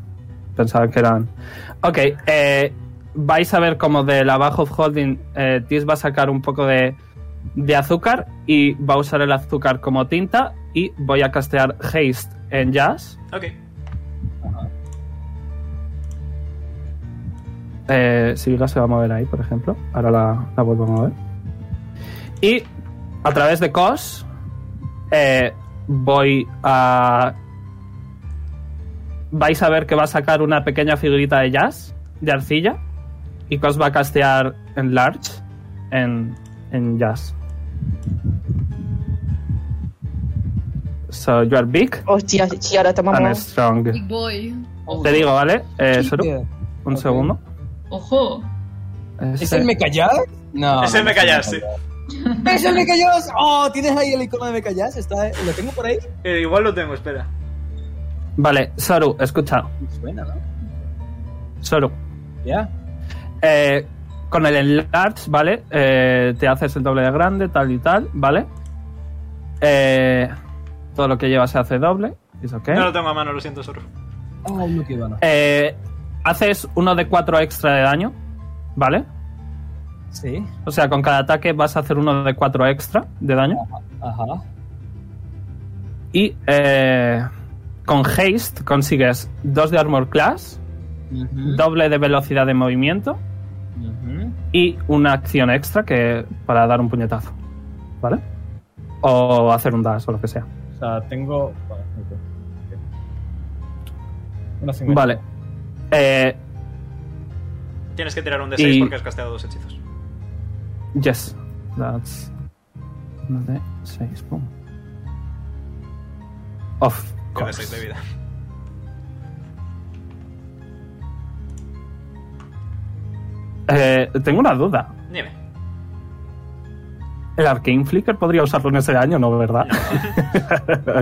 B: Pensaba que eran... Ok, eh, vais a ver como de la Bajo of Holding eh, Tis va a sacar un poco de, de azúcar y va a usar el azúcar como tinta y voy a castear Haste en Jazz.
E: Ok.
B: Eh, Sibila se va a mover ahí, por ejemplo. Ahora la, la vuelvo a mover. Y a través de COS eh, voy a... Vais a ver que va a sacar una pequeña figurita de jazz, de arcilla, y COS va a castear en large, en, en jazz. So you are big
H: Hostia, sí, ahora
B: and
H: tomamos.
B: strong.
J: Voy.
B: Te digo, ¿vale? Eh, Soru, un segundo. Este-
D: Ojo.
F: ¿Es el me callas? No.
E: Ese me callas, sí.
F: ¡Es el me callas! ¡Oh! ¿Tienes ahí el icono de me callas? ¿Está, ¿Lo tengo por ahí?
E: Eh, igual lo tengo, espera.
B: Vale, Soru, escucha.
F: Suena, ¿no?
B: Soru.
F: Ya.
B: Eh, con el enlarge, ¿vale? Eh, te haces el doble de grande, tal y tal, ¿vale? Eh, todo lo que llevas se hace doble. ¿Es ok?
E: No lo tengo a mano, lo siento, Soru.
F: Oh, no queda nada.
B: Eh, haces uno de cuatro extra de daño, ¿vale?
F: Sí.
B: O sea, con cada ataque vas a hacer uno de cuatro extra de daño.
F: Ajá.
B: Y eh, con haste consigues dos de armor class, doble de velocidad de movimiento
F: Ujú.
B: y una acción extra que para dar un puñetazo. ¿Vale? O hacer un dash o lo que sea.
C: O sea, tengo. Vale, ok, ok. Una 50.
B: Vale. Eh,
E: Tienes que tirar un D6
B: Y-
E: porque has casteado dos hechizos.
B: yes. That's. Uno de seis. Pum. Of
E: Con
B: course.
E: D6 de vida.
B: Eh, tengo una duda.
E: Dime.
B: El Arcane Flicker podría usarlo en ese año, ¿no? ¿Verdad?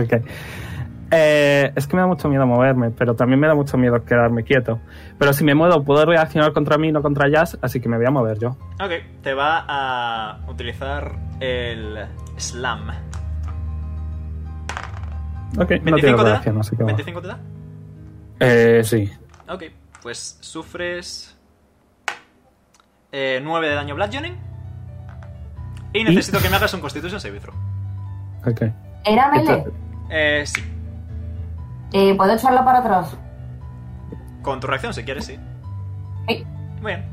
B: Ok. Eh, es que me da mucho miedo moverme, pero también me da mucho miedo quedarme quieto. Pero si me muevo, puedo reaccionar contra mí, no contra Jazz, así que me voy a mover yo.
E: Ok, te va a utilizar el slam.
B: Ok, no
E: 25
B: tiene
E: te da?
B: reacción, así que va.
E: ¿25 te da?
B: Eh, sí.
E: Ok, pues sufres eh, 9 de daño bludgeoning y necesito que me hagas un Constitution Save Throw.
B: Ok.
G: ¿Era melee?
B: Entonces-
E: Eh, sí,
G: Eh, ¿Puedo echarla para atrás?
E: con tu reacción si quieres, sí.
G: Sí.
E: Muy bien.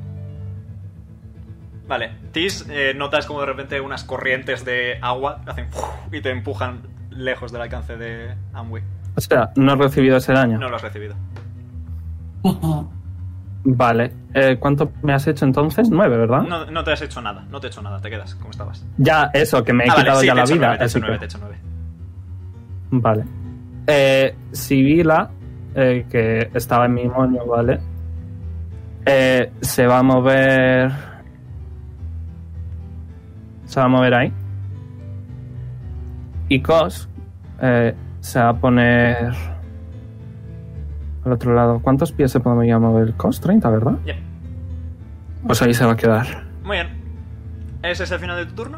E: Vale, Tis, eh, notas como de repente unas corrientes de agua hacen y te empujan lejos del alcance de Amway.
B: O sea, no he recibido ese daño.
E: No lo has recibido.
B: Vale. Eh, ¿Cuánto me has hecho entonces? Nueve, ¿verdad?
E: No, no te has hecho nada, no te he hecho nada, te quedas como estabas.
B: Ya, eso, que me he
E: Ah, vale,
B: quitado
E: sí,
B: ya
E: te he
B: la
E: hecho
B: vida.
E: nueve, te he hecho
B: así que-
E: nueve, te he hecho nueve.
B: Vale. Eh, Sibila, eh, que estaba en mi moño, ¿vale? Eh, se va a mover. Se va a mover ahí. Y Cos eh, se va a poner. Al otro lado. ¿Cuántos pies se podría mover Cos? 30, ¿verdad?
E: Yep.
B: Pues ahí se va a quedar.
E: Muy bien. ¿Ese es el final de tu turno?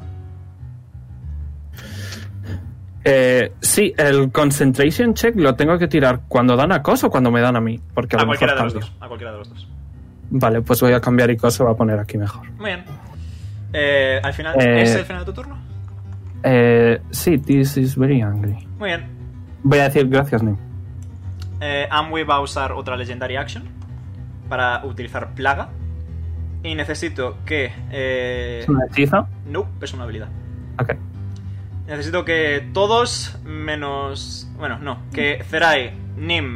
B: Eh, sí, el concentration check lo tengo que tirar cuando dan a Cos o cuando me dan a mí. Porque a,
E: A
B: lo mejor
E: cualquiera de los
B: cambio.
E: dos. A cualquiera de los dos.
B: Vale, pues voy a cambiar y cosa va a poner aquí mejor.
E: Muy bien. Eh, al final,
B: Eh,
E: ¿Es el final de tu turno?
B: Eh, sí, this is very angry.
E: Muy bien.
B: Voy a decir gracias, Nim.
E: Eh, Amway va a usar otra Legendary Action para utilizar Plaga. Y necesito que... eh,
B: ¿Es un hechizo?
E: No, es una habilidad.
B: Ok.
E: Necesito que todos menos... Bueno, no. Que Zerai, Nim,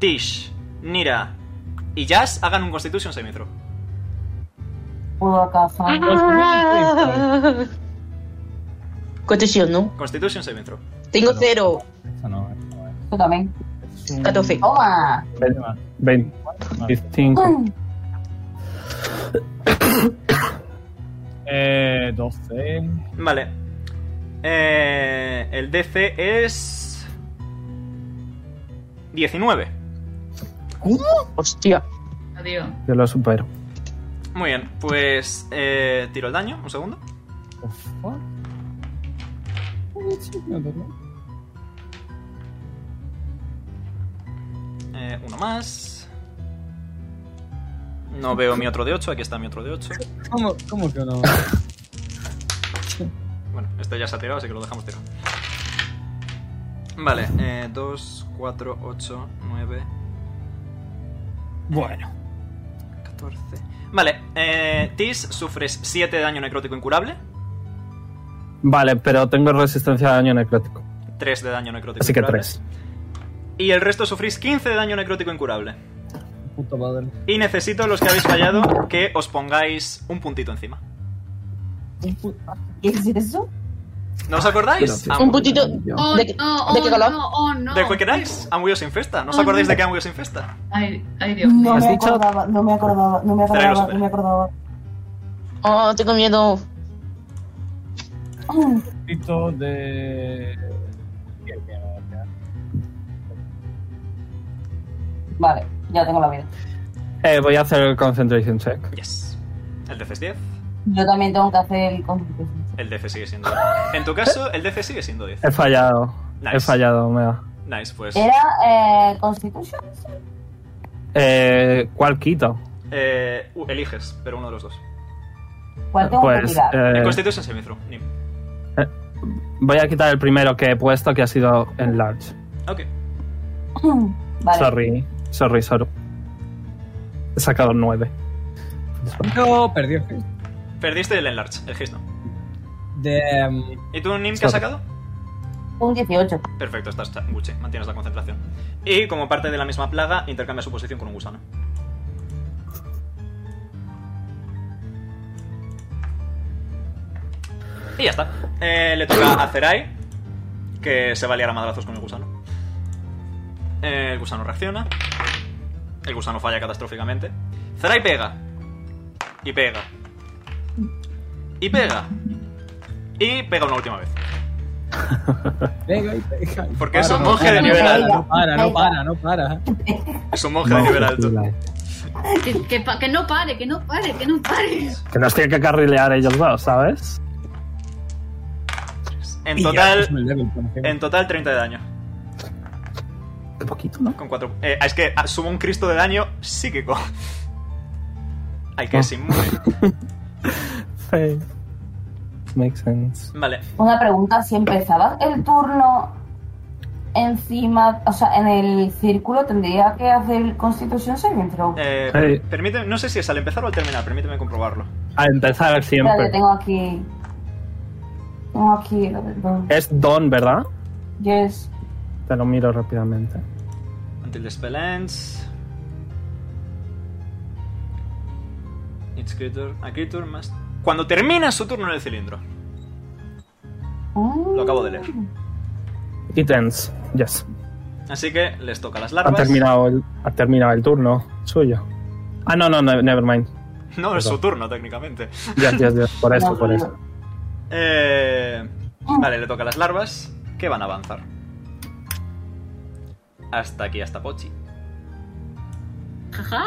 E: Tish, Nira y Jazz hagan un Constitution Saving Throw.
G: ¿Puedo acaso?
H: Constitución, Ah. ¿no?
E: Constitution Saving Throw.
H: Tengo cero.
C: ¿eh?
G: Tú también.
B: Mm.
H: 14.
G: Toma.
B: 20, 25.
C: Eh, 12.
E: Vale. Eh, el DC es... 19.
H: Hostia.
D: Adiós.
B: Yo lo supero.
E: Muy bien, pues eh, tiro el daño, un segundo. Eh, uno más. No veo mi otro de 8, aquí está mi otro de 8.
F: ¿Cómo, cómo que no?
E: Bueno, este ya se ha tirado, así que lo dejamos tirado. Vale, eh, 2, 4, 8, 9,
F: Bueno.
E: 14. Vale, eh, Tis, sufres 7 de daño necrótico incurable,
B: Vale, pero tengo resistencia a daño necrótico.
E: 3 de daño necrótico
B: Así que
E: incurable.
B: 3.
E: Y el resto sufrís 15 de daño necrótico incurable.
F: Puta madre.
E: Y necesito los que habéis fallado que os pongáis un puntito encima.
G: ¿Qué es eso?
E: ¿No
B: Ah,
E: os acordáis? Ah,
H: Un puntito.
J: Oh,
H: ¿De, qué-
J: no,
H: de
J: oh,
H: qué color?
J: no, oh, no.
E: ¿De qué queráis? Amway os infesta. ¿No os
J: Oh,
E: acordáis
J: no.
E: de que Amway os infesta?
D: Ay, ay, Dios mío.
G: No
B: ¿Has
G: me
B: dicho?
G: acordaba, no me acordaba, no
E: Cerebro
G: me acordaba,
E: supera.
G: no me acordaba.
H: Oh, tengo miedo.
G: Mm,
C: Pito de. Bien, bien, bien.
G: Vale, ya tengo la vida.
B: Eh, voy a hacer el concentration check.
E: Yes. El DC es 10.
G: Yo también tengo que hacer el constitution.
E: El DC sigue siendo 10. En tu caso, el DC sigue siendo 10.
B: He fallado.
E: Nice.
B: He fallado, me da.
E: Nice, pues.
G: ¿Era eh, constitution?
B: Eh, ¿Cuál quito?
E: Eh, uh, eliges, pero uno de los dos.
G: ¿Cuál tengo que
B: Pues
G: tirar?
E: En
B: eh,
E: Constitution Saving Throw. Nim.
B: voy a quitar el primero que he puesto, que ha sido enlarge.
E: Ok.
G: Vale.
B: eh, Sorry, sorry, sorry. He sacado 9.
F: No, perdió. Yo
E: Perdiste el enlarge, el gis no.
F: De, um,
E: ¿Y tú, Nim, qué has sacado?
G: Un 18.
E: Perfecto, estás cha- Gucci, mantienes la concentración. Y como parte de la misma plaga, intercambia su posición con un gusano. Y ya está. Eh, le toca a Zerai, que se va a liar a madrazos con el gusano. Eh, el gusano reacciona. El gusano falla catastróficamente. Zerai pega. Y pega. Y pega. Y pega una última vez.
F: Venga, y pega.
E: Porque es un monje de nivel alto.
F: No para, no para, no para.
E: Es un monje de nivel alto.
J: Que, que pa- que no pare, que no pare, que no pare.
B: Que nos tienen que carrilear ellos dos, ¿sabes?
E: En
B: Y ya,
E: total,
B: es un level, por ejemplo.
E: en total 30 de daño.
B: Qué poquito, ¿no?
E: Con cuatro. eh, es que ah, sumo un Cristo de daño psíquico. Hay que ser inmune.
B: Sí. Makes sense.
E: Vale.
G: Una pregunta, si empezaba el turno encima, o sea, en el círculo, ¿tendría que hacer constitución saving throw?
E: Eh,
B: Sí.
E: per- permíteme- no sé si es al empezar o al terminar, permíteme comprobarlo.
B: Ah, A empezar
G: Espérate,
B: siempre.
G: tengo aquí... Tengo aquí lo del don.
B: Es Don, ¿verdad?
G: Yes.
B: Te lo miro rápidamente.
E: Until the spell ends. It's creature, a creature must- Cuando termina su turno en el cilindro.
G: Mm,
E: Lo acabo de leer.
B: It ends. Yes.
E: Así que les toca las
B: Ha
E: larvas.
B: terminado, el, ha terminado el turno suyo. Ah, no, no, no never mind.
E: No, es su turno técnicamente.
B: Yes, yes, yes. Por eso, por eso.
E: Eh, vale, le toca a las larvas que van a avanzar. Hasta aquí, hasta Pochi.
J: Jaja.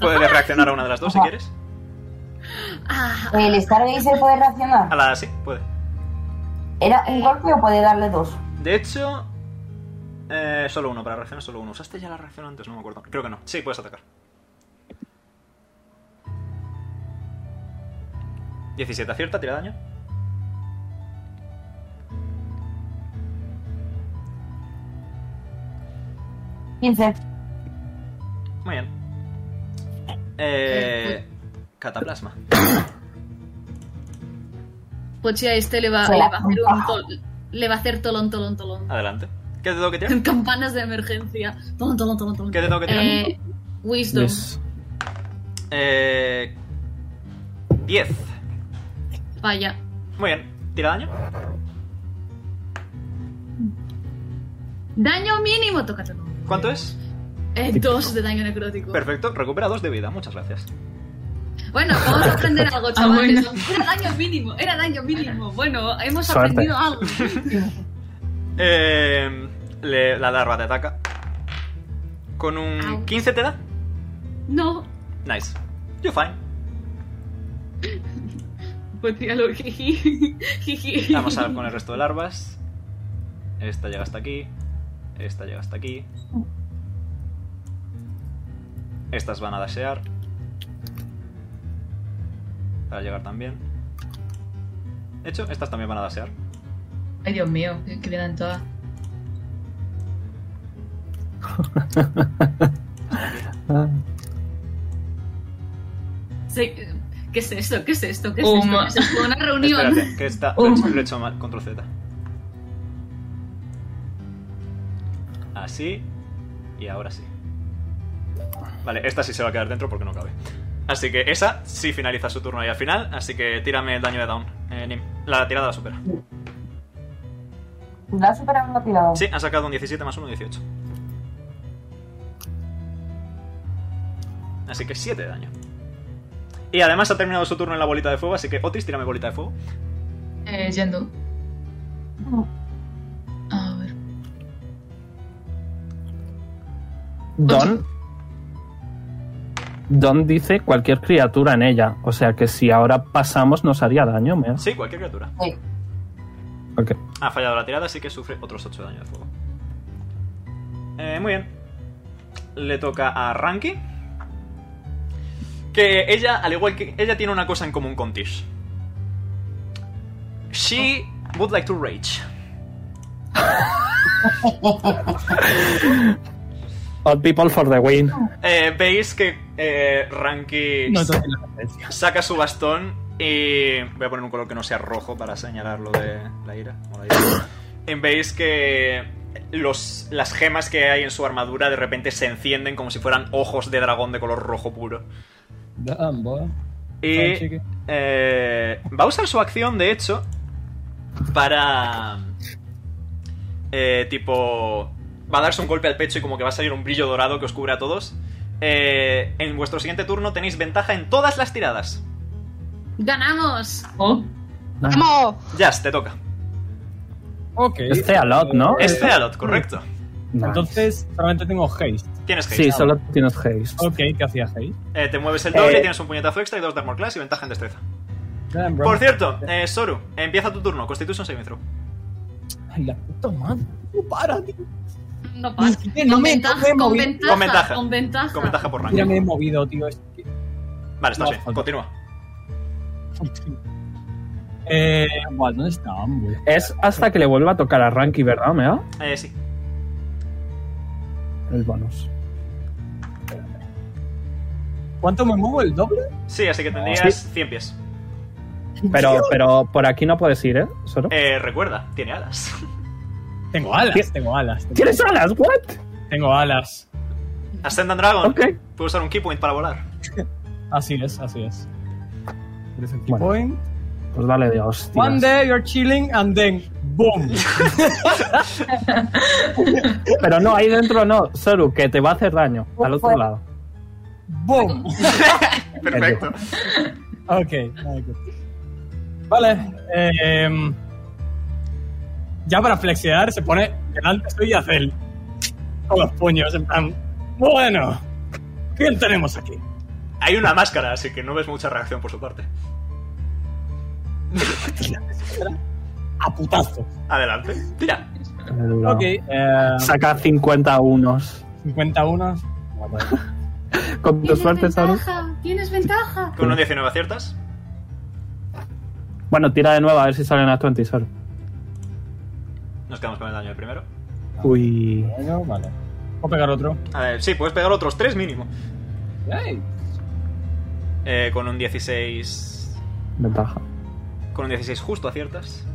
E: Puedes reaccionar a una de las dos si quieres.
G: ¿El Stargazer puede reaccionar?
E: A la sí, puede.
G: ¿Era un golpe o puede darle dos?
E: De hecho, eh, solo uno para reaccionar, solo uno. ¿Usaste ya la reacción antes? No me acuerdo. Creo que no. Sí, puedes atacar. 17 acierta, tira daño.
G: Quince.
E: Muy bien. Eh, cataplasma.
J: Pochi a este le va, le va a hacer un tol- le va a hacer tolón, tolón, tolón.
E: Adelante. ¿Qué te tengo que tirar?
J: Campanas de emergencia. Tolón, tolón, tolón, tolón.
E: ¿Qué te tengo que tirar?
J: Eh, wisdom.
E: Yes. Eh, 10.
J: Vaya.
E: Muy bien. Tira daño.
J: Daño mínimo, tócatelo.
E: ¿Cuánto es?
J: Eh, dos de daño necrótico.
E: Perfecto. Recupera dos de vida. Muchas gracias.
J: Bueno, vamos a aprender algo, chavales.
E: Ah, bueno.
J: Era daño mínimo, era daño mínimo. Bueno, hemos
E: Suerte.
J: aprendido algo.
E: Eh, le- la larva te ataca. Con un 15 te da.
J: No,
E: Nice. You're fine.
J: pues dígalo, jiji. jiji.
E: Vamos a ver con el resto de larvas. Esta llega hasta aquí. Esta llega hasta aquí. Estas van a dasear. Para llegar también. De hecho, estas también van a dasear.
D: Ay, Dios mío, que que vienen todas.
J: Sí, ¿Qué es esto? ¿Qué es esto? ¿Qué es
D: Oh,
J: esto?
D: ma-
J: ¿Qué es esto? Una reunión.
E: Espérate, que está, lo, he hecho, lo he hecho mal. Control Z. Así. Y ahora sí. Vale, esta sí se va a quedar dentro porque no cabe. Así que esa sí finaliza su turno ahí al final. Así que tírame el daño de down. eh, Nim. La tirada la supera.
G: ¿La ha superado o no ha tirado?
E: Sí, ha sacado un 17 más 1, 18. Así que 7 de daño. Y además ha terminado su turno en la bolita de fuego, así que Otis, tírame bolita de fuego.
D: Eh, yendo. A ver.
B: Don. Don dice cualquier criatura en ella. O sea que si ahora pasamos nos haría daño, ¿me?
E: Sí, cualquier criatura.
B: Ok.
E: Ha fallado la tirada, así que sufre otros 8 de daño de fuego. Eh, muy bien. Le toca a Ranky. Que ella, al igual que. Ella tiene una cosa en común con Tish. She
B: Oh.
E: would like to rage.
B: Odd people for the win.
E: Eh, Veis que eh, Ranky
B: No,
E: saca su bastón Y voy a poner un color que no sea rojo para señalar lo de la ira. o la ira. Y Veis que los, las gemas que hay en su armadura de repente se encienden como si fueran ojos de dragón de color rojo puro.
F: Damn, boy. Ah,
E: Y
F: chiqui.
E: eh, va a usar su acción, de hecho, para... eh, tipo... Va a darse un golpe al pecho y como que va a salir un brillo dorado que os cubre a todos. Eh, en vuestro siguiente turno tenéis ventaja en todas las tiradas.
J: ¡Ganamos!
B: Ah.
H: ¡Vamos!
E: Jazz, te toca.
C: Ok.
B: Este Es Cealot, ¿no?
E: Es Fealot, Este correcto.
C: Entonces, solamente tengo haste.
E: Tienes haste.
B: Sí, solo tienes haste.
C: Ok, ¿qué hacía haste?
E: Eh, te mueves el doble,
C: Eh.
E: tienes un puñetazo extra y dos de armor class y ventaja en destreza.
C: Damn, bro.
E: Por cierto, eh, Soru, empieza tu turno. Constitution saving throw.
F: Ay, la puta madre. No para, tío.
J: No pasa.
F: que
J: con,
F: no me-
J: ventaja,
F: no me he
J: con,
F: movido.
J: ventaja,
E: Con ventaja.
J: con ventaja.
E: Con ventaja por rango.
C: Mira, me he movido, tío. es que-
E: Vale, estás
C: No,
E: bien. Continúa.
C: Eh, guau, ¿dónde está? hombre?
B: Es hasta que le vuelva a tocar a Ranky, ¿verdad, Omega?
E: Eh, sí.
B: El bonus.
C: ¿Cuánto me muevo? ¿El doble?
E: Sí, así que tendrías 100 pies.
B: Pero, pero por aquí no puedes ir, ¿eh? Solo.
E: Eh, recuerda, tiene alas.
C: Tengo alas,
B: Tien-
C: tengo alas. tengo
B: ¿Tienes alas? ¿What?
C: Tengo alas.
E: Ascend and Dragon.
B: Ok.
E: Puedo usar un key point para volar.
C: Así es, así es. Eres el key
B: Bueno.
C: point.
B: Pues dale de hostia.
C: One day you're chilling and then boom.
B: Pero no, ahí dentro no, Soru, que te va a hacer daño.
C: Pues
B: Al otro lado.
C: boom.
E: Perfecto.
C: Ok, vale, good. Vale. eh, em, ya para flexionar se pone delante estoy y hace el- con los puños en plan. Bueno, ¿quién tenemos aquí?
E: Hay una máscara, así que no ves mucha reacción por su parte.
C: A putazo.
E: Adelante. Tira.
B: El-
C: Ok, eh,
B: Saca 50 unos.
C: 51. Guapa.
B: Con tu suerte, Soru.
K: ventaja, tienes ventaja.
E: Con un 19 aciertas.
B: Bueno, tira de nuevo a ver si salen las 20, Soru.
E: Nos quedamos con el daño del primero.
B: Uy.
C: Bueno, vale. Voy a pegar otro.
E: A ver, sí, puedes pegar otros 3 mínimo.
C: Yay.
E: Eh, con un 16.
B: Ventaja.
E: Con un 16 justo aciertas.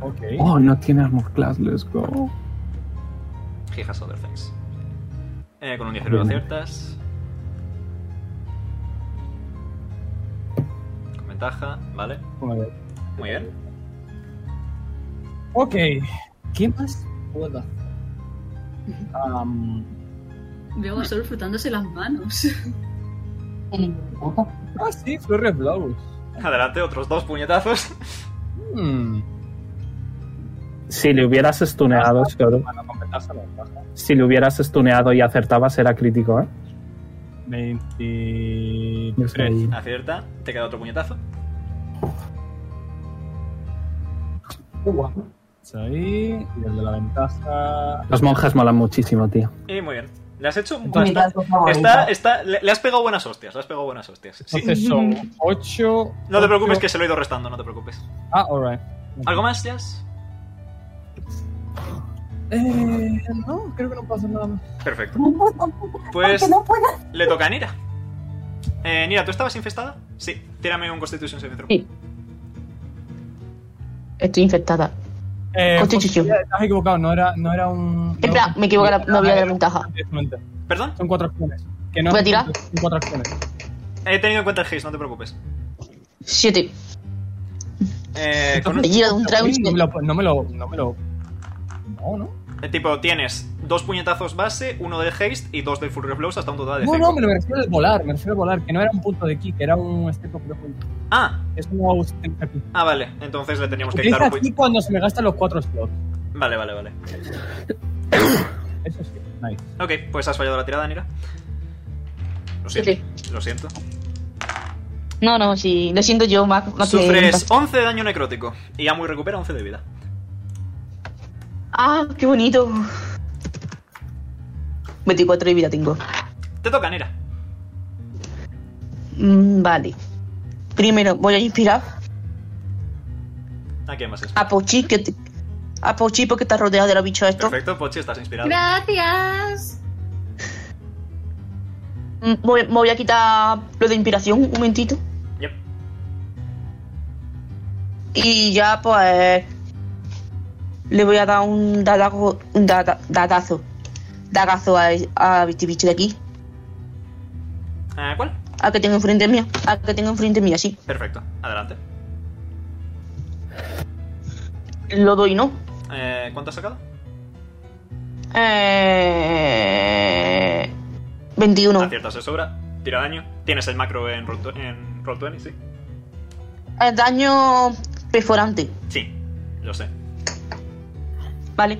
C: Ok.
B: Oh, no tiene armor class, let's go.
E: He has other things. Eh, con un 19
B: Bien.
E: aciertas. Con ventaja, vale.
C: Vale.
E: Muy bien.
C: Ok. ¿Qué más puedo hacer? Am,
J: Veo a Sol frotándose las manos.
C: ah, sí, Flurry of Blows.
E: Adelante, otros dos puñetazos.
C: Hmm.
B: Si le hubieras stuneado, Soru.
C: Bueno, con ventaja, no, ventaja.
B: Si le hubieras stuneado y acertabas, era crítico, ¿eh?
C: 23.
E: Acierta, te queda otro puñetazo.
C: Ahí, y el de la ventaja.
B: Los monjes molan muchísimo, tío.
E: Y muy bien. Le has hecho
G: Puñetazo
E: bastante.
G: favorito.
E: Está, está, le, le has pegado buenas hostias, le has pegado buenas hostias. Sí.
C: Entonces son 8.
E: No te preocupes que se lo he ido restando, no te preocupes.
C: Ah, alright.
E: ¿Algo más, Jazz?
C: Eh, no, creo que no pasa nada más.
E: Perfecto.
G: No puedo,
E: Pues
G: porque no puedo.
E: le toca a Nira. Eh, Nira, ¿tú estabas infestada? Sí, tírame un Constitution Saving throw.
H: Sí. Estoy infectada.
C: Eh,
H: Constitución.
C: pues, estás equivocado, no era, no era un.
H: Espera, me equivoqué, la- no voy a dar ventaja.
C: Exactamente.
E: ¿Perdón?
C: Son cuatro acciones. Que no
H: ¿Puedo tirar?
C: Son cuatro acciones.
E: He tenido en cuenta el haste, no te preocupes.
H: Siete.
E: Eh, con un-
H: Me gira de un trago.
C: Uy, No me lo. No me lo. No, me lo- no. ¿no?
E: eh, tipo, tienes dos puñetazos base, uno del haste y dos del Full of Blows hasta un total de
C: No,
E: cinco.
C: no, me lo refiero al volar, me refiero al volar, que no era un punto de kick, era un step up, creo que-
E: Ah,
C: Es un nuevo step up.
E: ah, vale. Entonces le teníamos que quitar un
C: Utiliza aquí
E: puñetazo.
C: cuando se me gastan los cuatro slots.
E: Vale, vale, vale.
C: Eso sí, nice.
E: Ok, pues has fallado la tirada, Nira. Lo
H: Siete.
E: siento. Lo siento.
H: No, no, sí. Lo siento yo, Mac. No te-
E: Sufres 11 de daño necrótico y Amui recupera 11 de vida.
H: Ah, qué bonito. 24 de vida tengo.
E: Te toca, Nira.
H: Mm, vale. Primero voy a inspirar
E: ¿A quién más
C: Ah,
E: es?
H: a Pochi, que te- a Pochi porque está rodeado de los bichos estos.
E: Perfecto, Pochi, estás inspirado.
K: Gracias.
H: Mm, Voy, me voy a quitar lo de inspiración un momentito.
E: Yep.
H: Y ya, pues. Le voy a dar un datazo. Un data- datazo. Dagazo a, a este bicho de aquí.
E: ¿A Ah, cuál?
H: Al que tengo enfrente mía. Al que tengo enfrente mía, sí.
E: Perfecto, adelante.
H: Lo doy, ¿no?
E: Eh, ¿Cuánto has sacado?
H: Eh. 21.
E: Aciertas de sobra, tira daño. Tienes el macro en Roll20, en Roll20, sí.
H: El Eh, daño perforante.
E: Sí, lo sé.
H: Vale.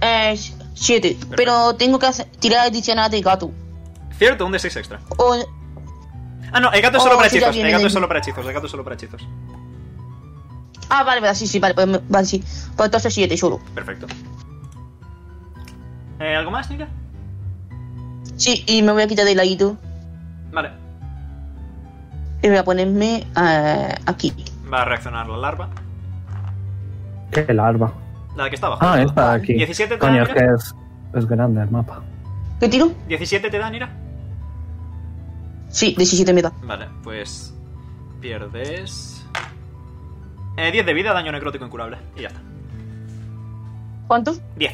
H: Eh, 7. Pero tengo que hacer- tirar adicional de gato.
E: Cierto, un de 6 extra.
H: O,
E: Ah, no, el gato es solo
H: Oh,
E: para
H: sí, ya
E: hechizos.
H: viene
E: El gato es
H: de-
E: solo para hechizos, el gato es solo para hechizos.
H: ah, vale, vale, sí, sí, vale. Pues, me- vale, sí. Pues entonces 7 solo.
E: Perfecto. Eh, ¿Algo más, Nika?
H: Sí, y me voy a quitar de ladito.
E: Vale.
H: Y voy a ponerme eh, aquí.
E: Va a reaccionar la larva.
B: Qué larva.
E: La que está abajo.
B: Ah, esta de aquí.
E: 17 te
B: Coño,
E: da,
B: es que
E: Nira.
B: es, es grande el mapa.
H: ¿Qué tiro?
E: 17 te da, Nira.
H: Sí, 17 me da.
E: Vale, pues. Pierdes. Eh, 10 de vida, daño necrótico incurable. Y ya está.
H: ¿Cuánto?
E: 10.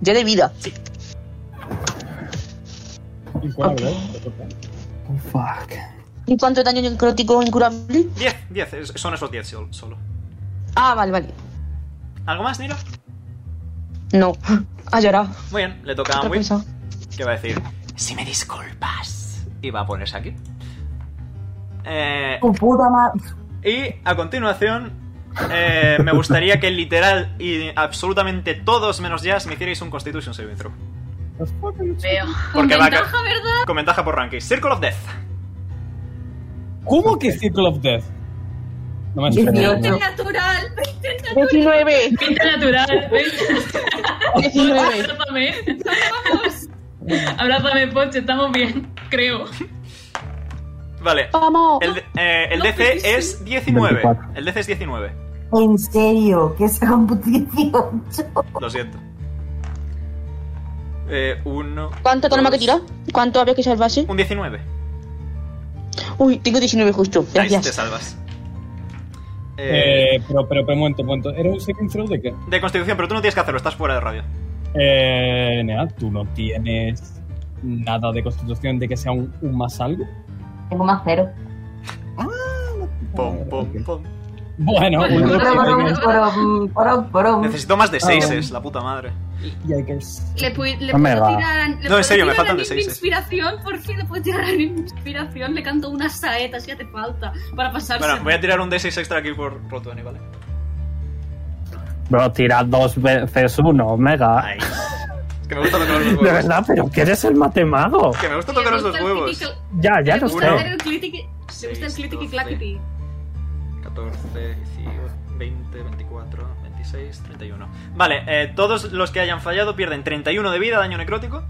H: Ya de vida.
C: Incurable, ¿eh?
M: Fuck.
H: ¿Y cuánto daño necrótico incurable?
E: 10, 10. es- Son esos 10 sol- solo.
H: Ah, vale, vale.
E: ¿Algo más, Nira?
H: No. Ha llorado.
E: Ah, Muy bien, le toca a
H: Ah, Otra
E: Amwit.
H: cosa.
E: ¿Qué va a decir? Si me disculpas. Y va a ponerse aquí. Eh,
G: Tu puta madre.
E: Y a continuación, eh, me gustaría que literal y absolutamente todos menos Jazz me hicierais un Constitution Saving Throw.
A: Veo.
E: Con
A: Porque
E: ventaja,
A: ¿verdad?
E: Con ventaja por ranking. Circle of Death.
C: ¿Cómo que Circle of Death? No me
A: Veinte
C: extraña.
A: natural. veinte natural.
H: 19.
D: 20 natural, 20.
H: 19.
D: Abrázame. Abrázame, Poche, estamos bien, creo.
E: Vale.
H: Vamos.
E: El, eh, el
D: No,
E: DC
D: pero
E: es 19.
M: 24.
E: El DC es 19.
G: En serio, que esa competición.
E: Lo siento. Eh, uno.
H: ¿Cuánto tenemos que tirar? ¿Cuánto había que salvarse?
E: Un 19.
H: Uy, tengo 19 justo.
E: Nice,
H: Gracias.
E: te salvas. Eh,
C: Eh, pero, pero, pero, un momento, un momento. ¿Era un saving throw de qué?
E: De Constitución, pero tú no tienes que hacerlo, estás fuera de radio.
C: Eh, Nea, tú no tienes nada de constitución de que sea un, un más algo.
G: Tengo más cero.
C: Ah,
E: Pom, pom, pom.
C: Bueno,
G: Bueno,
C: un
G: pero-
C: dos
G: pero- pero- pero-
E: Necesito más de
C: Ah, bueno.
E: 6, la puta madre.
A: Le, pu- le
E: No me
A: puedo
E: va.
A: tirar a- le
E: No, en
A: puedo
E: serio, me
A: tirar
E: faltan
A: a
E: de
A: Nim
E: seis, eh.
A: inspiración, por fin le puedo tirar a Nim inspiración, le canto unas saetas que hace falta para pasarse.
E: Bueno, voy a tirar un D6 extra aquí por Rotuani, ¿vale?
B: Bro, tira dos veces uno, Omega.
E: Es que me gusta tocar los
B: De
E: huevos.
B: verdad, pero que eres el matemago.
E: Que me gusta tocar los dos
A: gusta el
E: huevos.
A: critical-
B: Ya, ya
A: le
B: lo
A: gusta hacer
B: sé.
A: el clitic- Se gusta el clitic y clackety.
E: 14, 18, 20, 24, 26, 31. Vale, eh, todos los que hayan fallado pierden 31 de vida, daño necrótico.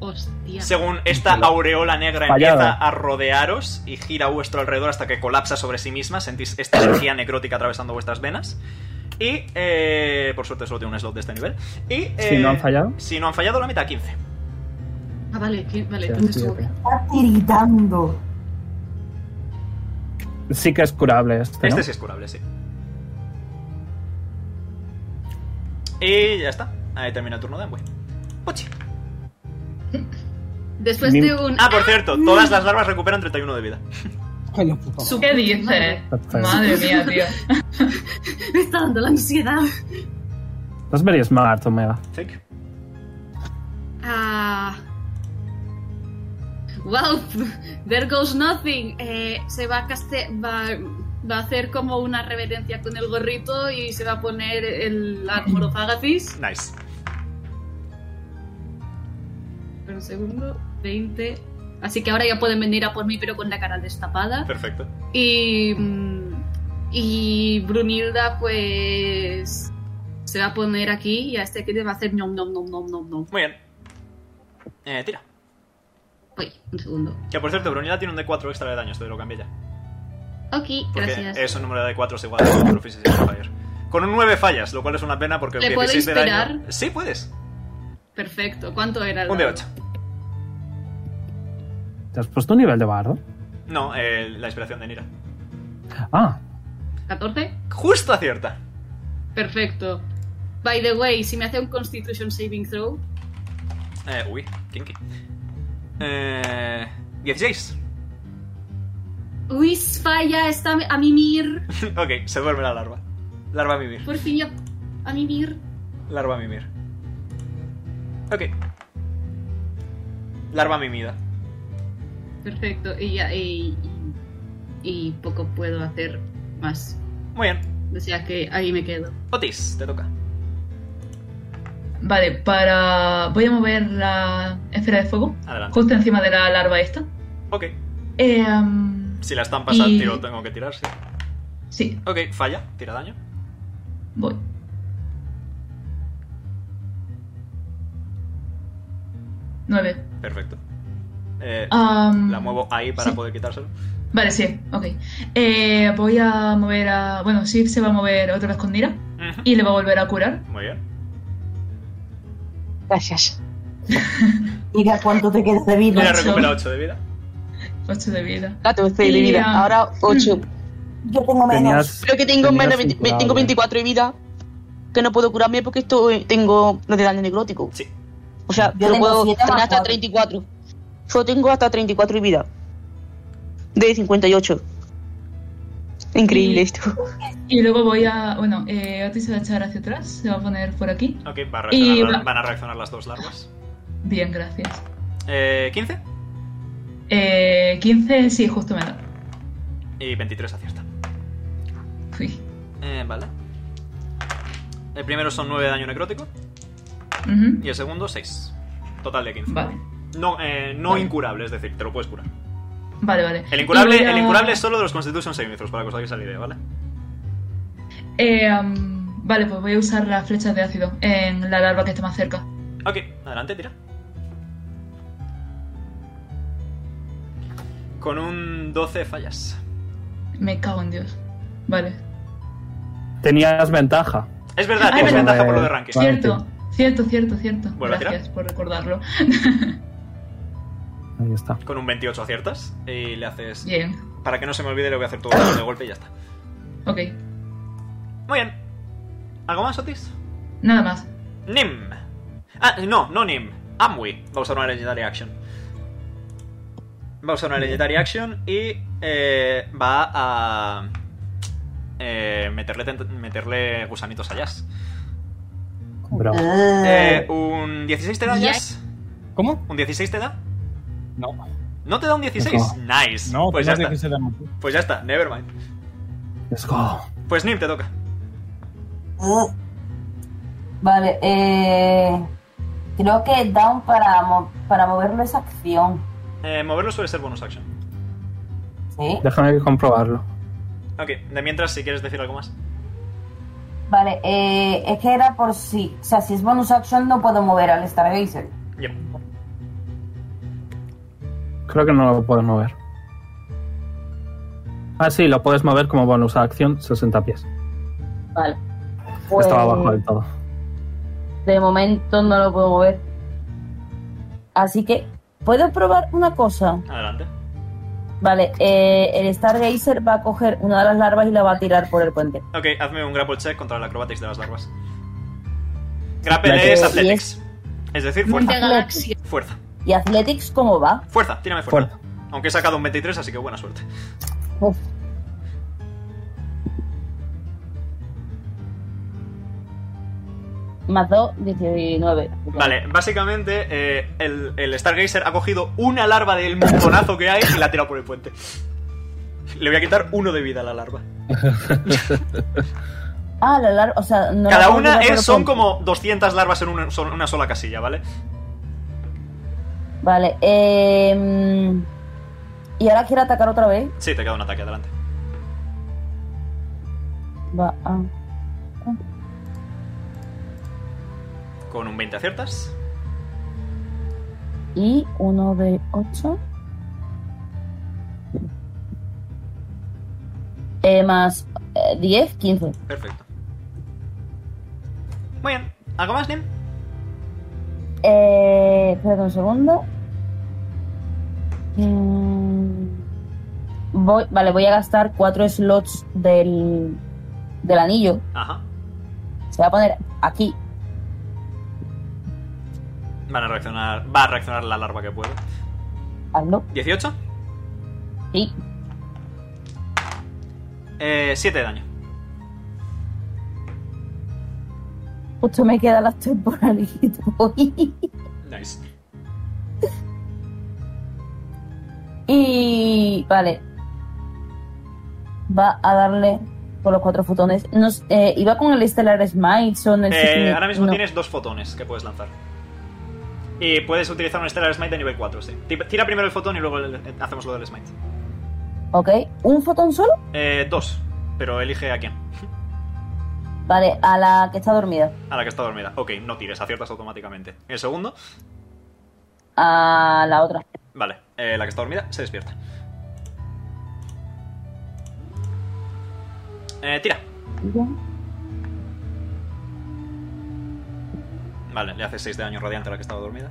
A: Hostia.
E: Según esta aureola negra
B: Fallado.
E: empieza a rodearos y gira a vuestro alrededor hasta que colapsa sobre sí misma, sentís esta energía necrótica atravesando vuestras venas. Y, eh, por suerte, solo tiene un slot de este nivel. Y,
B: Si
E: eh,
B: no han fallado.
E: Si no han fallado, la mitad, 15.
A: Ah, vale, que- vale, entonces sube.
G: Está tiritando.
B: Sí que es curable este. ¿no?
E: Este sí es curable, sí. Y ya está. Ahí termina el turno de Amway. Pochi.
A: Después
B: Nim-
A: de un.
E: Ah, por cierto, todas las larvas recuperan 31 de vida.
A: Su-
D: ¿Qué dices?
B: Perfecto.
D: Madre mía, tío.
A: Me está dando la ansiedad.
B: Es very smart, Omega.
E: Thank you.
A: Ah. Well, there goes nothing. Eh, se va a caste- va, va a hacer como una reverencia con el gorrito y se va a poner el Armor of Agathis.
E: Nice.
A: Pero un segundo, 20. Así que ahora ya pueden venir a por mí, pero con la cara destapada.
E: Perfecto.
A: Y. mm, Y Brunilda, pues. Se va a poner aquí y a este que le va a hacer nom nom nom nom nom nom.
E: Muy bien. Eh, tira.
A: Uy, un segundo.
E: Que por cierto, Brunilda tiene un D4 extra de daño, esto lo cambié ya.
A: Ok,
E: Porque
A: gracias.
E: es un número de D4 es igual a un proficiency modifier. Con un 9 fallas, lo cual es una pena porque un
A: ¿Le puedo
E: 16 de daño.
A: inspirar?
E: Sí, puedes.
A: Perfecto. ¿Cuánto era? el
E: Un de
A: dado?
E: 8.
B: ¿Te has puesto un nivel de bardo?
E: No, eh, la inspiración de Nira.
B: Ah,
J: ¿14?
E: Justo acierta.
J: Perfecto. By the way, si me hace un Constitution Saving Throw,
E: Eh, uy, kinky. Eh, 16.
J: Luis falla, está a mimir.
E: ok, se duerme la larva. Larva mimir.
J: Por fin ya. A mimir.
E: Larva mimir. Ok. Larva mimida.
J: Perfecto, y ya. Y, y- y poco puedo hacer más.
E: Muy bien.
J: O sea que ahí me quedo.
E: Otis, te toca.
D: Vale, para. Voy a mover la esfera de fuego.
E: Adelante.
D: Justo encima de la larva esta.
E: Ok.
D: Eh, um,
E: Si la estampas
D: Y-
E: al tiro, tengo que tirar, sí.
D: Sí.
E: Ok, falla, tira daño.
D: voy. Nueve.
E: Perfecto. Eh,
D: Am,
E: la muevo ahí para
D: Um, sí.
E: poder quitárselo.
D: Vale, sí, ok. Eh, voy a mover a. Bueno, sí, se va a mover otra vez con Nira. Y le va a volver a curar.
E: Muy bien.
D: Gracias.
G: Mira cuánto te queda de vida.
E: Mira, recupera 8 de vida.
D: 8 de vida.
H: Ah, tengo seis de
D: Y,
H: vida.
D: ah,
H: Ahora 8.
G: Yo tengo
B: Tenías-
H: Creo que tengo,
B: tenías
H: menos, veinte-
B: incurable.
H: tengo 24 de vida. Que no puedo curarme porque esto eh, tengo no de daño necrótico.
E: Sí.
H: O sea,
G: Yo
H: no
G: tengo
H: puedo
G: siete
H: tener
G: más
H: hasta
G: cuatro.
H: 34. Yo tengo hasta 34 de vida. De 58. Increíble
G: Mm.
H: esto.
D: Y luego voy a. Bueno, eh, Otis se va a echar hacia atrás. Se va a poner por aquí.
E: Ok, va a
D: Y
E: reaccionar la-
D: va-
E: van a reaccionar las dos larvas.
D: Bien, gracias.
E: Eh, 15
D: Eh, 15, sí, justo me da.
E: y 23 acierta.
D: Uy.
E: Eh, vale. El primero son 9 de daño necrótico
D: Ujú.
E: y el segundo 6. Total de 15.
D: Vale.
E: No, eh, no
D: Vale.
E: incurable, es decir, te lo puedes curar.
D: Vale, vale.
E: El incurable,
D: Y voy a-
E: el incurable es solo de los Constitution Saving throws, para que os hagáis la idea, ¿vale?
D: Eh, um, vale, pues voy a usar las flechas de ácido en la larva que esté más cerca.
E: Ok, adelante, tira. Con un 12 fallas.
D: Me cago en Dios. Vale.
B: tenías ventaja.
E: Es verdad,
D: Ay,
E: tienes
D: verdad.
E: ventaja por lo de arranque.
D: Cierto, cierto, cierto, cierto.
E: Vuelve a tirar.
D: Gracias por recordarlo.
B: Ahí está.
E: Con un 28 aciertas y le haces.
D: Bien.
E: Para que no se me olvide, le voy a hacer todo de golpe y ya está.
D: Ok,
E: Muy bien. ¿Algo más, Otis?
D: nada más.
E: Nim. Ah, no, no Nim. Amwi. Va a usar una Legendary Action. Va a usar una Legendary Action y eh, va a eh, meterle, tent- meterle gusanitos a Jazz.
B: Bravo.
H: Ah.
E: Eh, ¿Un 16 te da
J: Ya.
E: Jazz?
C: Ah. ¿Cómo?
E: ¿Un 16 te da?
C: No.
E: ¿No te da un 16? Nice.
C: No,
E: pues ya
C: tengo
E: está.
C: 16 de daño.
E: Pues ya está, nevermind.
B: Let's go.
E: Pues Nim te toca.
G: Vale, eh, creo que down para, mo- para moverlo es acción.
E: Eh, moverlo suele ser bonus action.
G: ¿sí?
B: Déjame que comprobarlo.
E: Ok, de mientras, si quieres decir algo más.
G: Vale, eh, es que era por si. O sea, si es bonus action, no puedo mover al Stargazer.
E: Yep.
B: Creo que no lo puedes mover. Ah, sí, lo puedes mover como bonus acción 60 pies.
N: Vale. Pues,
B: Estaba abajo del todo.
N: De momento no lo puedo mover.
G: Así que, ¿puedo probar una cosa?
E: Adelante.
G: Vale, eh, el Stargazer va a coger una de las larvas y la va a tirar por el puente.
E: Ok, hazme un grapple check contra el acrobatics de las larvas.
G: Ya
E: Grapple
G: que-
E: es
G: y
E: athletics. Es decir, fuerza.
G: De galaxia.
E: Fuerza.
G: ¿Y Athletics cómo va?
E: Fuerza, tírame fuerza. Aunque he sacado un 23, así que buena suerte.
G: Uf.
N: Más 2, 19.
E: Vale, básicamente eh, el, el Stargazer ha cogido una larva del montonazo que hay y la ha tirado por el puente. Le voy a quitar uno de vida a la larva.
G: Ah, la larva, o sea, no la
E: Cada
G: puedo
E: una
G: tirar por
E: es-
G: el
E: son
G: puente.
E: como 200 larvas en una, son una sola casilla, ¿vale?
G: Vale, eh, y ahora quiero atacar otra vez.
E: Sí, te queda un ataque, adelante.
G: Va, ah.
E: Con un 20 aciertas.
G: Y uno de 8. más eh, 10, 15.
E: Perfecto. Muy bien. ¿Algo más, Nim?
G: Eh, espérate un segundo. Mm, Voy, vale, voy a gastar cuatro slots del, del anillo.
E: Ajá.
G: Se va a poner aquí.
E: Van a reaccionar, va a reaccionar la larva que pueda.
G: Hazlo.
E: ¿18?
G: Sí.
E: Eh, 7 de daño.
O: Justo me quedan las temporales que voy.
E: Nice.
G: Y. Vale. Va a darle por los cuatro fotones. Nos, eh, ¿Iba con el Stellar Smite? Son el
E: Eh,
G: Signet-
E: ahora mismo
G: no.
E: tienes dos fotones que puedes lanzar. Y puedes utilizar un Stellar Smite de nivel 4, sí. Ti- Tira primero el fotón y luego el- eh, hacemos lo del Smite.
G: Ok. ¿Un fotón solo?
E: Eh, dos, pero elige a quién.
G: Vale, a la que está dormida.
E: A la que está dormida. Ok, no tires, aciertas automáticamente. El segundo,
G: A la otra.
E: vale. eh, la que está dormida se despierta. Eh, tira. Vale, le hace 6 de daño radiante a la que estaba dormida.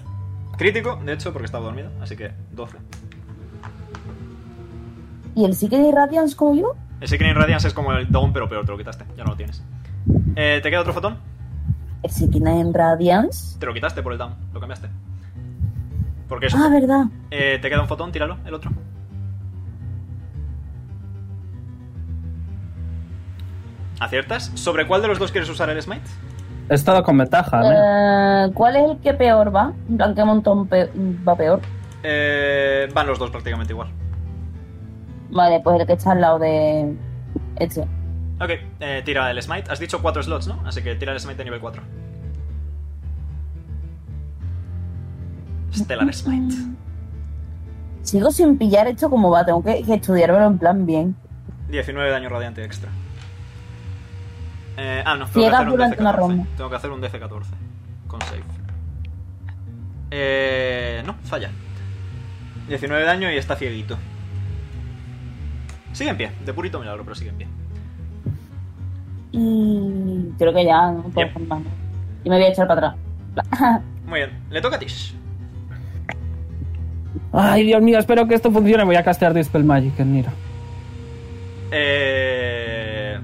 E: Crítico, de hecho, porque estaba dormida, así que 12.
G: ¿Y el Secret Irradiance como yo?
E: El Sickening Radiance es como el Dawn, pero peor, te lo quitaste, ya no lo tienes. Eh, ¿Te queda otro fotón?
G: ¿El Secret Radiance?
E: Te lo quitaste por el Dawn, lo cambiaste. Porque es.
G: Ah, verdad.
E: Eh, ¿Te queda un fotón? Tíralo, el otro. ¿Aciertas? ¿Sobre cuál de los dos quieres usar el Smite?
B: He estado con ventaja, ¿eh?
G: Eh, ¿Cuál es el que peor va? En plan, ¿qué montón pe- va peor?
E: Eh, van los dos prácticamente igual.
G: Vale, pues el que está al lado de este.
E: Ok, eh, tira el Smite. Has dicho 4 slots, ¿no? Así que tira el Smite de nivel 4. Stellar Smite.
G: Sigo sin pillar esto como va, tengo que, que estudiármelo en plan bien.
E: 19 de daño radiante extra. Eh, ah, no, tengo que
G: Ciega
E: hacer un
G: durante una ronda.
E: DC-14. Tengo que hacer un DC-14 con save. Eh, no, falla. 19 de daño y está cieguito. Sigue en pie, de purito milagro, pero sigue en pie.
G: Y creo que ya no puedo hacer más. Y me voy a echar para atrás.
E: Muy bien, le toca a Tish.
B: Ay, Dios mío, espero que esto funcione. Voy a castear Dispel Magic en Mira.
E: Eh,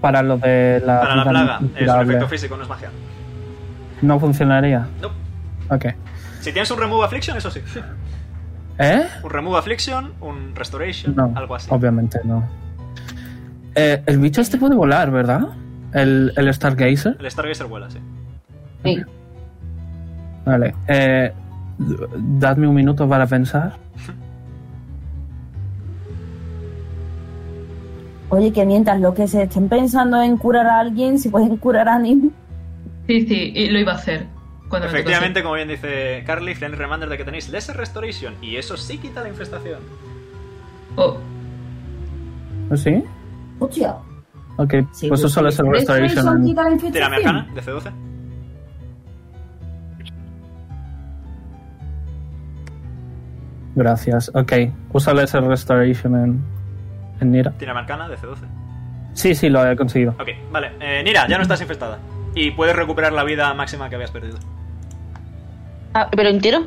B: Para lo de la.
E: para la plaga, es un
B: curable.
E: efecto físico, no es magia.
B: No funcionaría.
E: No.
B: Ok.
E: Si tienes un remove affliction, eso sí.
B: ¿Eh?
E: Un remove affliction, un restoration,
B: No,
E: algo así.
B: obviamente no. Eh, el bicho este puede volar, ¿verdad? El, el Stargazer.
E: El Stargazer vuela, sí.
B: Vale. Eh, d- dadme un minuto para pensar.
G: Oye, que mientras los que se estén pensando en curar a alguien, si pueden curar a Nim.
D: Sí, sí, y lo iba a hacer. Cuando me tocase.
E: Efectivamente, como bien dice Carly, Friendly Reminder de que tenéis Lesser Restoration y eso sí quita la infestación.
D: Oh,
B: ¿Sí?
O: Hostia.
B: Ok, pues eso solo es el Restoration.
O: quita la
E: Tira
O: infestación.
E: Arcana, de C12.
B: Gracias. Ok, úsale ese Restoration en, en Nira.
E: Tira Arcana, de C12.
B: Sí, sí, lo he conseguido.
E: Ok, vale. Eh, Nira, ya no estás infestada. Y puedes recuperar la vida máxima que habías perdido. Eh,
H: Ah, ¿Pero en tiro?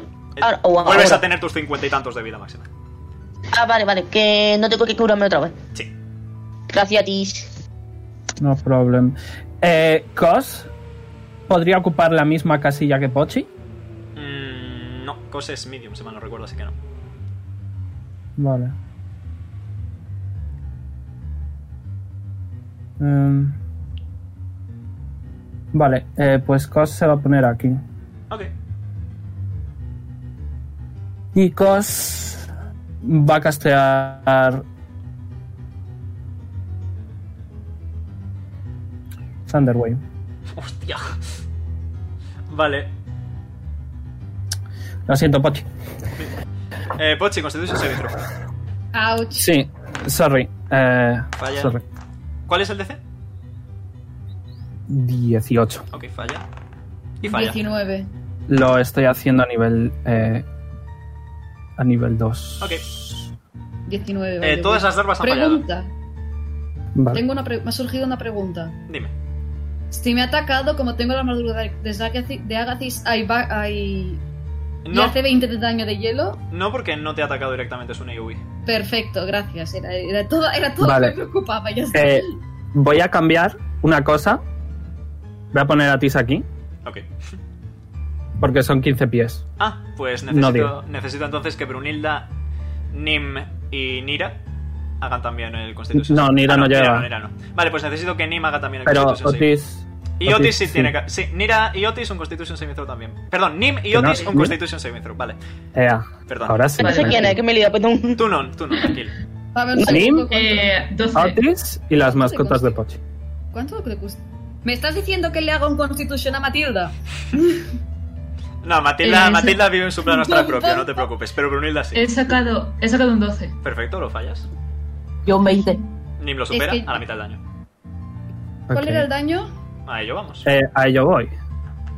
H: Ahora, o ahora.
E: Vuelves a tener tus cincuenta y tantos de vida máxima.
H: Ah, vale, vale, que no tengo que curarme otra vez.
E: Sí.
H: Gracias, Tish.
B: No problem. Eh, Cos podría ocupar la misma casilla que Pochi.
E: Mm, no, Cos es medium, si mal no recuerdo, así que no.
B: Vale. Em, vale, eh, pues Cos se va a poner aquí.
E: Ok.
B: Y Cos va a castear. Thunderwave.
E: Hostia. Vale.
B: Lo siento, Pochi.
E: Eh, Pochi, Constitution Saving Throw.
A: Ouch.
B: Sí, sorry. Eh,
E: Falla.
B: sorry.
E: ¿Cuál es el DC?
B: 18.
E: Ok, falla. Y falla.
A: 19.
B: Lo estoy haciendo a nivel. eh, a nivel 2.
E: Ok.
A: 19.
E: Eh, todas
A: voy.
E: las larvas han
A: Pregunta.
B: Vale.
A: Tengo una pre- me ha surgido una pregunta.
E: Dime.
A: Si me ha atacado, como tengo la armadura de de Zagathi- de Agathis, hay, va- hay Y hace 20 de daño de hielo.
E: No porque no te ha atacado directamente, es E un AoE.
A: Perfecto, gracias. Era, era todo, era todo
B: Vale.
A: lo que me preocupaba. Ya está.
B: Eh, voy a cambiar una cosa. Voy a poner a Tis aquí,
E: Ok.
B: porque son 15 pies.
E: Ah, pues
B: No
E: necesito,
B: digo.
E: necesito entonces que Brunilda, Nim y Nira hagan también el Constitution.
B: No, Nira
E: Ah,
B: no
E: Nira
B: lleva.
E: no, Nira no. Vale, pues necesito que Nim haga también el
B: Pero
E: Constitution save.
B: Otis.
E: Y Otis, sí,
B: sí.
E: tiene que... Sí, Nira y Otis un Constitution Saving Throw también. Perdón, Nim y
B: Que no,
E: Otis un
B: Nim.
E: Constitution Saving Throw, vale.
B: Ea,
E: Perdón.
B: ahora sí.
H: No sé quién es, que me lía, perdón.
E: Tú no, tú no, tranquilo.
A: A ver, un
B: Nim,
A: segundo, ¿cuánto,
E: eh,
D: eh,
B: ¿Ah, Otis y las mascotas de Pochi.
A: cuánto le cuesta? ¿Me estás diciendo que le haga un Constitution a Matilda?
E: No,
D: Eh,
E: Matilda,
D: eso-
E: Matilda vive en su plano astral propio, no te preocupes. Pero Brunilda sí.
D: He sacado, he sacado un 12.
E: Perfecto, lo fallas.
N: Yo un 20.
E: Nim lo supera
A: Es que-
E: a la mitad del daño.
A: ¿Cuál
B: Ok.
A: era el daño?
E: A ello vamos.
B: Eh, a ello voy.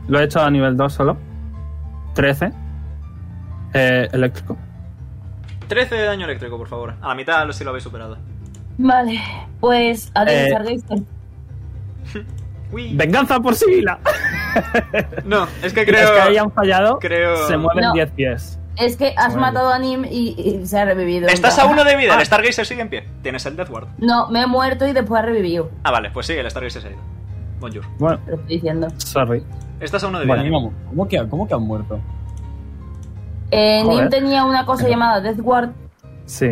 B: Lo he hecho a nivel 2 solo. 13. Eh, eléctrico.
E: 13 de daño eléctrico, por favor. A la mitad lo- si lo habéis superado.
N: Vale, pues
B: Eh.
N: adiós, Sargeisen.
B: ¡Venganza por Sibila!
E: No, es que
B: Los
E: creo.
B: que hayan fallado
E: creo-
B: se mueven
N: No.
B: 10 pies.
N: Es que has
B: Bueno.
N: matado a Nim y, y se ha revivido.
E: Estás a uno de vida, el Stargazer sigue en pie. Tienes el Death Ward.
N: No, me he muerto y después ha revivido.
E: Ah, vale, pues sí, el Stargazer se ha ido. Bonjour.
B: Bueno,
N: Lo estoy diciendo.
B: sorry.
E: Estás a uno de vida.
I: Bueno, vamos. ¿Cómo que, ¿Cómo que han muerto?
N: Eh,
B: Joder.
N: Nim tenía una cosa llamada Death Ward
B: Sí.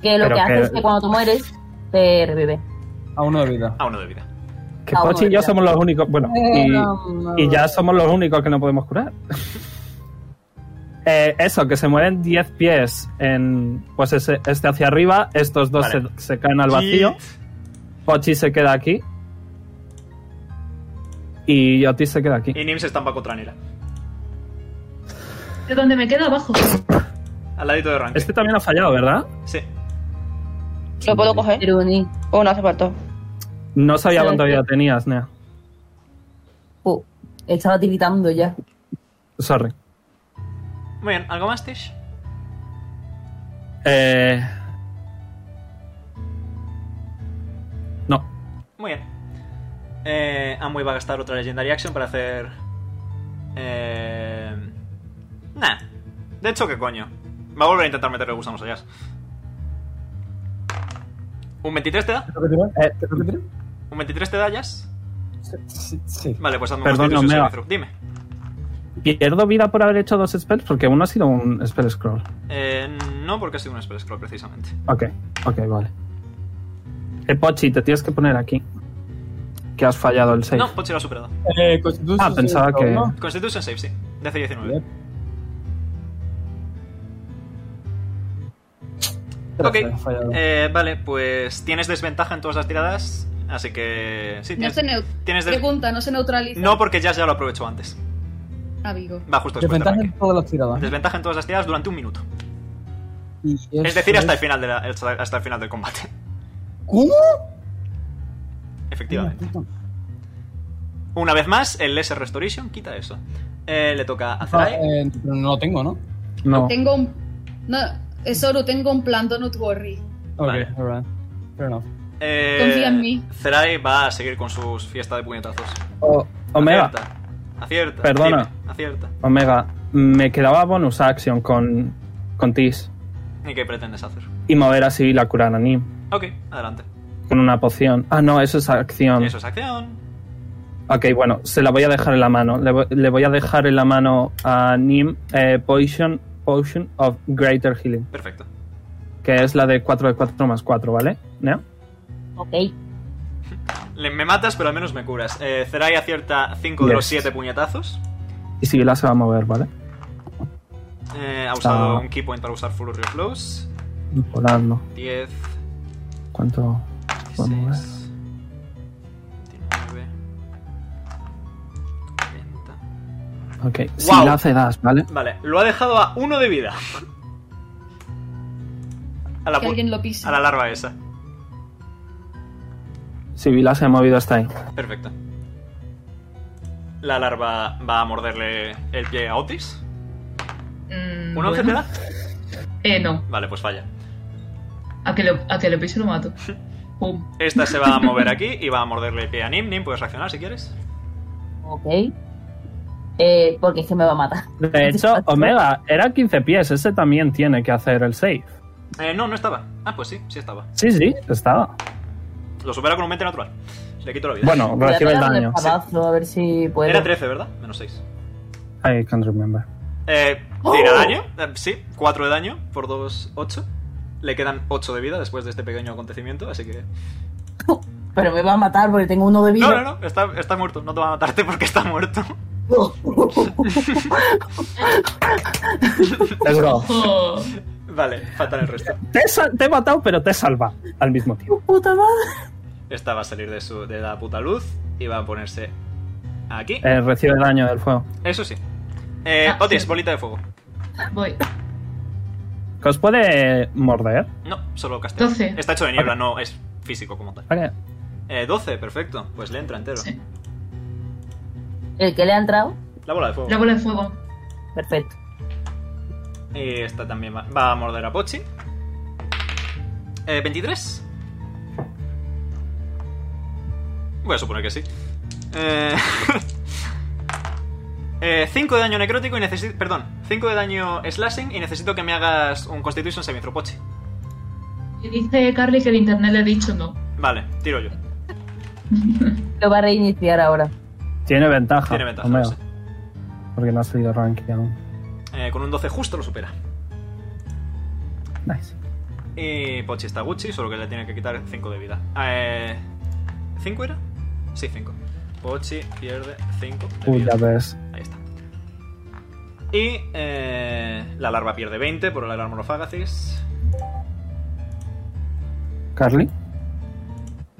N: que lo
B: Pero
N: que hace
B: que-
N: es que cuando tú mueres te revive.
I: A uno de vida.
E: A uno de vida.
B: Que
N: Ah,
B: Pochi y
N: bueno,
B: yo
N: ya.
B: somos los únicos. Bueno,
N: Eh,
B: y,
N: no,
B: y ya somos los únicos que no podemos curar. Eh, eso, que se mueven 10 pies en. Pues ese- este hacia arriba, estos dos
E: Vale.
B: se, se caen al vacío. Pochi se queda aquí. Y Otis se queda aquí.
E: Y Nim se estampa contra Nira.
D: ¿De dónde me queda? Abajo.
E: Al ladito de Rank.
B: Este también ha fallado, ¿verdad?
E: Sí.
H: ¿Lo puedo
B: ¿Eh?
H: coger? O Oh, no hace falta.
B: No sabía
N: Sí,
B: cuánta
N: sí.
B: vida tenías, Nea.
N: Oh, estaba tiritando ya.
B: Sorry.
E: Muy bien, ¿algo más, Tish?
B: Eh... No.
E: Muy bien. Eh, Amway va a gastar otra Legendary Action para hacer. Eh... Nah. De hecho, ¿qué coño? Va a volver a intentar meterle gusanos allá. ¿Un 23 te da?
B: Eh,
E: ¿Un 23 te da, Jazz?
I: Sí. sí.
E: Vale, pues hazme un
B: Perdón, no
E: Constitution
B: me
E: saving
B: va.
E: throw. Dime.
B: Pierdo vida por haber hecho dos spells porque uno ha sido un spell scroll.
E: Eh, no, porque ha sido un spell scroll, precisamente.
B: Ok, ok, vale. Eh, Pochi, te tienes que poner aquí. Que has fallado el save.
E: No, Pochi lo ha superado.
I: Eh, Constitution
B: Ah, pensaba
I: saving throw,
B: que-
I: ¿no?
E: Constitution save, sí. DC 19. Ok.
I: Ha fallado.
E: Eh, vale, pues tienes desventaja en todas las tiradas. Así que. Sí,
A: No
E: tienes.
A: se neu-
E: tienes de-
A: Pregunta, ¿no se neutraliza?
E: No, porque Jazz ya lo aprovechó antes.
A: Amigo.
E: Va justo después. de
I: Desventaja
E: arranque.
I: en todas las tiradas.
E: Desventaja en todas las tiradas durante un minuto.
I: Y
E: Es
I: eso
E: decir, hasta el
I: es-
E: final, de la- hasta hasta el final del combate.
I: ¿Cómo?
E: Efectivamente. Una vez más, el S Restoration quita eso. Eh, le toca a
I: Ah,
E: Zerai.
I: eh, pero no lo tengo, ¿no?
B: No.
A: Tengo un... No, eh, Soru, tengo un plan, don't worry.
I: Ok,
E: Vale.
I: alright. Fair enough.
E: Eh,
A: confía en mí.
E: Zerai va a seguir con sus fiestas de puñetazos.
B: O- Omega,
E: Acierta. Acierta.
B: Perdona.
E: Dime, acierta.
B: Omega, me quedaba bonus action con, con Tis
E: ¿Y qué pretendes hacer?
B: y mover a Sibila a curar a Nim
E: Ok, adelante.
B: con una poción. Ah, no, eso es acción.
E: Eso es acción.
B: Ok, bueno, se la voy a dejar en la mano. Le, vo- le voy a dejar en la mano a Nim eh, Potion, Potion of Greater Healing,
E: Perfecto.
B: que es la de 4 de 4 más 4, ¿vale? ¿Nea?
N: Ok.
E: Le- me matas, pero al menos me curas. Eh, Zerai acierta 5 de
B: Yes.
E: los 7 puñetazos.
B: Y Sibila se va a mover, ¿vale?
E: Eh, ha usado
B: Ah.
E: un key point para usar Flurry of Blows.
B: Volando.
E: 10,
B: ¿Cuánto? va a mover?
E: 16, 29, 30.
B: Ok, Sibila hace dash, ¿vale?
E: Vale, lo ha dejado a 1 de vida. A la,
A: Que
E: pu-
A: alguien lo pise.
E: Ah, pues, a la larva esa.
B: Sibila se ha movido hasta ahí.
E: Perfecto. La larva va a morderle el pie a Otis.
D: Mm,
E: ¿Un 11 te
D: bueno.
E: da?
D: Eh, no.
E: Vale, pues falla.
D: A que lo, a que lo piso lo mato. Pum.
E: Esta se va a mover aquí y va a morderle el pie a Nim. Nim, puedes reaccionar si quieres.
N: Ok. eh, porque es que me va a matar.
B: De hecho, Omega, era 15 pies. Ese también tiene que hacer el save.
E: Eh, no, no estaba. Ah, pues sí, sí estaba.
B: Sí, sí, estaba.
E: Lo supera con un 20 natural. Se le quito la vida.
B: Bueno,
N: Voy a
B: recibe el
N: pegarle
B: daño.
N: un espadazo, A ver si puedo.
E: Era 13, ¿verdad? Menos 6.
B: I can't remember.
E: Eh,
N: ¡Oh!
E: tira daño. Eh, sí, 4 de daño por 2, 8. Le quedan 8 de vida después de este pequeño acontecimiento, así que.
N: Pero me va a matar porque tengo uno de vida.
E: No, no, no, está, está muerto. No te va a matarte porque está muerto.
B: Let's go.
D: Oh,
E: Vale, faltan el resto.
B: Te, he sal- te he matado, pero te he salvado al mismo tiempo.
N: ¡Puta madre!
E: Esta va a salir de, su, de la puta luz y va a ponerse aquí.
B: Eh, recibe daño del fuego.
E: Eso sí. Eh, Otis, bolita de fuego.
D: Voy.
B: ¿Que os puede morder?
E: No, solo castellano.
D: 12.
E: Está hecho de niebla, no es físico como tal.
B: Vale.
E: Eh, 12, perfecto. Pues le entra entero.
N: El que le ha entrado,
E: La bola de fuego.
D: La bola de fuego.
N: perfecto.
E: Y Eh, esta también va, va a morder a Pochi. Eh, 23. Voy a suponer que sí. 5 eh, de daño necrótico y necesito. Perdón, 5 de daño slashing y necesito que me hagas un Constitution Saving throw, Pochi.
D: Y dice Carly que el internet le ha dicho no.
E: Vale, tiro yo.
N: Lo va a reiniciar ahora.
B: Tiene ventaja.
E: Tiene ventaja,
B: Omega.
E: sí.
B: Porque no ha salido ranking aún.
E: Eh, con un 12 justo lo supera.
B: Nice.
E: Y Pochi está Gucci, solo que le tiene que quitar 5 de vida. Eh, ¿5 era? Sí, 5. Pochi pierde 5.
B: Uy, ya ves.
E: Ahí está. Y eh, la larva pierde 20 por el Armorofagacis.
B: ¿Carly?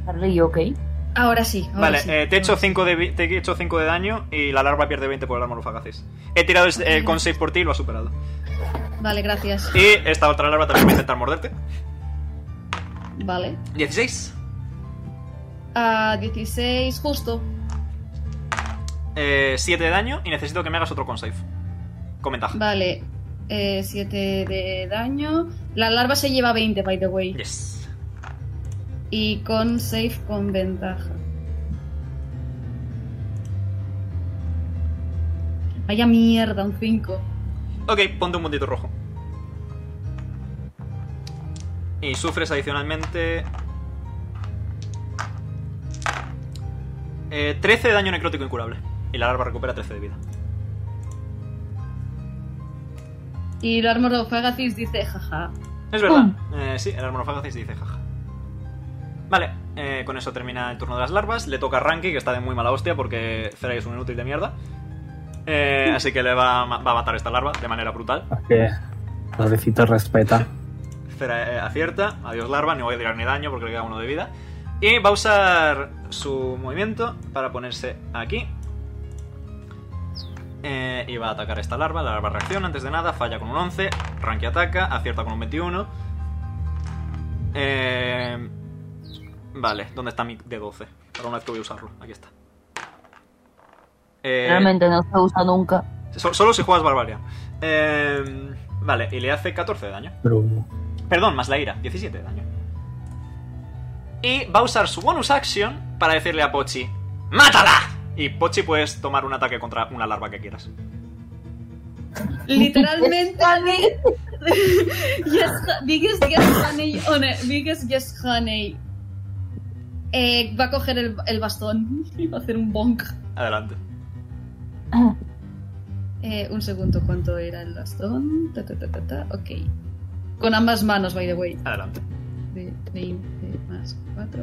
N: Carly, ok.
E: Eh.
A: Ahora sí. ahora
E: Vale,
A: sí.
E: eh, te, he hecho 5 de, vi- te he hecho 5 de daño y la larva pierde 20 por el Armorofagacis. He tirado el, el con 6 por ti y lo ha superado.
A: Vale, gracias.
E: Y esta otra larva también va a intentar morderte.
A: Vale.
E: 16.
A: A 16, justo.
E: Eh, 7 de daño y necesito que me hagas otro con save. Con ventaja.
A: Vale. 7 de daño. La larva se lleva 20, by the way.
E: Yes.
A: Y con save con ventaja. Vaya mierda, un 5.
E: Ok, ponte un puntito rojo. Y sufres adicionalmente. eh, 13 de daño necrótico incurable. Y la larva recupera 13 de vida.
A: Y el Armorofagacis dice, jaja.
E: Es verdad. Eh, sí, el armonofagacis dice jaja. Vale, eh, con eso termina el turno de las larvas. Le toca a Ranky, que está de muy mala hostia porque Zerai es un inútil de mierda. Eh, así que le va a, ma- va a matar esta larva de manera brutal.
B: Que. Pobrecito respeta.
E: Cera- eh, acierta. Adiós, larva. No voy a tirar ni daño porque le queda uno de vida. Y va a usar su movimiento para ponerse aquí. Eh, y va a atacar a esta larva. La larva reacciona antes de nada. Falla con un 11. Ranky ataca. Acierta con un 21. Eh, vale, ¿dónde está mi D12? Para una vez que voy a usarlo. Aquí está. Eh,
G: Ah,
N: Realmente no se usa nunca.
E: so- solo si juegas barbaria. Eh, vale, y le hace 14 de daño.
B: Pero.
E: Perdón, más la ira, 17 de daño. Y va a usar su bonus action para decirle a Pochi, ¡Mátala! Y Pochi puedes tomar un ataque contra una larva que quieras.
A: Literalmente. yes, biggest yes, honey. on it. Biggest yes, honey. Eh, va a coger el, el bastón y va a hacer un bonk.
E: Adelante.
A: Eh, un segundo, ¿cuánto era el bastón? Ta, ta, ta, ta, ta. Ok. Con ambas manos, by the way.
E: Adelante.
A: De 20 más 4.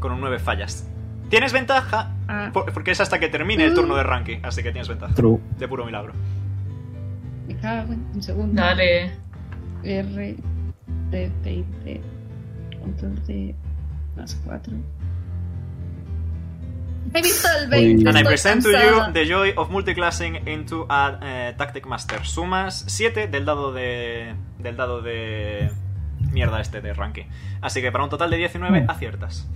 E: Con un 9 fallas. Tienes ventaja,
A: Ah.
E: por- porque es hasta que termine el turno de Ranky, así que tienes ventaja.
B: True.
E: De puro milagro.
A: Me cago en un segundo.
D: Dale.
A: R de 20. Control de más 4. He visto el 20.
E: And I
A: estoy
E: present to
A: cansada.
E: you the joy of multiclassing into a eh, Tactic Master. Sumas 7 del dado de. del dado de. mierda este de Ranky. Así que para un total de 19 aciertas.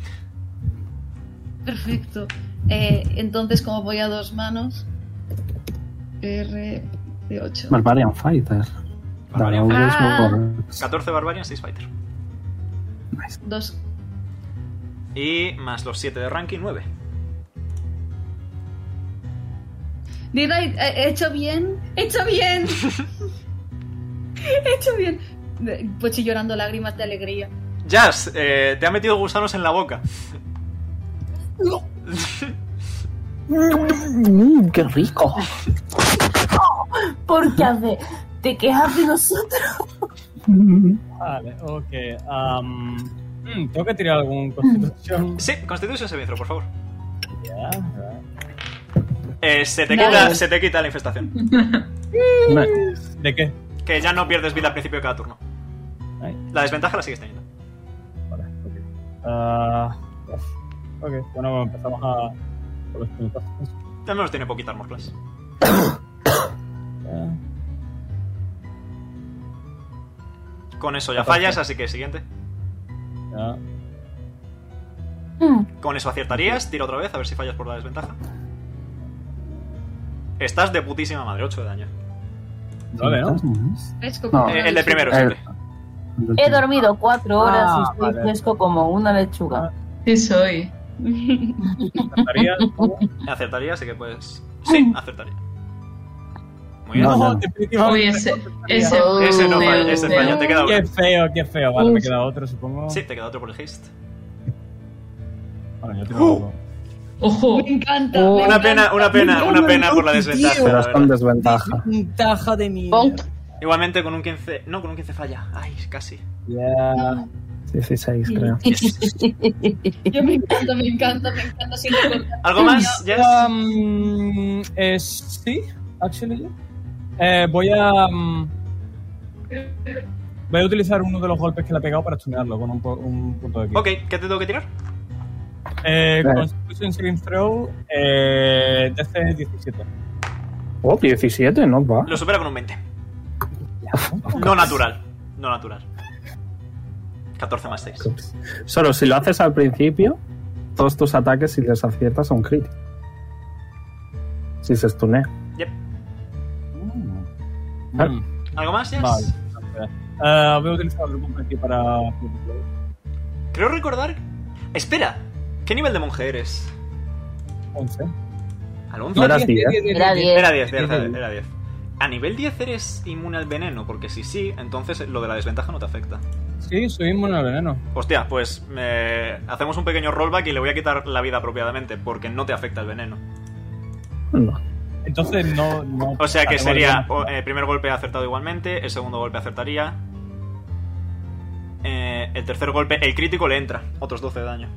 A: Perfecto. Eh, entonces, como voy a dos manos, R de 8.
B: Barbarian Fighter.
E: Barbarian
B: Dragon
A: Ah.
B: Ball.
E: 14 Barbarian, 6 Fighter.
A: Dos.
E: Y más los 7 de ranking, 9.
A: Dida, eh, he hecho bien. He hecho bien. he hecho bien. Eh, Pochi llorando lágrimas de alegría.
E: Jazz, eh, te ha metido gusanos en la boca.
N: Mm, ¡Qué rico! ¿Por qué hace? ¿Te quejas de nosotros?
C: Vale, ok. am, mm, tengo que tirar algún Constitution.
E: Sí, Constitution Saving throw, por favor.
C: Ya, ya.
E: Eh, se, te
C: Nice.
E: quita, se te quita la infestación.
C: ¿De qué?
E: Que ya no pierdes vida al principio de cada turno. La desventaja la sigues teniendo.
C: Ah, ok, bueno, empezamos a. Por los puñetazos.
E: Al menos tiene poquita armor class.
C: Ya.
E: Con eso ya fallas, así que siguiente.
C: Ya.
E: Con eso acertarías, tira otra vez, a ver si fallas por la desventaja. Estás de putísima madre, 8 de daño.
C: Vale, ¿no?
A: Ah.
E: No. Eh, el de primero, siempre.
N: He dormido cuatro horas
C: Ah,
N: y estoy
C: vale.
N: fresco como una
B: Ah,
N: lechuga.
D: Sí, soy.
C: Acertaría.
E: Acertaría, así que puedes. Sí, acertaría. Muy bien.
C: No, no, definitivamente.
D: Uy, ese, ese,
E: Ese no falla, ese falla, te queda uno.
C: Qué feo, qué feo. Vale, me queda otro, supongo.
E: Sí, te queda otro por el haste.
C: Bueno, yo
E: Uh,
C: tiro otro.
D: Ojo.
A: Me encanta.
E: Oh.
A: me
E: Una
A: encanta.
E: pena, una pena, una pena por la desventaja.
F: Pero
E: la
F: es
E: verdad.
F: desventaja. Ventaja de mí.
E: Igualmente con un 15. No, con un 15 falla. Ay, casi.
C: Ya.
B: 16, creo.
A: Yo me encanta, me encanta, me encanta. sin recordar.
E: ¿Algo más? Jess?
C: Um, eh, sí, actually. Eh, voy a. um, voy a utilizar uno de los golpes que le ha pegado para stunearlo con un, po- un punto de ki.
E: Ok, ¿qué te tengo que tirar?
C: Eh,
B: Vale.
C: Constitution Saving Throw, eh, DC 17.
B: Oh, 17, no va.
E: Lo supera con un 20. No natural. No natural. 14 más 6.
B: Solo si lo haces al principio, todos tus ataques, si les aciertas, son críticos. Si se stunea.
E: Yep.
B: Claro.
E: ¿Algo más, Jess?
C: Vale. Eh, Mm. voy a utilizar otro punto de ki para.
E: Creo recordar. Espera, ¿qué nivel de monje eres?
C: 11.
E: ¿Al 11?
B: No eras
F: ¿eh?
B: 10.
N: Era diez.
E: Era 10, era 10, era 10. A nivel 10 eres inmune al veneno, porque si sí, entonces lo de la desventaja no te afecta.
C: Sí, soy inmune al veneno.
E: Hostia, pues eh, hacemos un pequeño rollback y le voy a quitar la vida apropiadamente, porque no te afecta el veneno.
C: Entonces no. no
E: O sea que
C: Vale,
E: sería
C: vale.
E: o- eh, primer golpe acertado igualmente, el segundo golpe acertaría. eh, el tercer golpe, el crítico le entra, otros 12 de daño.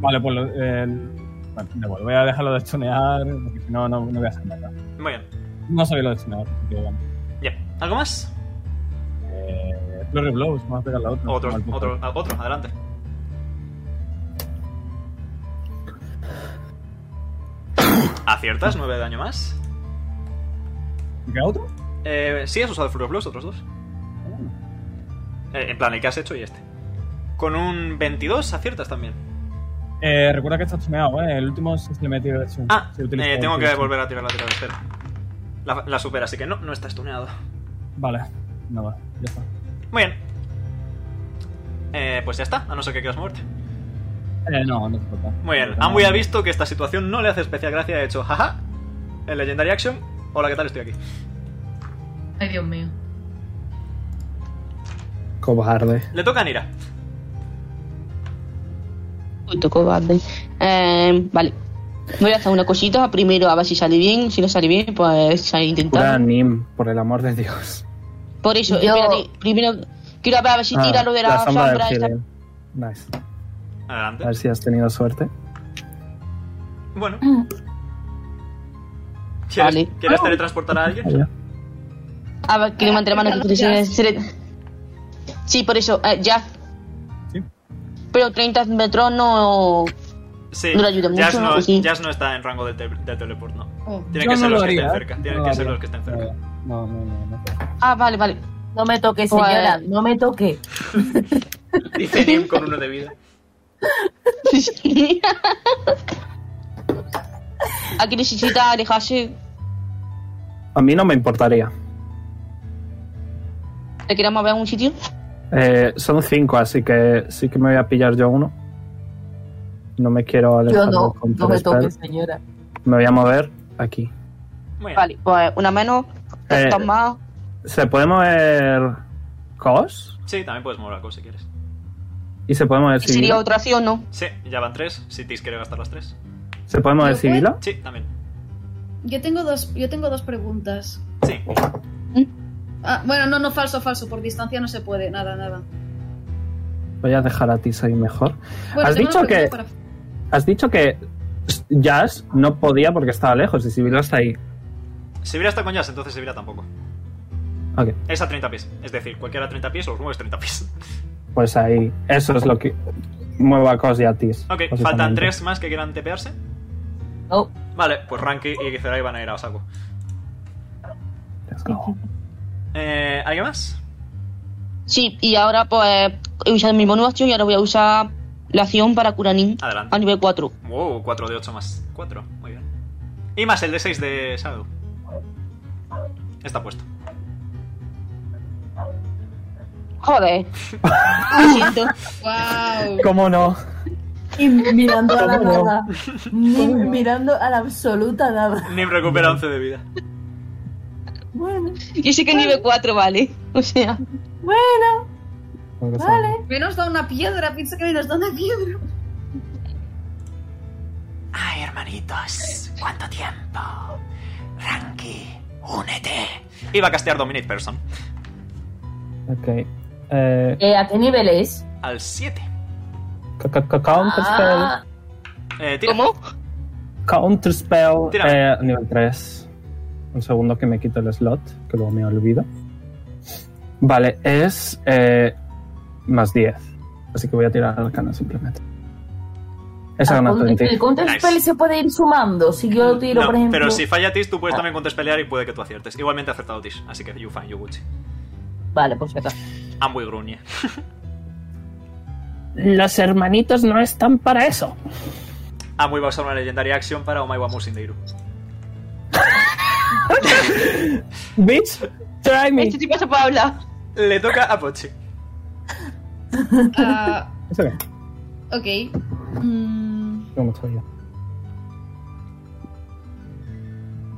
C: Vale, pues. lo- el- bueno, da igual, voy a dejarlo de stunear, porque si no, no, no voy a hacer nada.
E: Muy bien.
C: No sabía lo de stunear, así que bueno.
E: Ya. ¿Algo más?
C: Eh, Flurry Blows, vamos a pegar la otra.
E: Otro,
C: Mal punto.
E: otro, a- otro, adelante. Aciertas, 9 de daño más.
C: ¿Me queda pues, otro?
E: Eh, sí, has usado Furious Blows, otros dos. Eh, en plan, el que has hecho y este. Con un 22 aciertas también.
C: Eh, recuerda que está stuneado, ¿eh? El último se le metió de acción.
E: Ah,
C: Se utiliza
E: Eh, tengo
C: el
E: que
C: acción.
E: volver a tirar la tirada de cero. La, la supera, así que no, no está stuneado.
C: Vale, nada, ya está.
E: Muy bien. Eh, pues ya está, a no ser que quieras muerte.
C: Eh, no, no hace falta.
E: Muy bien, Amway ha visto que esta situación no le hace especial gracia. De hecho, jaja, en Legendary Action. Hola, ¿qué tal? Estoy aquí.
D: Ay, Dios mío.
B: Cobarde.
H: Ah.
E: Le toca a Nira.
H: Puto cobarde. Eh, vale. Voy a hacer una cosita primero a ver si sale bien. Si no sale bien, pues a
B: Cura a
H: intentar.
B: Nim, por el amor de Dios.
H: Por eso,
N: Yo-
H: espérate. Primero quiero ver a ver si
B: Ah,
H: tira lo de la, sombra.
B: del
H: esa.
B: Hidden. Nice.
E: Adelante.
B: A ver si has tenido suerte.
E: Bueno. ¿Quieres,
H: Vale. Ah.
E: ¿quieres teletransportar a alguien?
H: A ver, que le mante la mano que utilice. se le- Sí, por eso, eh, ya.
C: Sí.
H: Pero 30 metros no.
E: Sí,
H: No le ayuda mucho,
E: Jazz no,
H: ¿o sí?
E: Jazz no está en rango del, te- del teleport, no. Tienen
C: Oh, Yo
E: que ser los
C: no lo
E: que
C: haría,
E: estén
C: ¿eh?
E: cerca. Tienen
C: No lo
E: que ser
C: haría.
E: los que estén cerca.
C: No, no, no. no.
H: Ah, vale, vale.
N: No me toque,
H: Pues-
N: señora, no me toque.
E: Dice Nim con uno de vida.
H: Aquí necesita alejarse.
B: A mí no me importaría.
H: ¿Te queremos ver a un sitio?
B: Eh, son 5, así que sí que me voy a pillar yo uno. No me quiero
N: Yo
B: alejar
N: no,
B: del este. counter
N: no me toque,
B: spell.
N: señora.
B: Me voy a mover aquí.
H: Vale, pues una menos,
B: Eh,
H: dos más.
B: ¿Se puede mover Cos?
E: Sí, también puedes mover a Cos si quieres.
B: ¿Y se puede mover
H: Y sería
B: Sibila?
H: otra acción, ¿no?
E: Sí, ya van tres. Si Tis quiere gastar las tres.
B: ¿Se puede mover Sibila?
E: Sí, también.
A: Yo tengo dos, yo tengo dos preguntas.
E: Sí.
A: Ah, bueno, no, no, falso, falso. Por distancia no se puede. Nada, nada.
B: Voy a dejar a Tis ahí mejor.
A: Bueno,
B: Has
A: tengo
B: dicho
A: una
B: que...
A: pregunta
B: Has dicho que Jazz no podía porque estaba lejos y Sibila está ahí.
E: Sibira está con Jazz, entonces Sibira tampoco.
B: Ok,
E: Es a 30 pies. Es decir, cualquiera a 30 pies los mueves 30 pies.
B: pues ahí. Eso es lo que muevo a Cos y a Tis.
E: Ok,
B: básicamente.
E: faltan tres más que quieran tepearse.
N: No.
E: Vale, pues Ranky y Gizerai van a ir a saco. Eh, ¿Alguien más?
H: Sí, y ahora pues he usado mi bonus acción y ahora voy a usar la acción para Kuranin
E: Adelante.
H: a nivel 4.
E: Wow, 4 de 8 más 4. Muy bien. Y más el de 6 de Shadow. Está puesto.
H: Joder. Lo siento.
B: ¿Cómo no?
N: Y mirando a la
B: ¿Cómo no?
N: nada. Ni mirando a la absoluta nada.
E: Nim recupera 11 de vida.
H: Yo sé que es nivel 4, vale. O sea.
N: Bueno,
A: vale. Menos da una piedra. Piensa que menos da una piedra.
L: Ay, hermanitos, ¿cuánto tiempo? Ranky, únete.
E: Iba a castear Dominate Person.
B: Ok. Eh,
N: Eh, ¿A qué nivel es?
E: Al 7.
B: ca- ca- ca- counter spell.
N: Ah,
E: Eh, tira. ¿Cómo?
B: Counter spell.
E: Tira.
B: eh, nivel 3. Un segundo que me quito el slot, que luego me olvido. Vale, es eh, más 10. Así que voy a tirar arcana simplemente. Esa gana
N: con-
B: 20.
N: el counter
E: Nice.
N: spell se puede ir sumando. Si yo lo tiro,
E: No,
N: por ejemplo.
E: pero si falla Tish, tú puedes también contespelear y puede que tú aciertes. Igualmente ha acertado Tish, así que you fine, you Gucci.
N: Vale, por si acaso.
E: Ah, muy gruñe.
B: Los hermanitos no están para eso.
E: Ah, muy va a usar una legendaria acción para Omaiwa Musindeiru.
B: Bitch, try me.
H: Este tipo se puede hablar.
E: Le toca a Pochi.
A: Ah,
B: Eso qué?
A: ok. Mm,
B: Tengo mucho vida.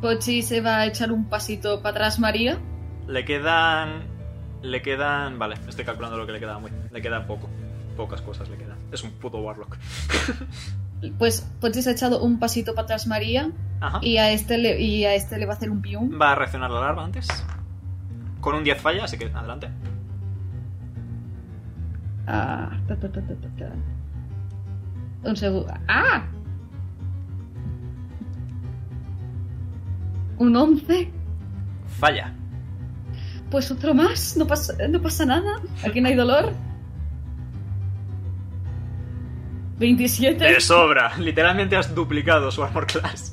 A: Pochi se va a echar un pasito para atrás, María.
E: Le quedan. Le quedan. Vale, estoy calculando lo que le queda muy. Le quedan poco. Pocas cosas le quedan. Es un puto Warlock.
A: Pues Pochi se ha echado un pasito para atrás, María.
E: Ajá.
A: Y a este le, y a este le va a hacer un pium.
E: Va a reaccionar la larva antes. Con un 10 falla, así que adelante.
A: Ah, ta, ta, ta, ta, ta, ta. Un segundo. ¡Ah! Un 11.
E: Falla.
A: Pues otro más. No pasa, no pasa nada. Aquí no hay dolor. 27.
E: Te sobra. Literalmente has duplicado su armor class.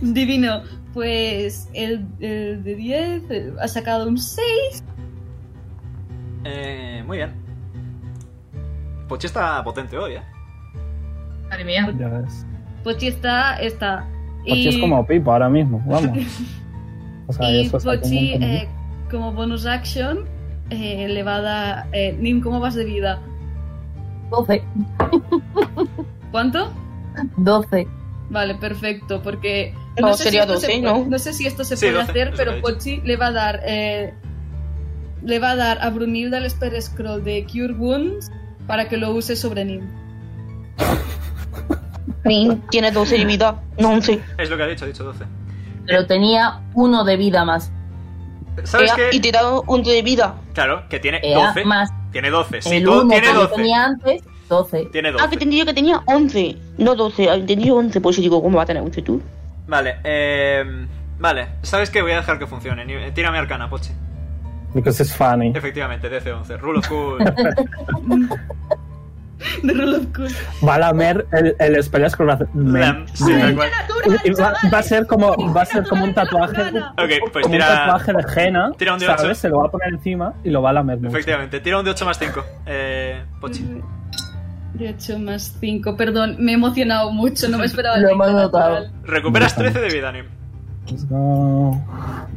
A: Divino. Pues el, el de 10 eh, ha sacado un 6.
E: Eh, muy bien. Pochi está potente hoy, eh.
D: Madre mía.
B: Ya ves.
A: Pochi está. está.
B: Pochi es como Pipo ahora mismo, vamos. O sea,
A: Y
B: eso está como un-
A: Pochi,
B: como un-
A: eh, como bonus action, eh, le va a dar. eh, Nim, ¿cómo vas de vida?
N: 12.
A: ¿Cuánto?
N: 12.
A: Vale, perfecto, porque.
H: No, sería
A: esto se
H: 12,
A: puede-
H: ¿no?
A: sé si esto se
H: Sí,
A: puede
H: 12,
A: hacer,
H: es lo que
A: pero
H: he
A: Pochi le va a dar. eh, le va a dar a Brunilda el Spell Scroll de Cure Wounds para que lo use sobre Nim.
H: Nin tiene 12 de vida. No, 11.
E: Es lo que ha dicho, ha dicho 12.
N: Pero tenía uno de vida más.
E: ¿Sabes
H: Ea,
E: qué?
H: ah, Y te he dado un de vida.
E: Claro, que
G: eh,
E: tiene
N: Era
G: ah,
E: 12.
N: Eh, más
E: Tiene 12. Sí,
N: el
E: todo-
N: uno
E: tiene
N: que
E: 12.
N: tenía antes, 12.
E: Tiene
H: Ah, que
E: 12.
H: entendí yo que tenía 11. No 12, he entendido 11. Por eso digo, ¿cómo va a tener 11 tú?
E: Vale, eh. Vale, ¿sabes qué? Voy a dejar que funcione. Ni- eh, Tírame arcana, Pochi.
B: Because it's funny.
E: Efectivamente, DC11. Rule of cool.
A: De Rule of Cool.
B: Va a lamer el, el espeleo que va a hacer-
E: Lem, sí,
B: Lem.
E: tal cual.
B: Y- y va, va a ser como va a ser como un tatuaje
E: Ok, pues
B: como un
E: tira.
B: tatuaje de henna
E: Tira un de ocho.
B: ¿sabes? se lo va a poner encima y lo va a lamer mucho.
E: Efectivamente, tira un de 8 más 5. Eh. Pochi.
A: De 8 más 5, perdón, me he emocionado mucho, no me esperaba el
N: Lo
A: 20
N: hemos
A: natural.
E: Recuperas 13 de vida, Nim.
B: Let's go.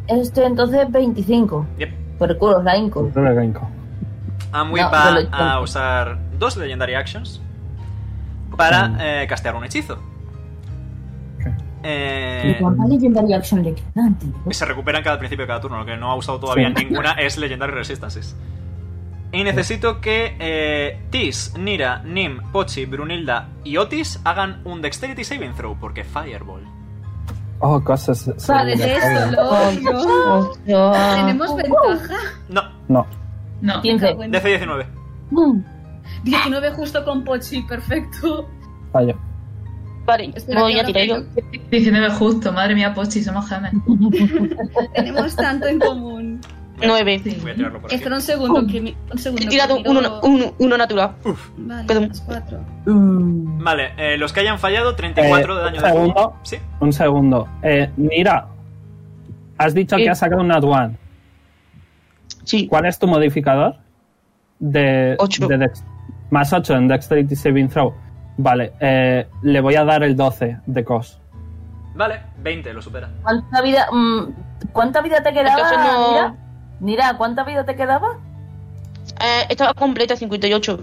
N: Este entonces 25.
E: Yep.
N: Por el culo, la inco.
B: Dale, Renko.
E: Amui
N: No,
E: va
N: de lo-
E: a usar dos
N: Mm.
E: Legendary Actions para eh, castear un hechizo. Eh,
N: ¿Y cuántas Legendary Action le quedan, tío?
E: se recuperan cada al principio de cada turno. Lo que no ha usado todavía
N: Sí.
E: ninguna es Legendary Resistances. Y necesito que eh, Tis, Nira, Nim, Pochi, Brunilda y Otis hagan un Dexterity Saving Throw porque Fireball.
B: Oh, cosas.
A: Sabes eso, lo odio.
H: Ah, Uh,
A: ¿Tenemos ventaja?
B: No.
D: No.
E: DC 19.
G: Mm,
A: 19 justo con Pochi, perfecto.
B: Vaya.
H: Vale,
A: Espera,
H: voy
A: que
H: a
A: ahora
H: tirar yo.
D: 19 justo, madre mía, Pochi, somos gemelos.
A: Tenemos tanto en común.
H: 9.
E: Voy a tirarlo por aquí.
A: Espera un segundo, que mi- un segundo.
H: Uh. He tirado
A: que
H: un uno,
A: miro-
H: un uno natural.
A: Vale,
H: Perdón.
A: más cuatro.
E: Vale, eh, los que hayan fallado, 34 de
B: Eh,
E: daño
B: un
E: de
B: segundo.
E: Sí.
B: Un segundo. Eh, mira, has dicho
H: Eh.
B: que has sacado un one.
H: Sí.
B: ¿Cuál es tu modificador? De, de dex- más 8 en Dexterity Saving Throw. Vale, eh, le voy a dar el 12 de cos.
E: Vale, 20 lo supera.
G: ¿Cuánta vida, mm, ¿cuánta vida te quedaba,
H: Entonces no-
G: Nira? Nira, ¿cuánta vida te quedaba?
H: Eh, estaba completa 58.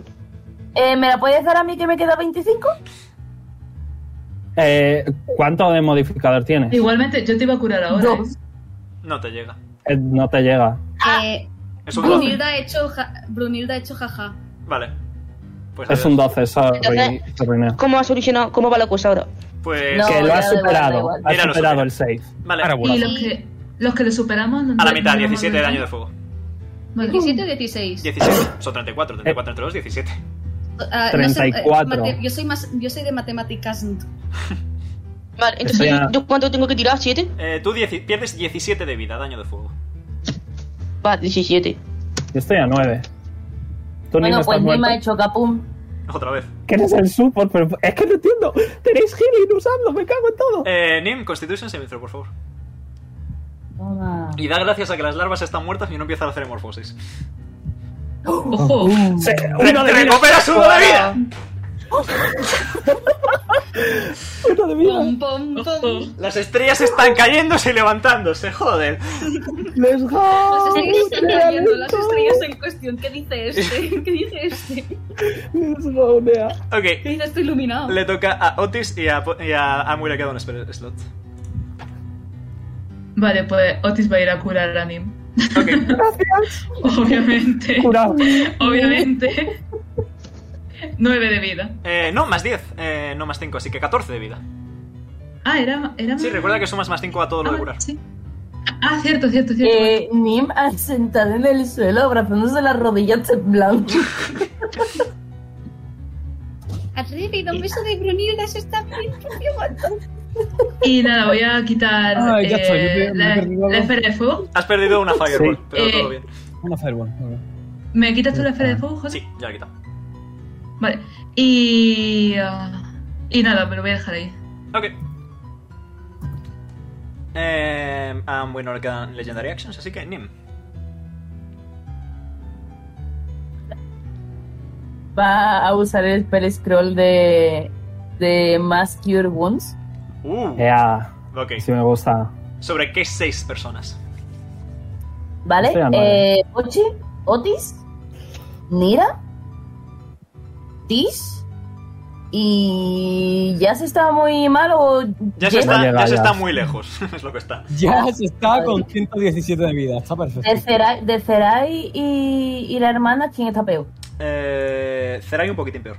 G: Eh, ¿Me la puedes dar a mí que me queda 25?
B: Eh, ¿Cuánto de modificador tienes?
D: Igualmente, yo te iba a curar ahora. ¿eh?
E: No te llega.
B: Eh, no te llega.
A: Eh,
E: Ah, Es un 12.
A: Brunilda ha hecho ja- Brunilda ha hecho jaja.
E: Vale. Pues,
B: es un 12, sorry,
H: Entonces,
B: sorry, no.
H: ¿Cómo ha solucionado? ¿Cómo va la cosa ahora?
E: pues
B: que lo has
H: ya da igual, da
B: superado.
H: igual.
B: Has
H: Mira, lo
B: superado el 6.
E: Vale.
D: Y los que, los que lo superamos.
E: a la mitad, 17 de daño de fuego.
A: 17 o 16.
E: 16. Son
B: Eh.
E: 34, 34 entre los 17.
A: Ah, no sé, eh,
E: 34.
A: mate- yo, soy más, yo soy de matemáticas.
H: Vale, entonces,
E: Espera.
H: ¿yo cuánto tengo que tirar? ¿7?
E: Eh, tú dieci- pierdes 17 de vida, daño de fuego.
H: Va, 17.
B: Yo estoy a 9. Tú ni
G: bueno,
B: me
G: pues
B: estás
G: Nima
B: muerto.
G: ha hecho capum.
E: Otra vez.
B: Que eres el support, pero es que no entiendo. Tenéis healing usando, me cago en todo.
E: Eh, Nim, Constitution Saving Throw, por favor. Y da gracias a que las larvas están muertas y no empiezan a hacer hemorfosis.
D: ¡Ojo!
B: Se-
E: ¡Uno de recuperas uno de vida!
B: ¡Uno de
A: vida! ¡Pum, pum, pum!
E: Las estrellas están cayéndose y levantándose, joder.
B: ¡Let's
A: Las
B: go!
A: estrellas están cayendo, las estrellas en cuestión. ¿Qué dice este? ¿Qué dice este?
B: ¡Let's go, Nea!
A: ¿Qué
E: Ok,
A: dice? Estoy iluminado.
E: le toca a Otis y a, Po- y a Amui le queda un spell slot.
D: Vale, pues Otis va a ir a curar a Nim. Obviamente.
B: Curado.
D: Obviamente. 9 de vida.
E: Eh, no, más 10, eh, no más 5, así que 14 de vida.
D: Ah, era, era
E: Sí,
D: más-
E: recuerda que sumas más 5 a todo lo de curar.
D: Ah, cierto, cierto, cierto.
G: Eh, Nim sentada en el suelo, abrazándose las rodillas temblando.
A: Has recibido un beso de Brunilda, eso está bien. qué bonito.
D: Y nada, voy a quitar
F: Ay, ya
D: eh,
F: estoy, me- me he
D: la,
F: perdido.
D: la esfera de fuego.
E: Has perdido una fireball,
F: Sí.
E: pero todo
D: Eh,
E: bien.
F: Una fireball. ok.
D: ¿Me quitas tú la esfera
F: Ah.
D: de fuego, José?
E: Sí, ya la he quitado.
D: Vale. Y. ah, y nada, me lo voy a dejar ahí.
E: Ok. Eh, ah, bueno, le quedan Legendary Actions, así que Nim.
G: Va a usar el spell scroll de, de Mass Cure Wounds.
E: Uh,
B: Ea.
E: Ok.
B: Si me gusta.
E: ¿Sobre qué seis personas?
G: ¿Vale?
B: Estoy a nueve.
G: Eh, Ochi, Otis, Nira, Tis. Y ya se está muy mal o
E: Ya se
G: Jet?
E: está, ya se está
F: ya.
E: muy lejos, es lo que está.
F: Ya se está con 117 de vida. Está perfecto.
G: de Zerai, de Zerai y, y la hermana, ¿quién está peor?
E: Eh, Zerai un poquitín peor.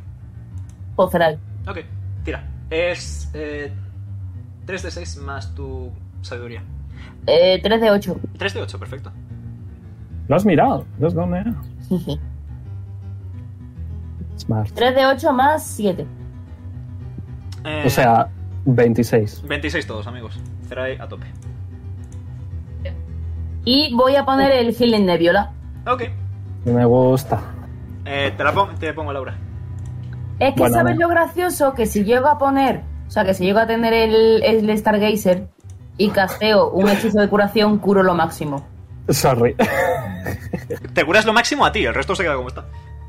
G: Pues Zerai.
E: Ok, tira. Es eh, 3 de 6 más tu sabiduría.
G: Eh, 3 de 8.
E: 3 de 8, perfecto.
B: Lo has eh. mirado. Let's go, Nea. Smart.
G: 3 de 8 más 7.
E: Eh,
B: O sea, 26.
E: 26 todos, amigos. Zerai a tope.
G: Y voy a poner el healing de Viola.
E: Ok.
B: Me gusta.
E: Eh, te, la pon- te pongo Laura.
G: Es que
B: Bueno,
G: sabes
B: bueno.
G: lo gracioso que si llego a poner, o sea, que si llego a tener el, el Stargazer y casteo un hechizo de curación, curo lo máximo.
B: Sorry.
E: Te curas lo máximo a ti, el resto se queda como está.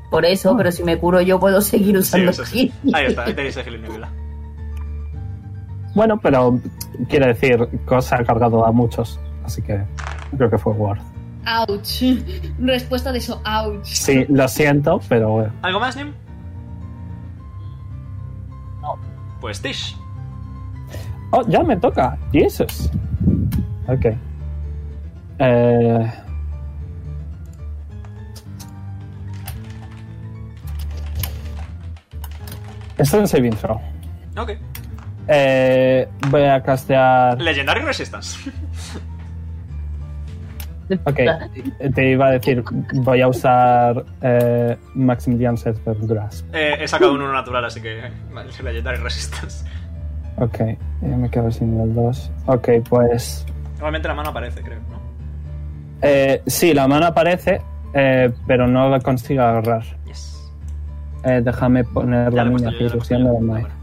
G: Por eso, pero si me curo yo puedo seguir
E: Sí,
G: usando
E: eso es.
G: healing.
E: Ahí está, este ahí tenéis el Healing Nebula.
B: Bueno, pero quiero decir, cosa ha cargado a muchos. Así que creo que fue worth.
A: Ouch. Respuesta de eso, ouch.
B: Sí, lo siento, pero eh, bueno.
E: ¿Algo más, Nim? No. Pues Tish.
B: Oh, ya me toca. Jesus. Ok. Eh, Esto es un saving throw.
E: Ok.
B: Eh, voy a castear.
E: Legendary Resistance.
B: Ok, te iba a decir, voy a usar eh, Maximilian Server Grasp.
E: Eh, he sacado un uno natural, así que. Vale, Legendary Resistance.
B: Ok, eh, me quedo sin nivel 2. Ok, pues.
E: Igualmente la mano aparece, creo, ¿no?
B: eh, sí, la mano aparece, eh, pero no la consigo agarrar.
E: Yes.
B: Eh, déjame poner
E: Ya
B: la
E: le he puesto
B: mía, que
E: yo, ya le he puesto
B: ilusión
E: yo.
B: never mind.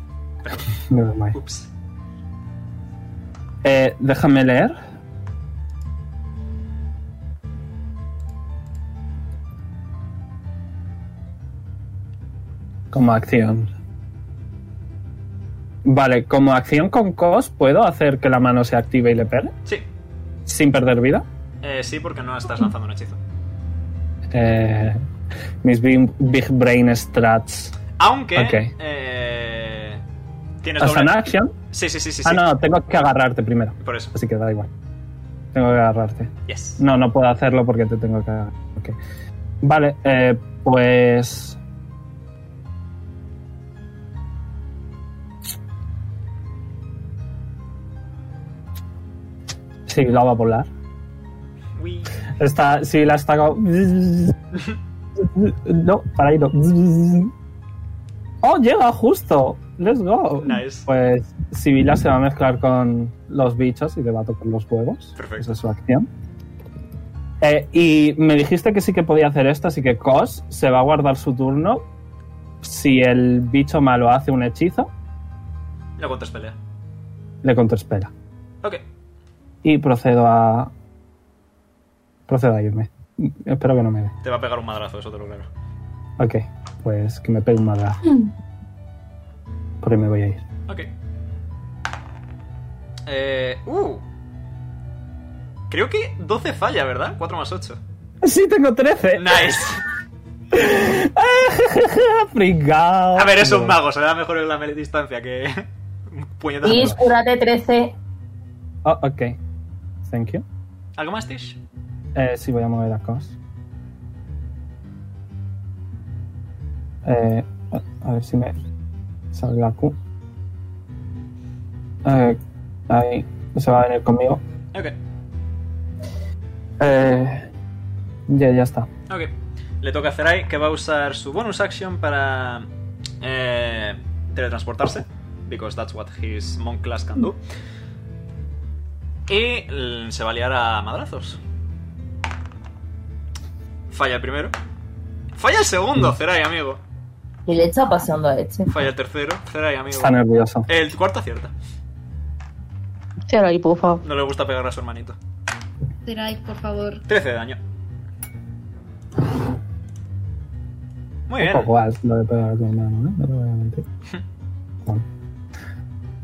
E: Pero-
B: Never mind.
E: Ups.
B: Eh, déjame leer. Como acción. Vale, como acción con cos, ¿puedo hacer que la mano se active y le pegue?
E: Sí.
B: Sin perder vida.
E: Eh, sí, porque no estás lanzando un hechizo.
B: Eh, mis big, big brain strats.
E: Aunque.
B: Ok.
E: Eh, tienes
B: ¿Hasta
E: doble-
B: una acción?
E: Sí, sí, sí, sí.
B: ah,
E: sí.
B: no, tengo que agarrarte primero.
E: Por eso.
B: Así que da igual. Tengo que agarrarte.
E: Yes.
B: No, no puedo hacerlo porque te tengo que agarrar. Ok. Vale, eh, pues. Sí, la va a volar.
E: Uy.
B: Está, sí, la está como... No, para ahí no. Oh, llega justo. Let's go.
E: Nice.
B: Pues Sibila se va a mezclar con los bichos y le va a tocar los huevos.
E: Perfecto.
B: Esa es su acción. Eh, y me dijiste que sí que podía hacer esto, así que Cos se va a guardar su turno si el bicho malo hace un hechizo,
E: Lo contas pelea.
B: le contraespera.
E: Ok.
B: Y procedo a... Procedo a irme. Espero que no me dé.
E: Te va a pegar un madrazo, eso te lo claro.
B: Ok, pues que me pegue un madrazo. Porque me voy a ir.
E: Ok. Eh. Uh. Creo que 12 falla, ¿verdad? 4 más 8.
B: Sí, tengo 13.
E: Eh, Nice.
B: Fregado.
E: A ver,
B: Oh,
E: es un mago, se le da mejor en la melee distancia que. un puñetazo.
N: Y curate 13.
B: Oh, ok. Thank you.
E: ¿Algo más, Tish?
B: Eh, sí, voy a mover a Cos. Eh, a ver si me sale la Q. Eh, ahí. Se va a venir conmigo.
E: Ok.
B: Eh, ya, ya está.
E: Ok. Le toca a Zerai que va a usar su bonus action para eh, teletransportarse. Because that's what his monk class can do. Y mm, se va a liar a madrazos. Falla el primero. Falla el segundo,
B: Mm.
E: Zerai, amigo.
N: ¿Qué le está pasando a este?
E: Falla el tercero, Zerai, amigo.
B: Está nervioso.
E: El cuarto acierta.
H: Cierra ahí, por favor.
E: No le gusta pegar a su hermanito.
A: Zerai, por favor.
E: 13 de daño. Muy
B: un
E: bien.
B: poco alto lo de pegar con mano, ¿eh? No te voy a mentir.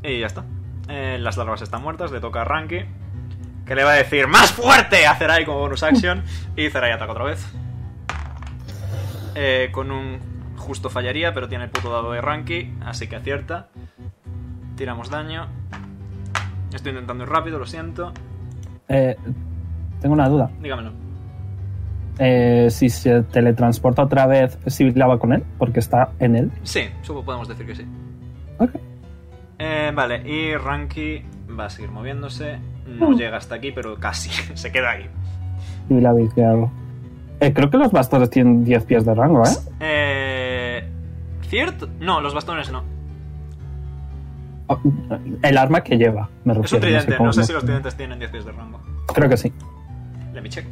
E: Y ya está. Eh, las larvas están muertas, le toca a Ranky. Que le va a decir ¡Más fuerte! a Zerai como bonus action. Y Zerai ataca otra vez. Eh, con un justo fallaría, pero tiene el puto dado de Ranky, así que acierta. Tiramos daño. Estoy intentando ir rápido, lo siento.
B: Eh, tengo una duda.
E: Dígamelo.
B: Eh, si se teletransporta otra vez, Sibila va con él, porque está en él.
E: Sí, supongo podemos decir que sí.
B: Ok.
E: Eh, vale, y Ranky va a seguir moviéndose. No llega hasta aquí, pero casi. Se queda ahí.
B: Sibila ve que hago. Eh, creo que los bastardos tienen 10 pies de rango, ¿eh?
E: Eh, ¿Cierto? No, los bastones no.
B: O- El arma que lleva, me
E: Es un
B: refiero.
E: tridente,
B: cómo
E: no sé
B: lo-
E: si los tridentes tienen 10 pies de rango.
B: Creo que sí.
E: Let me check.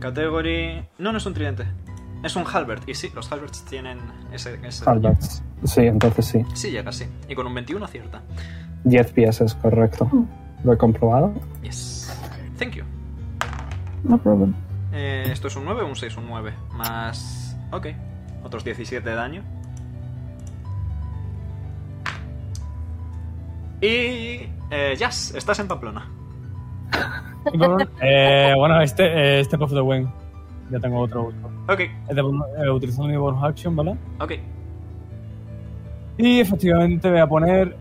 E: Category. No, no es un tridente. Es un halberd. Y sí, los halberds tienen ese. ese
B: Tal vez. Sí, entonces sí.
E: Sí, llega, sí. Y con un 21 acierta.
B: 10 pies es correcto. Lo he comprobado.
E: Yes. Thank you.
B: No problem.
E: Eh, esto es un 9, un 6, un 9. Más. Ok. Otros 17 de daño. Y. Eh, Jazz, estás en Pamplona.
C: Eh, bueno, este, eh, Step of the Wind. Ya tengo otro uso.
E: Ok,
C: Eh, de- eh, utilizando mi bonus action, ¿vale?
E: ok.
C: Y efectivamente voy a poner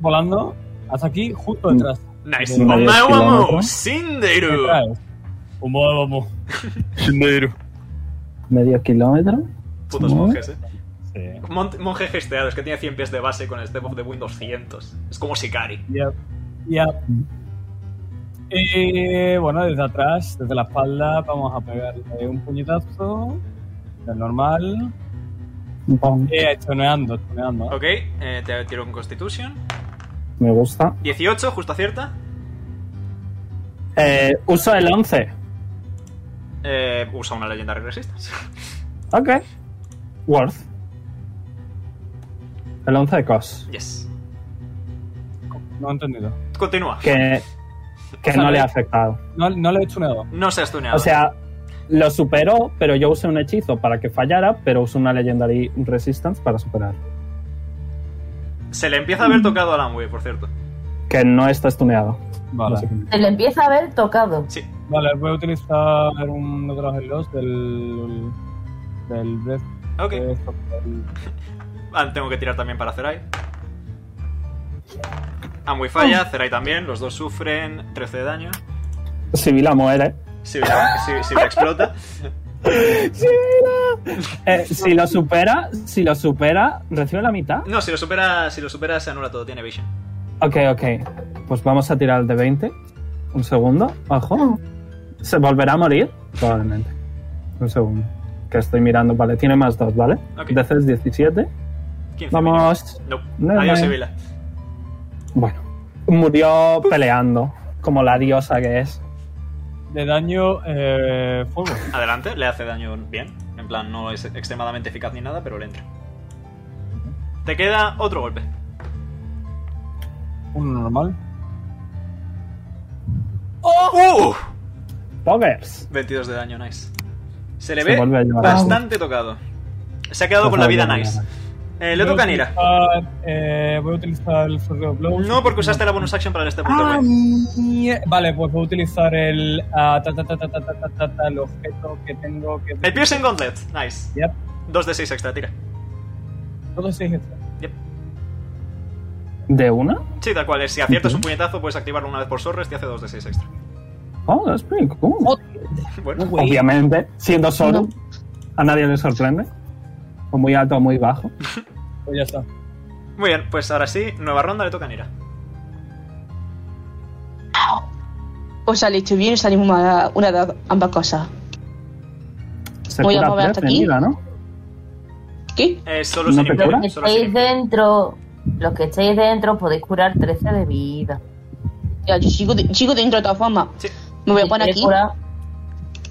C: volando hasta aquí, justo detrás.
E: Nice.
C: De-
E: Omawamu, Sindeiru.
C: Detrás. Omawamu.
P: Shinderu.
B: ¿Medio kilómetro?
E: Putos
B: ¿No?
E: monjes, eh. Mon- monje gesteado, es que tiene 100 pies de base con el step of the wind 200. Es como Sicari.
C: Ya. Ya. Y Eh, bueno, desde atrás, desde la espalda, vamos a pegarle un puñetazo. El normal. Eh, choneando, choneando.
E: Ok, eh, te tiro un Constitution.
B: Me gusta.
E: 18, justo acierta.
B: Eh, uso el 11.
E: Eh, usa una leyenda regresistas.
B: Ok. Worth. El 11 de cos.
E: Yes.
C: No he entendido.
E: Continúa.
B: Que, que
C: O sea,
B: no le
C: le-
B: ha afectado.
C: No, no le he chuneado.
E: No se ha stuneado.
B: O sea, lo superó, pero yo usé un hechizo para que fallara, pero usé una Legendary Resistance para superar.
E: Se le empieza a haber tocado a Lanway, por cierto.
B: Que no está stuneado.
C: Vale.
G: Se le empieza a ver tocado.
E: Sí.
C: Vale, voy a utilizar uno de los helos del. del Breath.
E: Ok.
C: Breath of-
E: Ah, tengo que tirar también para Zerai. Amway falla, Zerai también, los dos sufren 13 de daño.
B: Sibila muere.
E: Si si- si la explota.
B: Eh, si lo supera, si lo supera, recibe la mitad.
E: No, si lo supera, si lo supera se anula todo, tiene vision.
B: Ok, ok. Pues vamos a tirar el de 20. Un segundo. Ojo. ¿Se volverá a morir? Probablemente. Un segundo. Que estoy mirando. Vale, tiene más dos, ¿vale?
E: Ok.
B: DC es 17.
E: 15
B: Vamos.
E: No.
B: Never
E: Adiós,
B: mind.
E: Sibila.
B: Bueno. Murió peleando. Como la diosa que es.
C: de daño eh, fuego.
E: Adelante, le hace daño bien. En plan, no es extremadamente eficaz ni nada, pero le entra. Te queda otro golpe.
C: Uno normal.
E: ¡Oh!
B: Poggers.
E: 22 de daño, nice. Se le
B: Se vuelve a
E: ve
B: llevar.
E: bastante tocado. Se ha quedado
B: Se
E: con la vida
B: vuelve a este.
E: nice. Eh, le
C: Voy a
E: toca a Nira.
C: utilizar, eh, voy a utilizar el Flurry of Blows.
E: No, porque usaste la bonus action para este punto.
C: Ah,
E: güey.
C: mie- Vale, pues voy a utilizar el. ah, ta, ta, ta, ta, ta, ta, ta, ta, el objeto que tengo que.
E: El piercing gauntlet, nice.
C: Yep.
E: 2 de 6 extra, tira.
C: Todo seis extra.
B: ¿De una?
E: Sí, tal cual es. Si aciertas un puñetazo, puedes activarlo una vez por sorres y hace 2 de 6 extra.
B: Oh, es pretty cool.
E: Bueno,
B: Obviamente, siendo solo, a nadie le sorprende. O muy alto o muy bajo.
C: Pues ya está.
E: Muy bien, pues ahora sí, nueva ronda le toca a Nira.
H: O sale hecho bien, salimos una, una de ambas cosas.
B: Se
H: Voy a
B: cura
H: mover hasta
B: Fred,
H: aquí.
B: mira, ¿no?
G: ¿Qué?
E: Eh, solo
G: Los
E: sin
G: que
E: impacto. Solo sin
G: estéis dentro, los que estéis dentro podéis curar 13 de vida.
H: Ya, yo sigo, de- sigo dentro de todas formas. Me voy a poner aquí.
E: impacto.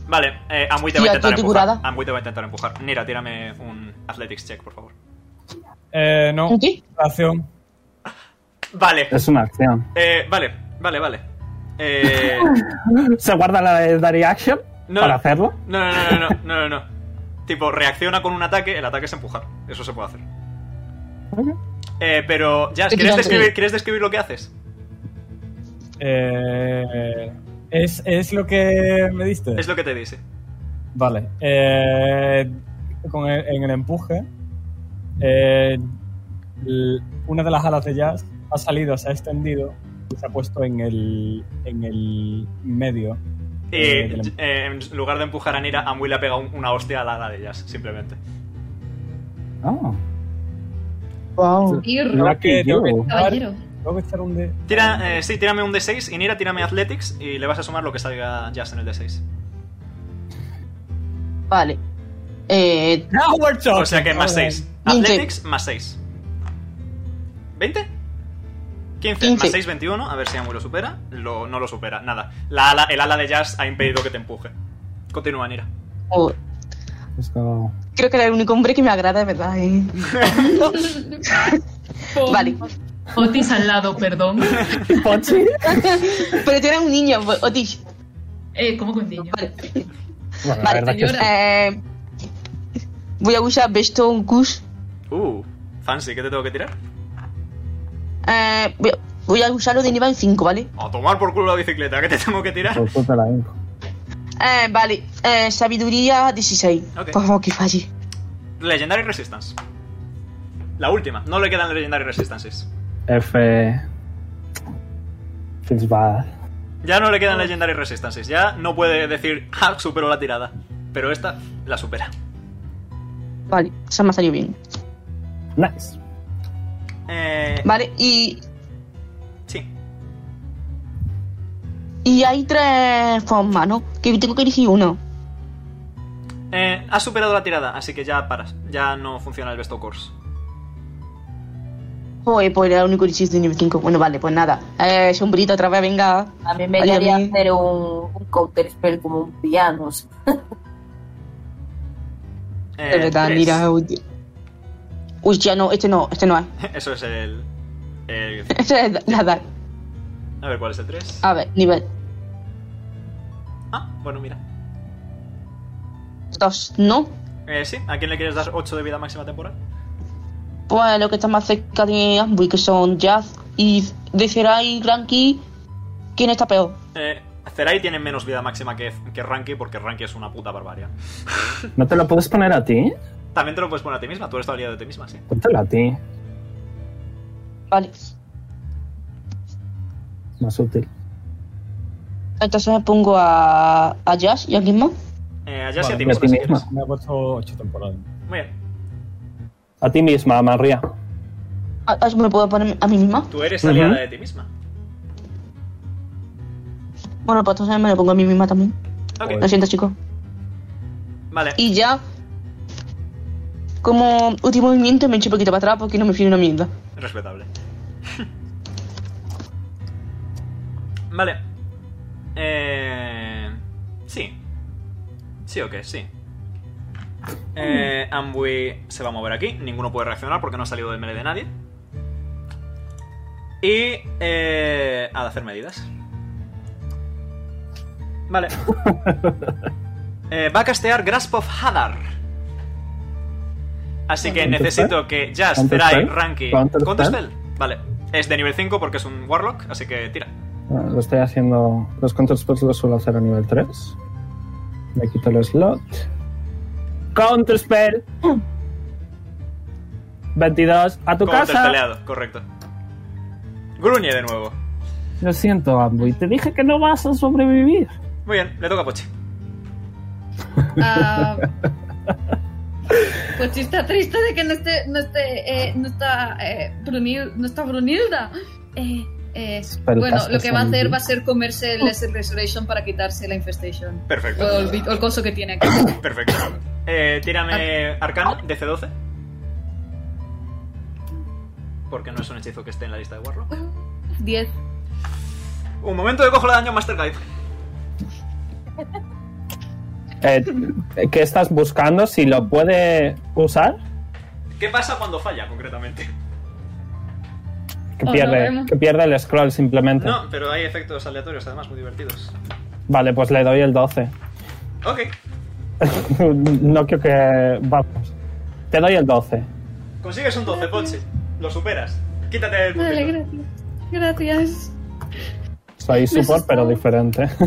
E: Vale, eh, Amui te va a
H: Tira,
E: intentar
H: estoy
E: empujar.
H: curada.
E: Amui te va a intentar empujar. Nira, tírame un athletics check, por favor.
C: Eh, no. Acción.
E: Vale,
B: Es una acción.
E: eh, vale, vale, vale. Eh,
B: ¿Se guarda la Legendary Action
E: No.
B: para hacerlo?
E: no, no, no, no, no, no, no, no. Tipo, reacciona con un ataque, el ataque es empujar. Eso se puede hacer. Eh, pero, Jazz,
C: Estoy
E: ¿quieres
C: tirando.
E: describir, ¿quieres describir lo que haces?
C: Eh, es, es lo que me diste.
E: Es lo que te dice.
C: Vale. eh, con el- en el empuje, eh, l- una de las alas de jazz ha salido, se ha extendido y se ha puesto en el, en el medio.
E: Eh,
C: eh, del empuje.
E: eh, en lugar de empujar a Nira, Amui le ha pegado un- una hostia a la ala de Jazz, simplemente.
C: Tengo
H: Wow.
C: que- tengo que echar-
A: Caballero.
C: tengo que echar un de-
E: Tira, eh, sí, tírame un D6 y Nira, tírame Athletics y le vas a sumar lo que salga Jazz en el D6.
H: Vale. Eh,
E: O sea que más 6.
H: Quince.
E: Athletics más 6. ¿20? 15, más 6, 21. A ver si Amu lo supera. Lo- no lo supera, nada. La ala, el ala de Jazz ha impedido que te empuje. Continúa, Nira.
H: oh, Creo que era el único hombre que me agrada, de verdad. eh. vale.
D: Otis al lado, perdón.
H: Pero tú eres un niño, Otis.
D: Eh, ¿cómo que un niño?
H: Vale.
B: Bueno,
H: Vale, eh, voy a usar Beston Kush.
E: Uh, Fancy, ¿qué te tengo que tirar?
H: Eh, voy, a- voy a usarlo de nivel 5, ¿vale?
E: A tomar por culo la bicicleta, ¿qué te tengo que tirar?
H: Eh, vale. Eh, sabiduría 16.
E: Ok.
H: Por favor, que falle.
E: Legendary Resistance. La última. No le quedan Legendary Resistances.
B: F. Feels bad.
E: Ya no le quedan Legendary Resistances. Ya no puede decir, ah, superó la tirada. Pero esta la supera.
H: Vale, se me ha salido bien.
B: Nice.
E: Eh,
H: Vale, y.
E: Sí.
H: Y hay tres formas, ¿no? Que tengo que elegir uno.
E: eh, ha superado la tirada, así que ya paras. Ya no funciona el Best of Course.
H: Joder, pues era el único hechizo de nivel 5. Bueno, vale, pues nada. Eh, sombrito otra vez, venga.
G: A mí me
H: Vale,
G: quería
H: a mí-
G: hacer un, un counter spell como un piano. o sea.
E: Eh,
H: De verdad,
E: tres.
H: mira. Uy, tío. Uy, ya no, este no, este no es.
E: Eso es el, el-
H: Este es nada.
E: A ver, ¿cuál es el 3?
H: A ver, nivel
E: Ah, bueno, mira.
H: 2, ¿no?
E: Eh, sí, ¿a quién le quieres dar 8 de vida máxima temporal?
H: Pues lo que está más cerca de Ambuy, que son Jazz y de Zerai y Granky. ¿Quién está peor?
E: Eh, Zerai tiene menos vida máxima que, que Ranky porque Ranky es una puta barbaria.
B: ¿No te lo puedes poner a ti?
E: También te lo puedes poner a ti misma, tú eres la habilidad de ti misma, sí.
B: Póntelo a ti.
H: Vale.
B: Más útil.
H: Entonces me pongo a, a Jazz y a quién más.
E: Eh, allá sí a ti
B: Vale,
E: misma, si quieres.
B: misma.
C: Me ha puesto 8 temporadas.
E: Muy bien.
B: A ti misma, María.
H: ¿A, a- ¿Me puedo poner a mí misma?
E: Tú eres la aliada
B: Ujú.
E: de ti misma.
H: Bueno, pues entonces me lo pongo a mí misma también.
E: Ok.
H: Lo siento, chicos.
E: Vale.
H: Y ya, como último movimiento, me echo un poquito para atrás porque no me fío una mierda.
E: Respetable. vale. Eh, sí. Sí o qué, sí. Eh, Ambui se va a mover aquí. Ninguno puede reaccionar porque no ha salido del melee de nadie. Y eh, ha de hacer medidas. Vale. Eh, va a castear Grasp of Hadar. Así que
B: ¿Counterspell?
E: necesito que Jazz,
B: ¿Counterspell?
E: Zerai, Ranky.
B: ¿Counterspell?
E: ¿Counterspell? Vale. Es de nivel 5 porque es un Warlock, así que tira.
B: Ah, Lo estoy haciendo. Los counter spells los suelo hacer a nivel 3. Me quito el slot. Counter spell. 22. A tu casa.
E: Counterspeleado, correcto. Gruñe de nuevo.
B: Lo siento, Ambuy. Te dije que no vas a sobrevivir.
E: Muy bien, le toca a Pochi.
A: Ah, pues sí está triste de que no esté, no esté, eh, no está, eh, Brunil- no está Brunilda. Eh, eh,
B: Pero
A: bueno,
B: cascas
A: lo que va a
B: son-
A: hacer va a ser comerse el Lesser Restoration para quitarse la Infestation.
E: Perfecto.
A: O el, bit- o el coso que tiene aquí.
E: Perfecto. Eh, tírame Arcana de C12. Porque no es un hechizo que esté en la lista de Warlock.
A: 10.
E: Un momento que cojo la daño Master Guide.
B: Eh, ¿Qué estás buscando? Si lo puede usar,
E: ¿Qué pasa cuando falla, concretamente?
B: que
E: Oh, no,
B: pierde,
E: vemos.
B: que pierde el scroll simplemente.
E: No, pero hay efectos aleatorios, además, muy divertidos.
B: Vale, pues le doy el 12.
E: Ok,
B: no creo que. Vamos. Te doy el 12.
E: consigues un 12, Pochi. Lo superas. Quítate el
A: Vale,
E: puntito.
A: gracias. Gracias.
B: Soy support, pero diferente.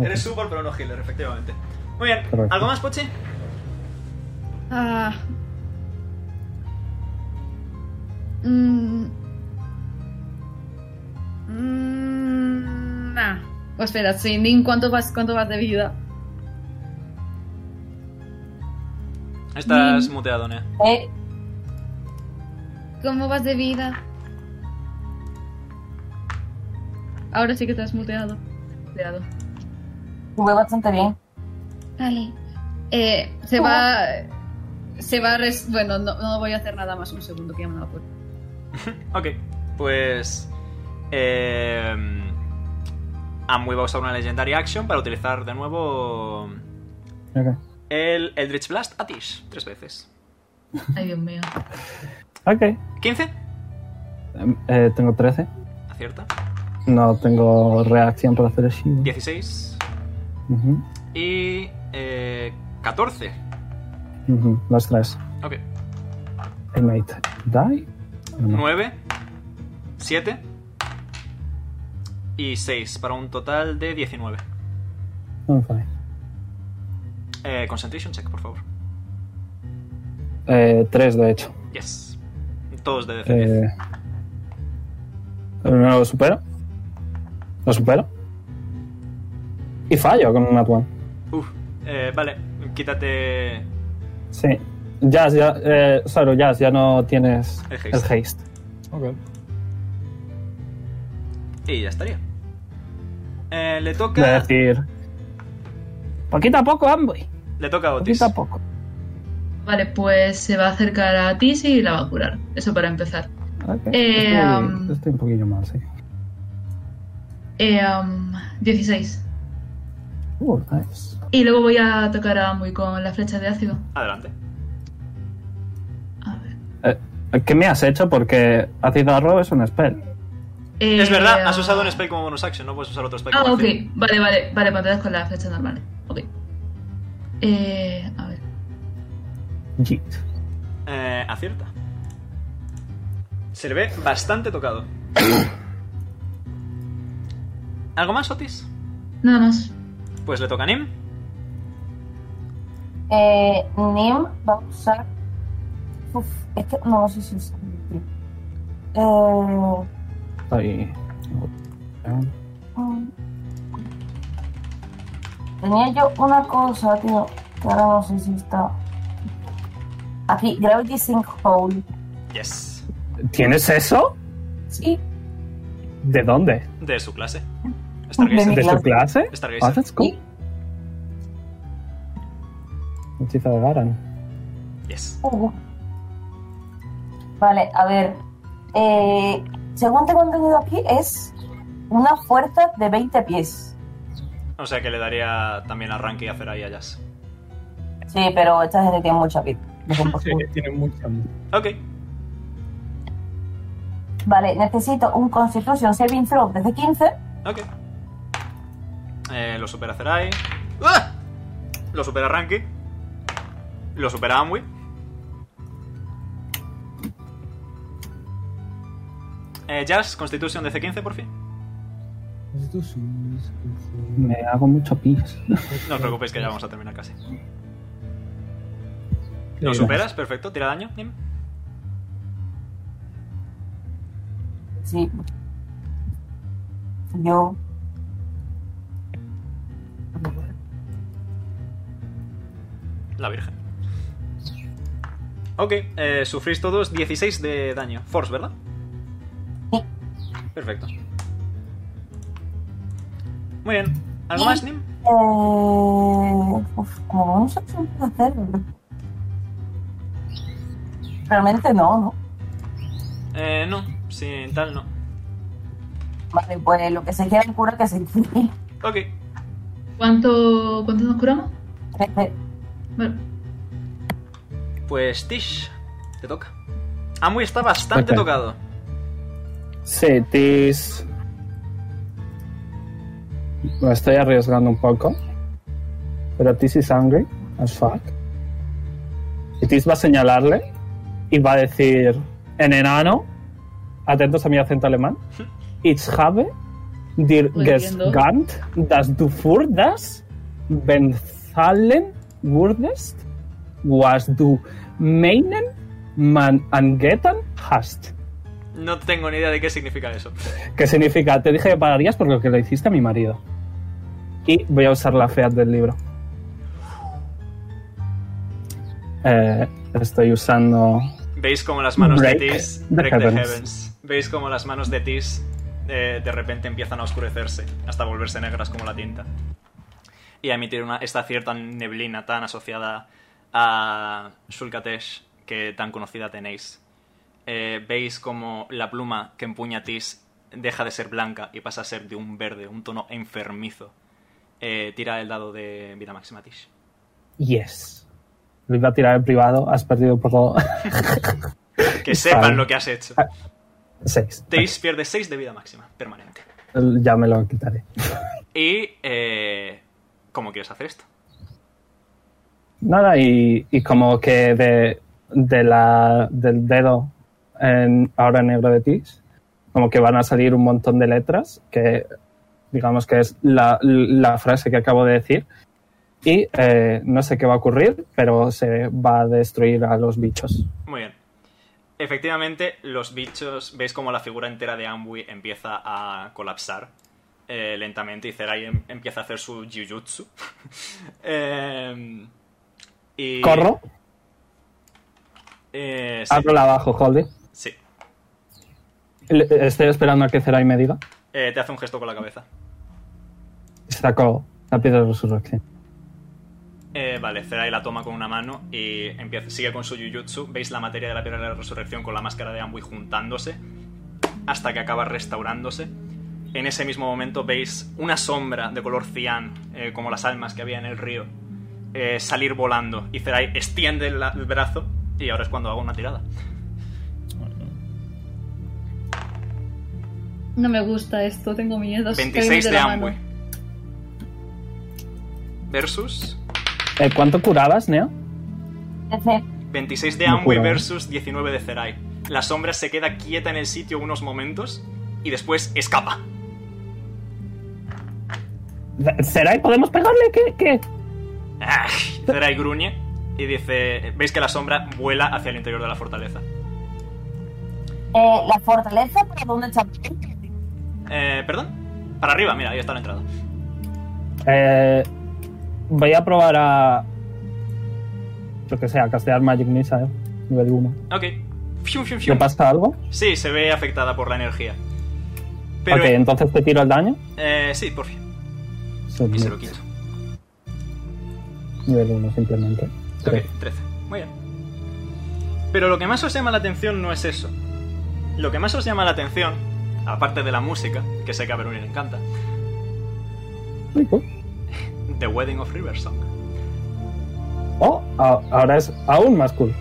E: Eres support, pero no healer, efectivamente. Muy bien,
B: Correcto.
E: ¿algo más, Pochi?
A: Ah. Mm. Mm, nah. Pues espera, Sindin, ¿cuánto vas, ¿cuánto vas de vida?
E: Estás muteado, Nea.
G: Eh,
A: ¿Cómo vas de vida? Ahora sí que te has muteado. Muteado.
Q: Jugué bastante bien.
A: Vale. Eh, se va. Se va a. res- Bueno, no, no voy a hacer nada más. Un segundo que llaman a la puerta.
E: Ok, pues. Eh, Amway va a usar una Legendary Action para utilizar de nuevo.
B: Ok.
E: El Eldritch Blast a Tish, tres veces.
D: Ay, Dios mío.
B: Ok.
E: ¿15?
B: Eh, tengo 13.
E: Acierta.
B: No tengo reacción para hacer shield.
E: 16.
B: Ujú,
E: Y. Eh, 14.
B: ujú, Los tres.
E: Ok.
B: Hey, mate. Die.
E: 9. 7. Y 6, para un total de 19.
B: I'm fine.
E: Eh, concentration check, por favor.
B: Eh, tres, de hecho.
E: Yes. Todos de DC.
B: Eh, no lo supero. Lo supero. Y fallo con un nat one.
E: Uf. Eh, vale, quítate
B: Sí. Jazz, ya, eh, Saru, Jazz, ya no tienes
E: El haste.
B: el haste.
E: y ya estaría. Eh, le
B: Voy a
E: toca.
B: decir. Poquito a poco, Amboy.
E: Le toca a Otis.
B: Poquito a poco.
D: Vale, pues se va a acercar a Tis y la va a curar. Eso para empezar.
B: Ok.
D: Eh,
B: estoy,
D: um,
B: estoy un poquillo mal, sí.
D: Eh, am, 16.
B: Uh, nice.
D: Y luego voy a tocar a Amway con las flechas de ácido.
E: Adelante.
B: Eh, ¿Qué me has hecho? Porque ácido arrow es un spell.
E: es verdad,
D: Eh,
E: has usado un spell como bonus action, no puedes usar otro spell
D: Ah,
E: como
D: ok.
E: acción.
D: Vale, vale, vale, pantallas con las flechas normales. Ok. Eh, a ver.
B: Jeet.
E: Eh, acierta. Se le ve bastante tocado. ¿Algo más, Otis?
D: Nada más.
E: Pues le toca a Nim.
G: Eh, Nim va a usar. Uf, es que no, sé si usa. Eh,
B: Estoy.
G: mm. tenía yo una cosa, tío, que ahora no sé si está. Aquí, Gravity Sinkhole.
E: Yes.
B: ¿Tienes eso?
G: Sí.
B: ¿De dónde?
E: De su clase.
B: ¿De tu clase?
E: Stargazer.
B: Ah, that's cool. Hechizo de Garan.
E: Yes.
G: Hugo. uh, Vale, a ver. Eh, según tengo entendido aquí, es una fuerza de 20 pies.
E: O sea que le daría también arranque y hacer ahí a Jazz.
G: Sí, pero esta gente tiene mucha piel.
C: tiene mucha.
E: Ok.
G: Vale, necesito un Constitution Saving Throw desde 15.
E: Ok. Eh, lo supera Zerai. ¡Ah! Lo supera Ranky. Lo supera Amwi. Eh, Jazz, Constitution de C15 por fin.
B: Me hago mucho pis.
E: No os preocupéis que ya vamos a terminar casi. Lo superas, perfecto. Tira daño, Nim.
G: Sí. Yo.
E: La Virgen. Ok, eh, sufrís todos 16 de daño. Force, ¿verdad? Perfecto. Muy bien. ¿Algo más, Nim?
G: Eh, uf, como vamos a hacer. Realmente no, ¿no?
E: Eh, no. Sin tal, no.
G: Vale, pues lo que se quiera el cura que se cure.
E: Ok.
D: ¿Cuánto, cuánto nos curamos? Vale.
E: Pues Tish, te toca. Amui está bastante
B: Ok.
E: tocado.
B: Sí, Tis. Me estoy arriesgando un poco. Pero Tis is angry as fuck. Y Tis va a señalarle y va a decir en enano, atentos a mi acento alemán, Ich habe dir
R: Lo entiendo.
B: gescannt, dass du für das bezahlen würdest, was du meinen man angetan hast.
E: No tengo ni idea de qué significa eso.
B: ¿Qué significa? Te dije que pagarías por lo que le hiciste a mi marido. Y voy a usar la feat del libro. Eh, estoy usando.
E: ¿Veis como las manos de
B: Break
E: Tis...
B: the
E: Break the
B: heavens.
E: heavens. ¿Veis como las manos de Tis eh, de repente empiezan a oscurecerse hasta volverse negras como la tinta? Y a emitir una, esta cierta neblina tan asociada a Sulcatesh que tan conocida tenéis. Eh, Veis como la pluma que empuña Tis deja de ser blanca y pasa a ser de un verde, un tono enfermizo. Eh, tira el dado de vida máxima, Tish.
B: Yes. Lo iba a tirar en privado, has perdido por todo.
E: Que sepan lo que has hecho.
B: Ah. Seis.
E: Tis pierde 6 de vida máxima, permanente.
B: Ya me lo quitaré.
E: Y, eh, ¿cómo quieres hacer esto?
B: Nada, y, y como que de, de la, del dedo en, ahora negro de Tis, como que van a salir un montón de letras, que digamos que es la, la frase que acabo de decir, y eh, no sé qué va a ocurrir, pero se va a destruir a los bichos.
E: Muy bien. Efectivamente, los bichos, veis como la figura entera de Ambui empieza a colapsar eh, lentamente y Zerai em- empieza a hacer su jujutsu. Em, y-
S: ¿Corro?
E: Eh, sí.
S: Abro la abajo, Holly.
E: Sí.
S: Le- Estoy esperando a que Zerai me diga.
E: Eh, te hace un gesto con la cabeza.
S: Saco la piedra de resurrección.
E: Eh, vale, Zerai la toma con una mano y empieza, sigue con su Jujutsu. Veis la materia de la piedra de la resurrección con la máscara de Ambui juntándose hasta que acaba restaurándose. En ese mismo momento veis una sombra de color cian, eh, como las almas que había en el río, eh, salir volando. Y Zerai extiende la- el brazo y ahora es cuando hago una tirada.
A: No me gusta esto, tengo miedo.
E: 26 de
A: Ambue.
E: Ambui. Versus
S: Eh, ¿Cuánto curabas, Neo?
E: 26 de
S: No
E: Amway
S: juro.
E: versus 19 de Zerai. La sombra se queda quieta en el sitio unos momentos y después escapa.
S: ¿Zerai, podemos pegarle? ¿Qué? ¿Qué?
E: Ah, Zerai gruñe y dice, veis que la sombra vuela hacia el interior de la fortaleza.
G: Eh, la fortaleza, ¿por dónde está?
E: Eh, ¿Perdón? Para arriba, mira, ahí está la entrada.
S: Eh, voy a probar a. Lo que sea, castear Magic Missile, ¿eh? nivel 1.
E: Ok. Fium, fium,
S: ¿Le
E: fium.
S: pasa algo?
E: Sí, se ve afectada por la energía. Pero...
S: ok, entonces te tiro el daño.
E: eh, sí, por fin. Y se lo quito.
S: Nivel 1, simplemente. Tres.
E: 13. Muy bien. Pero lo que más os llama la atención no es eso. Lo que más os llama la atención, aparte de la música, que sé que a Veroni le encanta, The Wedding of Riversong,
S: Oh, a- ahora es aún más cool.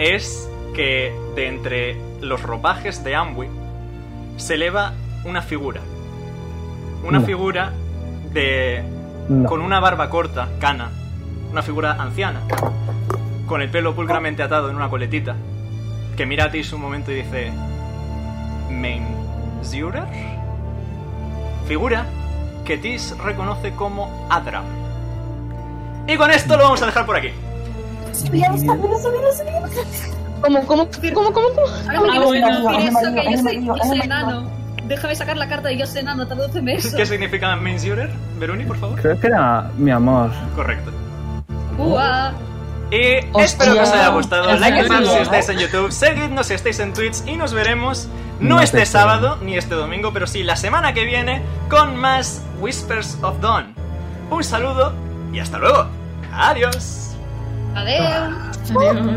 E: es que de entre los ropajes de Amwi se eleva una figura. Una
S: No.
E: figura de.
S: No.
E: con una barba corta, cana. Una figura anciana. Con el pelo pulcramente atado en una coletita. Que mira a ti un momento y dice. Menzürer? Figura que Tis reconoce como Adram. Y con esto lo vamos a dejar por aquí.
H: ¿Cómo, cómo, cómo, cómo?
A: Ahora me
H: Ah,
A: tienes
H: bueno,
A: que decir
H: es
A: eso,
H: amarillo,
A: que yo soy,
H: es amarillo,
A: yo
H: es
A: soy
H: amarillo.
A: enano. Déjame sacar la carta de yo soy enano, tradúceme eso.
E: ¿Qué significa Menzürer? Veroni, por favor.
S: Creo que era mi amor.
E: Correcto.
A: Uah.
E: Y
S: Hostia.
E: espero que os haya gustado.
S: ¿En
E: Like
S: serio?
E: si estáis en YouTube, seguidnos si estáis en Twitch y nos veremos no,
S: No te
E: este
S: creo.
E: sábado ni este domingo, pero sí la semana que viene con más Whispers of Dawn. Un saludo y hasta luego. Adiós.
A: Adeu.